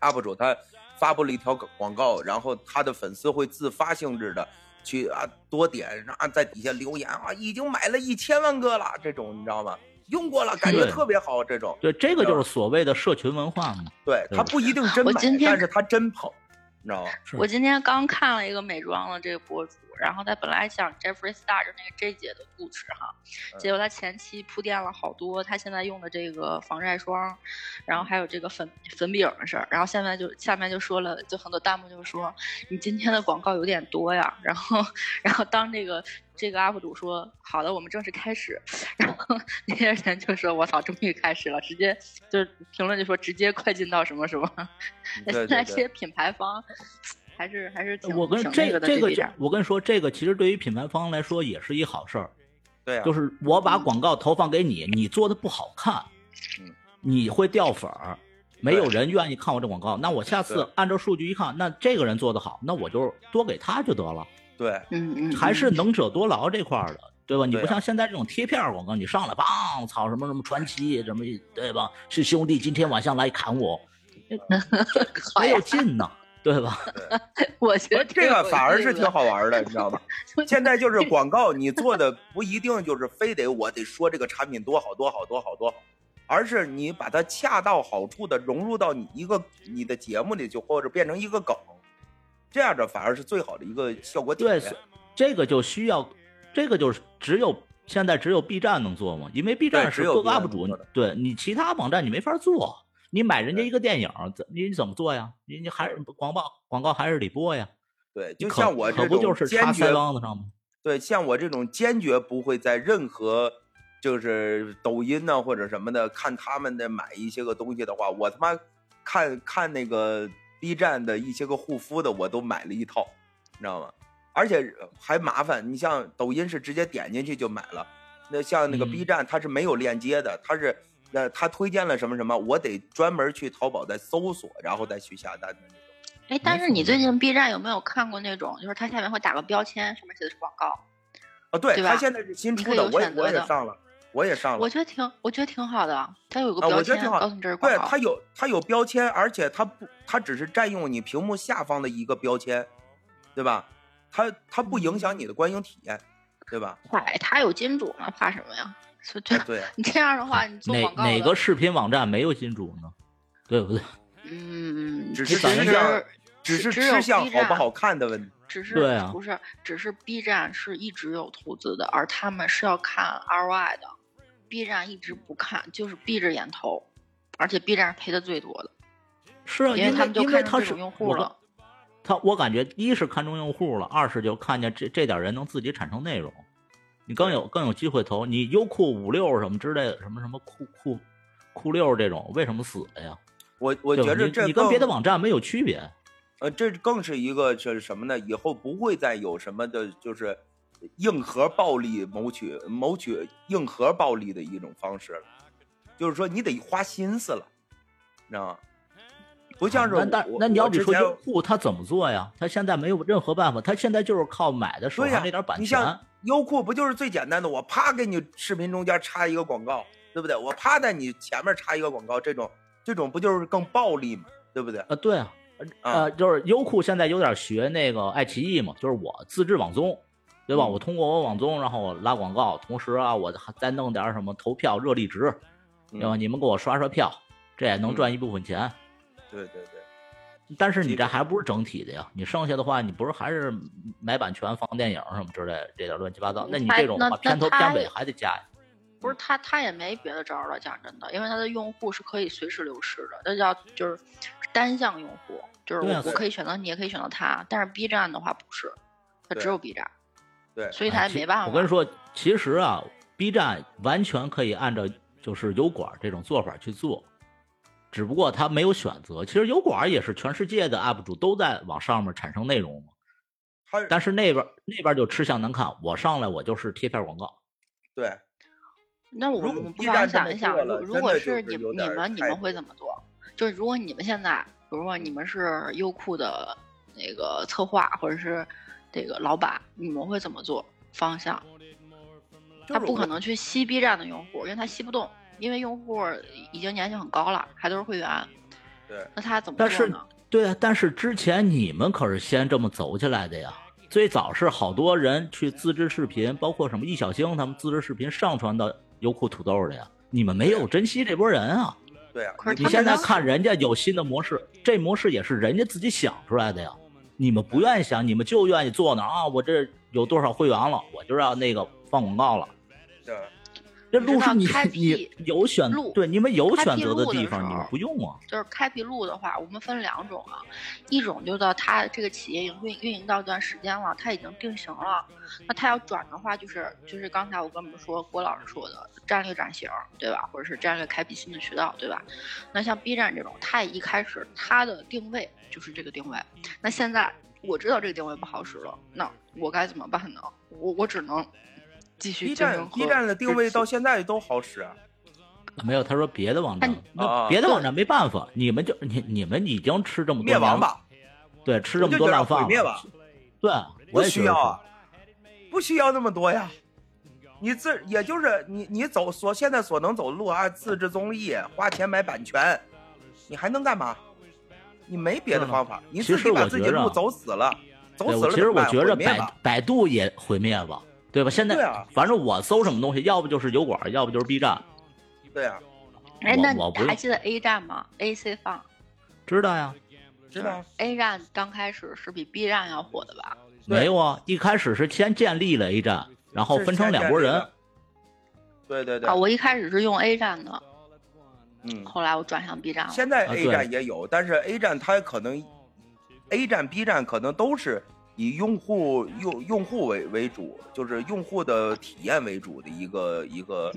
Speaker 1: UP 主他发布了一条广告，然后他的粉丝会自发性质的去啊多点，然后在底下留言啊，已经买了一千万个了，这种你知道吗？用过了，感觉
Speaker 2: 对
Speaker 1: 特别好，这种。
Speaker 2: 对，这个就是所谓的社群文化嘛。
Speaker 1: 对
Speaker 2: 对
Speaker 1: 他
Speaker 2: 吧
Speaker 1: 不一定真
Speaker 3: 我
Speaker 1: 买，
Speaker 3: 今天
Speaker 1: 但是他真捧，你知 道吗？
Speaker 2: 是
Speaker 3: 我今天刚看了一个美妆的这个博主，然后他本来想 Jeffree Star 就那个 J 姐的故事哈，
Speaker 1: 嗯
Speaker 3: 结果他前期铺垫了好多，他现在用的这个防晒霜，然后还有这个粉粉饼的事儿，然后下面就下面就说了，就很多弹幕就说你今天的广告有点多呀，然后然后当这个。这个 UP 主说：“好的，我们正式开始。” 然后那些人就说：“我操，终于开始了！”直接就是评论就说：“直接快进到什么什么。”
Speaker 1: 对对
Speaker 3: 现在
Speaker 1: 对
Speaker 3: 这些品牌方还是还是挺
Speaker 2: 我跟
Speaker 3: 挺
Speaker 2: 这
Speaker 3: 那个的
Speaker 2: 这个
Speaker 3: 比
Speaker 2: 就
Speaker 3: 战，
Speaker 2: 我跟你说，这个其实对于品牌方来说也是一好事儿，
Speaker 1: 对啊，
Speaker 2: 就是我把
Speaker 3: 嗯
Speaker 2: 广告投放给你，你做的不好看
Speaker 1: 嗯，
Speaker 2: 你会掉粉儿，没有
Speaker 1: 对
Speaker 2: 人愿意看我这广告。那我下次
Speaker 1: 对
Speaker 2: 按照数据一看，那这个人做的好，那我就多给他就得了，
Speaker 1: 对
Speaker 3: 嗯嗯，
Speaker 2: 还是
Speaker 3: 嗯
Speaker 2: 能者多劳这块儿的，对吧？你
Speaker 1: 对
Speaker 2: 不
Speaker 1: 啊
Speaker 2: 像现在这种贴片儿广告，你上来棒，操什么什么传奇，什么对吧？是兄弟，今天晚上来砍我，
Speaker 3: 好
Speaker 2: 没有
Speaker 3: 呀，
Speaker 2: 劲呢，对吧？
Speaker 3: 我觉得
Speaker 1: 这个反而是挺
Speaker 3: 挺
Speaker 1: 好玩的，你知道 吗？现在就是广告，你做的不一定就是非得我得说这个产品多好多好多好多好，而是你把它恰到好处的融入到你一个你的节目里去，或者变成一个梗，这样的反而是最好的一个效果体
Speaker 2: 对，
Speaker 1: 验。
Speaker 2: 所这个就需要，这个就是只有现在只有 B 站能做嘛，因为 B 站
Speaker 1: 对
Speaker 2: 是
Speaker 1: 只有
Speaker 2: 各
Speaker 1: B
Speaker 2: 个
Speaker 1: 站
Speaker 2: UP
Speaker 1: 能做
Speaker 2: 主
Speaker 1: 的，
Speaker 2: 对你其他网站你没法做，你买人家
Speaker 1: 对
Speaker 2: 一个电影，怎你怎么做呀？你你还是广告广告还是得播呀？
Speaker 1: 对，就
Speaker 2: 你可
Speaker 1: 像我
Speaker 2: 可
Speaker 1: 这
Speaker 2: 不就
Speaker 1: 种
Speaker 2: 是插
Speaker 1: 坚决
Speaker 2: 腮帮子上吗？
Speaker 1: 对，像我这种坚决不会在任何就是抖音呐、或者什么的看他们的买一些个东西的话，我他妈看看那个 B 站的一些个护肤的，我都买了一套，你知道吗？而且还麻烦，你像抖音是直接点进去就买了，那像那个
Speaker 2: 嗯
Speaker 1: B 站它是没有链接的，它是那它推荐了什么什么，我得专门去淘宝再搜索，然后再去下单的那种。
Speaker 3: 哎，但是
Speaker 1: 嗯
Speaker 2: 没
Speaker 3: 你
Speaker 2: 错
Speaker 3: 最近 B 站有没有看过那种，就是它下面会打个标签，上面写的是广告？
Speaker 1: 哦，对，
Speaker 3: 对吧
Speaker 1: 它现在是新
Speaker 3: 你
Speaker 1: 出
Speaker 3: 可以
Speaker 1: 的，
Speaker 3: 有
Speaker 1: 我也
Speaker 3: 选择
Speaker 1: 我也
Speaker 3: 的
Speaker 1: 上了，我也上了
Speaker 3: 我。觉得挺，我觉得挺好的，它有一
Speaker 1: 啊
Speaker 3: 个
Speaker 1: 我
Speaker 3: 标
Speaker 1: 觉得
Speaker 3: 签，
Speaker 1: 挺好
Speaker 3: 告诉你这是广
Speaker 1: 对，
Speaker 3: 告
Speaker 1: 它。有它有标签，而且它不，它只是占用你屏幕下方的一个标签，对吧？
Speaker 3: 嗯
Speaker 1: 它它不影响你的观影体验，对吧？
Speaker 3: 哎啊嗨，它有金主嘛，怕什么呀？所以这
Speaker 1: 哎
Speaker 3: 样
Speaker 1: 对啊，
Speaker 3: 你这样的话，你做
Speaker 2: 哎哪
Speaker 3: 广告
Speaker 2: 哪
Speaker 3: 的
Speaker 2: 个视频网站没有金主呢？对不对？
Speaker 3: 嗯，
Speaker 1: 只
Speaker 2: 是
Speaker 3: 是
Speaker 2: 咱
Speaker 1: 这只
Speaker 3: 只
Speaker 1: 是
Speaker 3: 只
Speaker 1: 吃
Speaker 3: 有
Speaker 1: 相
Speaker 3: B
Speaker 1: 好
Speaker 3: 站
Speaker 1: 不好看的问题。
Speaker 3: 只是
Speaker 2: 对啊
Speaker 3: 不是，只是 B 站是一直有投资的，而他们是要看 ROI 的，B 站一直不看，就是闭着眼投，而且 B 站赔的最多的，
Speaker 2: 是啊，
Speaker 3: 因为他们就
Speaker 2: 因为
Speaker 3: 看
Speaker 2: 他
Speaker 3: 中这
Speaker 2: 是
Speaker 3: 种用户了。
Speaker 2: 我他我感觉一是看中用户了，二是就看见这这点人能自己产生内容，你更有更有机会投。你优酷五六什么之类的，什么什么酷酷酷六这种，为什么死了呀？
Speaker 1: 我我
Speaker 2: 对吧
Speaker 1: 觉着
Speaker 2: 你
Speaker 1: 这
Speaker 2: 你跟别的
Speaker 1: 更
Speaker 2: 网站没有区别。
Speaker 1: 呃，这更是一个是什么呢？以后不会再有什么的，就是硬核暴力谋取谋取硬核暴力的一种方式了。就是说，你得花心思了，你知道吗？不像是
Speaker 2: 啊那那
Speaker 1: 我
Speaker 2: 那你要
Speaker 1: 我
Speaker 2: 比
Speaker 1: 之
Speaker 2: 说
Speaker 1: 前
Speaker 2: 优酷，他怎么做呀？他现在没有任何办法，他现在就是靠买的手
Speaker 1: 对呀、
Speaker 2: 上那点版
Speaker 1: 你
Speaker 2: 权。
Speaker 1: 像优酷不就是最简单的？我啪给你视频中间插一个广告，对不对？我啪在你前面插一个广告，这种这种不就是更暴力吗？对不对？
Speaker 2: 啊，对啊，
Speaker 3: 嗯
Speaker 2: 呃，就是优酷现在有点学那个爱奇艺嘛，就是我自制网综，对
Speaker 3: 嗯
Speaker 2: 吧？我通过我网综，然后我拉广告，同时啊，我还再弄点什么投票热力值，对吧？
Speaker 1: 嗯
Speaker 2: 你们给我刷刷票，这也能
Speaker 1: 嗯
Speaker 2: 赚一部分钱。
Speaker 1: 对对对。
Speaker 2: 但是你
Speaker 1: 这
Speaker 2: 这
Speaker 1: 个
Speaker 2: 还不是整体的呀，你剩下的话，你不是还是买版权、放电影什么之类的这点乱七八糟？那你
Speaker 3: 嗯还
Speaker 2: 这种的
Speaker 3: 那
Speaker 2: 话，
Speaker 3: 那
Speaker 2: 片头
Speaker 3: 他
Speaker 2: 片尾
Speaker 3: 也
Speaker 2: 还得加呀。
Speaker 3: 不是他，他也没别的招儿了。讲真的，因为他的用户是可以随时流失的，那叫就是单向用户，就是
Speaker 2: 对
Speaker 3: 我,、
Speaker 2: 啊
Speaker 3: 我
Speaker 2: 对
Speaker 3: 可以选择你，也可以选择他。但是 B 站的话不是，它
Speaker 1: 对
Speaker 3: 只有 B 站，
Speaker 1: 对
Speaker 3: 所以
Speaker 2: 哎
Speaker 3: 他也
Speaker 2: 其
Speaker 3: 没办法。
Speaker 2: 我跟你说，其实啊，B 站完全可以按照就是油管这种做法去做，只不过他没有选择。其实油管也是全世界的 UP 主都在往上面产生内容嘛，
Speaker 1: 还是
Speaker 2: 但是那边那边就吃相难看，我上来我就是贴片广告，
Speaker 1: 对，
Speaker 3: 那我
Speaker 1: 如
Speaker 3: 们
Speaker 1: 果
Speaker 3: 不
Speaker 1: B 站
Speaker 3: 妨
Speaker 1: 这
Speaker 3: 想
Speaker 1: 么
Speaker 3: 一想，
Speaker 1: 做
Speaker 3: 如
Speaker 1: 了
Speaker 3: 如
Speaker 1: 真
Speaker 3: 果
Speaker 1: 的就是
Speaker 3: 你
Speaker 1: 有
Speaker 3: 你
Speaker 1: 点儿
Speaker 3: 们你
Speaker 1: 太
Speaker 3: 们会怎么做？就是如果你们现在，比如说你们是优酷的那个策划或者是这个老板，你们会怎么做方向？
Speaker 1: 就
Speaker 3: 他
Speaker 1: 是
Speaker 3: 不可
Speaker 1: 我
Speaker 3: 能去吸 B 站的用户，因为他吸不动，因为用户已经年纪很高了，还都是会员。
Speaker 1: 对，
Speaker 3: 那他怎么
Speaker 2: 但
Speaker 3: 做
Speaker 2: 是
Speaker 3: 呢？
Speaker 2: 对啊，但是之前你们可是先这么走起来的呀。最早是好多人去自制视频，包括什么易小星他们自制视频上传到优酷土豆的呀，你们没有珍惜这波人啊。
Speaker 1: 对啊，
Speaker 3: 可是
Speaker 2: 你
Speaker 3: 他
Speaker 2: 现
Speaker 3: 们
Speaker 2: 在
Speaker 3: 呢
Speaker 2: 看人家有新的模式，这模式也是人家自己想出来的呀。你们不愿意想，你们就愿意坐那儿啊！我这有多少会员了，我就要那个放广告了。
Speaker 1: 对
Speaker 2: 这
Speaker 3: 你知
Speaker 2: 路
Speaker 3: 道
Speaker 2: 是你
Speaker 3: 开
Speaker 2: 你
Speaker 3: 辟
Speaker 2: 有选
Speaker 3: 路
Speaker 2: 对你们有
Speaker 3: 开
Speaker 2: 选
Speaker 3: 辟
Speaker 2: 择的
Speaker 3: 路的
Speaker 2: 地
Speaker 3: 时
Speaker 2: 方，你们
Speaker 3: 候
Speaker 2: 不用啊。
Speaker 3: 就是开辟路的话，我们分两种啊，一种就到他这个企业运运运营到一段时间了，他已经定型了，那他要转的话，就是就是刚才我跟你们说郭老师说的战略转型，对吧？或者是战略开辟新的渠道，对吧？那像 B 站这种，它也一开始它的定位就是这个定位，那现在我知道这个定位不好使了，那我该怎么办呢？我我只能继续
Speaker 1: ，B
Speaker 3: 竞
Speaker 1: 站
Speaker 3: 争
Speaker 1: B
Speaker 3: 和
Speaker 1: 站的定位
Speaker 3: 支持
Speaker 1: 到现在都好使啊，
Speaker 2: 没有，他说别的网站
Speaker 3: 哎，
Speaker 2: 那
Speaker 1: 啊
Speaker 2: 别的网站没办法，你们就你你们已经吃这么多
Speaker 1: 灭亡
Speaker 2: 年了，
Speaker 1: 吧，
Speaker 2: 对，吃这
Speaker 1: 我
Speaker 2: 么
Speaker 1: 就
Speaker 2: 多
Speaker 1: 觉得
Speaker 2: 烂饭
Speaker 1: 毁灭
Speaker 2: 了
Speaker 1: 吧，
Speaker 2: 对，
Speaker 1: 不
Speaker 2: 我也觉
Speaker 1: 需
Speaker 2: 得
Speaker 1: 要
Speaker 2: 是
Speaker 1: 啊，不需要那么多呀。你自也就是你你走所现在所能走的路啊，自制综艺，花钱买版权，你还能干嘛？你没别的
Speaker 2: 嗯
Speaker 1: 方法，你
Speaker 2: 其
Speaker 1: 自
Speaker 2: 实
Speaker 1: 己把
Speaker 2: 我
Speaker 1: 自
Speaker 2: 觉
Speaker 1: 己
Speaker 2: 着啊
Speaker 1: 路走死了，走
Speaker 2: 对，
Speaker 1: 死
Speaker 2: 我
Speaker 1: 了
Speaker 2: 其实
Speaker 1: 怎么
Speaker 2: 我
Speaker 1: 办
Speaker 2: 觉着
Speaker 1: 毁灭
Speaker 2: 百
Speaker 1: 吧
Speaker 2: 百度也毁灭吧，对吧？现在、
Speaker 1: 对啊
Speaker 2: 反正我搜什么东西，要不就是油管，要不就是 B 站，
Speaker 1: 对啊，
Speaker 3: 哎，
Speaker 2: 我
Speaker 3: 那
Speaker 2: 我
Speaker 3: 你
Speaker 2: 不用
Speaker 3: 还记得 A 站吗？A C 放。
Speaker 2: 知道呀？
Speaker 1: 知道啊
Speaker 3: A 站刚开始是比 B 站要火的吧？
Speaker 1: 对
Speaker 2: 没有啊，一开始是先建立了 A 站，然后分成两拨人。。
Speaker 1: 是先建立的对对对，
Speaker 3: 啊，我一开始是用 A 站的，
Speaker 1: 嗯，
Speaker 3: 后来我转向 B 站了。
Speaker 1: 现在
Speaker 2: 啊
Speaker 1: A
Speaker 2: 对
Speaker 1: 站也有，但是 A 站它可能，A 站、B 站可能都是以用户用用户为为主，就是用户的体验为主的一个一个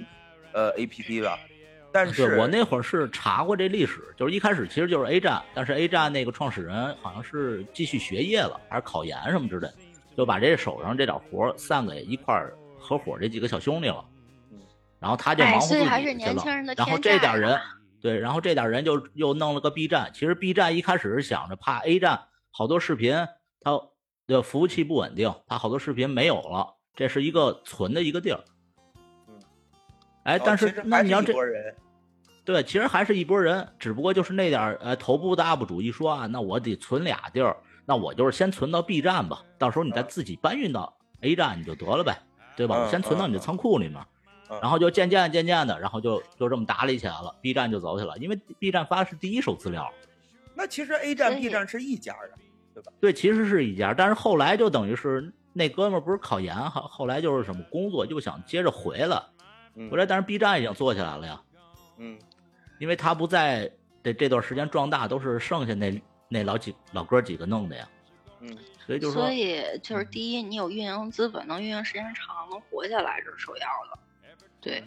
Speaker 1: 呃 A P P 吧。但是
Speaker 2: 啊对我那会儿是查过这历史，就是一开始其实就是 A 站，但是 A 站那个创始人好像是继续学业了，还是考研什么之类，就把这手上这点活儿散给一块儿合伙这几个小兄弟了
Speaker 1: 嗯。
Speaker 2: 然后他就
Speaker 3: 哎，
Speaker 2: 忙活自己
Speaker 3: 所以
Speaker 2: 去了。
Speaker 3: 还是年轻人的
Speaker 2: 然
Speaker 3: 天价。
Speaker 2: 后这点人，对，然后这点人就又弄了个 B 站。其实 B 站一开始是想着怕 A 站好多视频它的服务器不稳定，怕好多视频没有了，这是一个存的一个地儿
Speaker 1: 嗯。
Speaker 2: 哎，
Speaker 1: 哦
Speaker 2: 但
Speaker 1: 其
Speaker 2: 是
Speaker 1: 实
Speaker 2: 那
Speaker 1: 还
Speaker 2: 你
Speaker 1: 是
Speaker 2: 要
Speaker 1: 一
Speaker 2: 这
Speaker 1: 拨人
Speaker 2: 对，其实还是一拨人，只不过就是那点儿呃头部的 UP 主一说啊，那我得存俩地儿，那我就是先存到 B 站吧，到时候你再自己搬运到 A 站你就得了呗，对吧？
Speaker 1: 嗯
Speaker 2: 我先存到你的
Speaker 1: 嗯嗯
Speaker 2: 仓库里面，
Speaker 1: 嗯
Speaker 2: 然后就渐渐渐渐的，然后就就这么打理起来了，B 站就走起来了，因为 B 站发的是第一手资料，
Speaker 1: 那其实 A 站、
Speaker 3: 所以
Speaker 1: B 站是一家的，
Speaker 2: 对，其实是一家，但是后来就等于是那哥们儿不是考研，后后来就是什么工作又想接着回来，
Speaker 1: 嗯，
Speaker 2: 回来，但是 B 站已经做起来了呀，
Speaker 1: 嗯，
Speaker 2: 因为他不在这这段时间壮大，都是剩下那那老几老哥几个弄的呀，
Speaker 1: 嗯，
Speaker 2: 所以就说嗯
Speaker 3: 所以就是第一，你有运营资本，能运营时间长，能活下来，这是首要的。对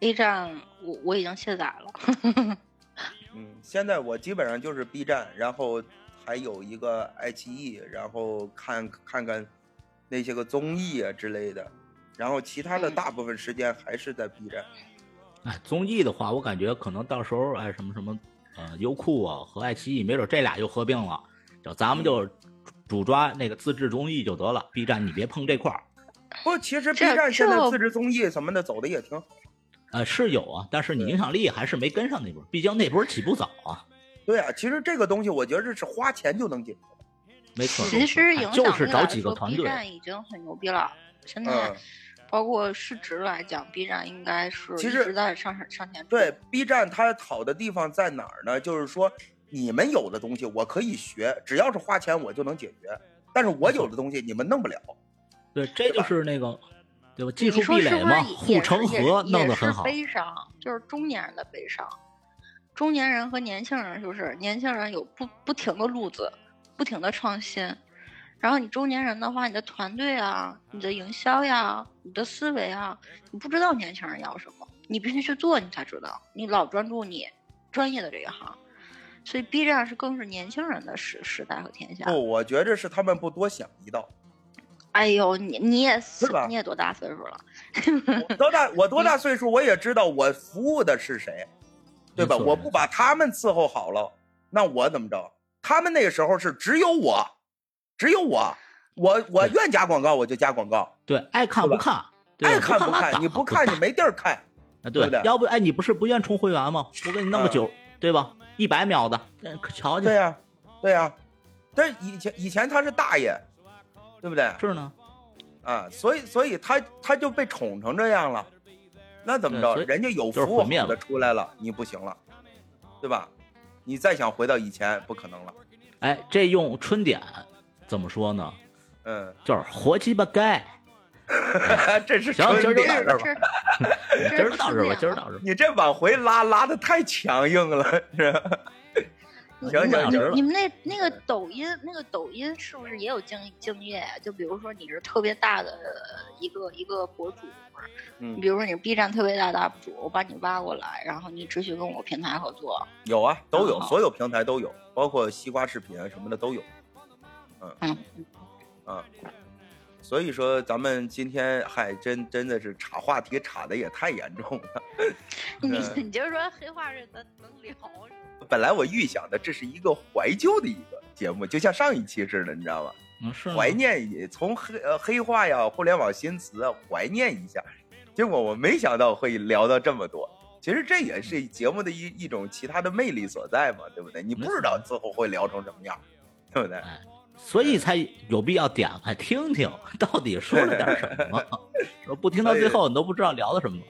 Speaker 3: ，A 站我我已经卸载了，
Speaker 1: 嗯，现在我基本上就是 B 站，然后还有一个爱奇艺，然后看看看那些个综艺啊之类的，然后其他的
Speaker 3: 嗯
Speaker 1: 大部分时间还是在 B 站。
Speaker 2: 哎，综艺的话，我感觉可能到时候哎什么什么，呃，优酷啊和爱奇艺，没准这俩就合并了，就咱们
Speaker 3: 嗯
Speaker 2: 就主抓那个自制综艺就得了。B 站你别碰这块儿，
Speaker 1: 不过其实 B
Speaker 3: 这
Speaker 1: 站现在
Speaker 3: 这
Speaker 1: 自制综艺什么的走的也挺好。
Speaker 2: 呃是有啊，但是你
Speaker 1: 对
Speaker 2: 影响力还是没跟上那波，毕竟那波起步早啊，
Speaker 1: 对啊，其实这个东西我觉得是花钱就能解决的。
Speaker 2: 没错。
Speaker 3: 其实影响力
Speaker 2: 就
Speaker 3: 来
Speaker 2: 是
Speaker 3: 说
Speaker 2: 找几个团
Speaker 3: b
Speaker 2: 队，
Speaker 3: 站已经很牛逼了，现在
Speaker 1: 嗯，
Speaker 3: 包括市值来讲，B 站应该是
Speaker 1: 其
Speaker 3: 一
Speaker 1: 实
Speaker 3: 直在上上上前。
Speaker 1: 对，，B 站它好的地方在哪儿呢？就是说你们有的东西我可以学，只要是花钱我就能解决，但是我
Speaker 3: 嗯
Speaker 1: 有的东西你们弄不了。
Speaker 2: 对，这就是那个对吧？技
Speaker 3: 你
Speaker 2: 术
Speaker 3: 说
Speaker 2: 壁
Speaker 3: 是
Speaker 2: 垒
Speaker 3: 不
Speaker 2: 嘛，
Speaker 3: 是也
Speaker 2: 护城河弄得很好。
Speaker 3: 也是悲伤，就是中年人的悲伤。中年人和年轻人就是年轻人有不不停的路子，不停的创新。然后你中年人的话，你的团队啊，你的营销呀，你的思维啊，你不知道年轻人要什么，你必须去做，你才知道。你老专注你专业的这一行，所以 B 站是更是年轻人的时时代和天下。
Speaker 1: 不，我觉着是他们不多想一 道。
Speaker 3: 哎呦，你你也
Speaker 1: 是吧
Speaker 3: 你也多大岁数了？
Speaker 1: 我多大我
Speaker 2: 嗯
Speaker 1: 多大岁数，我也知道我服务的是谁，对吧？
Speaker 2: 没错
Speaker 1: 我不把他们伺候好了，那我怎么着？他们那个时候是只有我，只有我，我我
Speaker 2: 对
Speaker 1: 愿加广告我就加广告，
Speaker 2: 对，爱看不
Speaker 1: 是吧
Speaker 2: 看，对吧
Speaker 1: 爱看
Speaker 2: 不
Speaker 1: 不
Speaker 2: 拉倒
Speaker 1: 看，你不看你没地儿看。
Speaker 2: 啊，
Speaker 1: 对
Speaker 2: 对
Speaker 1: 不对
Speaker 2: 要不哎，你不是不愿充会员吗？我给你弄个
Speaker 1: 嗯
Speaker 2: 九、对吧？一百秒的，嗯可瞧瞧
Speaker 1: 对，啊呀、对呀、但是以前以前他是大爷，对不对？
Speaker 2: 是呢。
Speaker 1: 啊，所以所以他他就被宠成这样了，那怎么
Speaker 2: 对
Speaker 1: 着？
Speaker 2: 所以
Speaker 1: 人家有服
Speaker 2: 就是
Speaker 1: 务
Speaker 2: 毁灭
Speaker 1: 好的
Speaker 2: 了
Speaker 1: 出来了，你不行了，对吧？你再想回到以前，不可能了。
Speaker 2: 哎，这用春点怎么说呢？
Speaker 1: 嗯，
Speaker 2: 就是活鸡巴该。
Speaker 1: 这是
Speaker 2: 行
Speaker 1: 春
Speaker 2: 今儿就到
Speaker 1: 点
Speaker 2: 这儿吧
Speaker 3: 这
Speaker 2: 今
Speaker 3: 这
Speaker 2: 儿就到这儿吧，今儿就到这儿吧。
Speaker 1: 你这往回拉拉的太强硬了， 是吧
Speaker 3: 你
Speaker 1: 行行行
Speaker 3: 你们
Speaker 2: 了
Speaker 3: 你们那那个
Speaker 1: 嗯
Speaker 3: 抖音，那个抖音是不是也有敬敬业呀？啊就比如说你是特别大的一个一个博主，
Speaker 1: 嗯
Speaker 3: 你比，如说你是 B 站特别大的 UP 主，我把你挖过来，然后你只许跟我平台合作。
Speaker 1: 有啊，都有，
Speaker 3: 好
Speaker 1: 所有平台都有，包括西瓜视频啊什么的都有。嗯
Speaker 3: 嗯
Speaker 1: 啊，所以说咱们今天还真真的是岔话题岔的也太严重了。
Speaker 3: 你
Speaker 1: 对
Speaker 3: 你 就说黑话这咱能聊，
Speaker 1: 本来我预想的这是一个怀旧的一个节目，就像上一期似的，你知道吗？
Speaker 2: 嗯，是呢
Speaker 1: 怀念也从黑呃黑话呀、互联网新词啊，怀念一下。结果我没想到会聊到这么多，其实这也是节目的一一种其他的魅力所在嘛，对不对？你不知道之后会聊成什么样，对不对？
Speaker 2: 所以才有必要点开听听，到底说了点什么。 说不听到最后，你都不知道聊的什么。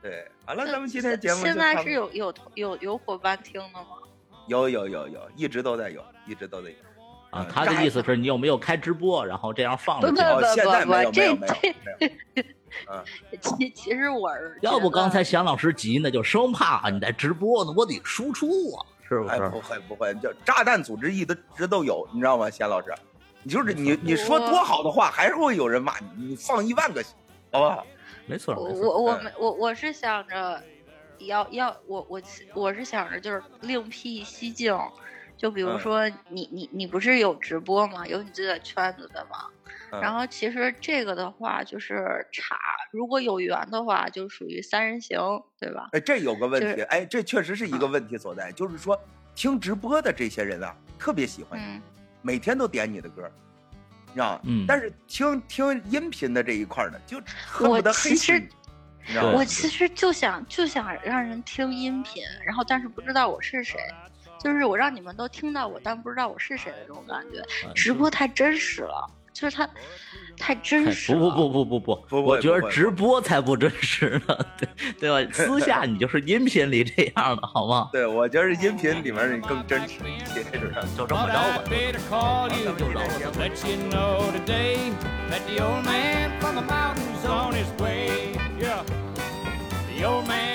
Speaker 1: 对，好了，咱们今天节目就
Speaker 3: 现
Speaker 1: 差
Speaker 3: 在
Speaker 1: 不
Speaker 3: 是
Speaker 1: 多
Speaker 3: 有有有有伙伴听的吗？
Speaker 1: 有有有有，一直都在有，一直都在有。
Speaker 2: 啊
Speaker 1: 嗯，
Speaker 2: 他的意思是你有没有开直播，然后这样放
Speaker 3: 不
Speaker 2: 着
Speaker 3: 不
Speaker 2: 去。
Speaker 1: 哦，现在没有
Speaker 3: 不不
Speaker 1: 没有
Speaker 3: 这
Speaker 1: 没有
Speaker 3: 这
Speaker 1: 没有，嗯
Speaker 3: 其其实我是
Speaker 2: 要不
Speaker 3: 觉得
Speaker 2: 刚才祥老师急呢，就生怕啊你在直播呢，我得输出啊，是不
Speaker 1: 哎，
Speaker 2: 是
Speaker 1: 不？会不会，就炸弹组织一直直都有，你知道吗，贤老师？你就是
Speaker 2: 嗯
Speaker 1: 你你说多好的话，还是会有人骂你，你放一万个，好不好？
Speaker 2: 没错，
Speaker 3: 我
Speaker 2: 没错。
Speaker 3: 我我
Speaker 1: 嗯
Speaker 3: 没我我是想着要要我我我是想着就是另辟蹊径，就比如
Speaker 1: 嗯
Speaker 3: 说你、你你不是有直播吗？有你自己的圈子的吗？
Speaker 1: 嗯
Speaker 3: 然后其实这个的话就是查，如果有缘的话，就属于三人行，对吧？
Speaker 2: 嗯
Speaker 1: 哎，这有个问
Speaker 3: 就
Speaker 1: 题，
Speaker 3: 是
Speaker 1: 哎，这确实是一个问题所在，就是说听直播的这些人啊，特别喜欢你，
Speaker 3: 嗯，
Speaker 1: 每天都点你的歌，你知道吗？
Speaker 2: 嗯
Speaker 1: 但是听听音频的这一块儿呢，就恨
Speaker 3: 我
Speaker 1: 不得
Speaker 3: 其
Speaker 1: 黑死
Speaker 3: 实
Speaker 1: 你，你知道
Speaker 2: 对
Speaker 1: 吗
Speaker 3: 我？其实就想就想让人听音频，然后但是不知道我是谁，就是我让你们都听到我，但不知道我是谁的这种感觉。
Speaker 2: 哎
Speaker 3: 直播太真实了，就是它太真实
Speaker 2: 不
Speaker 3: 了。
Speaker 2: 不不不不不，
Speaker 1: 不
Speaker 2: 我
Speaker 1: 会
Speaker 2: 觉
Speaker 1: 不
Speaker 2: 得
Speaker 1: 会
Speaker 2: 直播才不真实呢，对对吧？私下你就是音频里这样的，好吗？
Speaker 1: 对，我觉得音频里面你更真实一些，是吧？
Speaker 2: 就这么着
Speaker 4: Thought
Speaker 2: 吧
Speaker 4: I'd。better call you to let you know today that the old man from the mountain's on his way. Yeah, the old man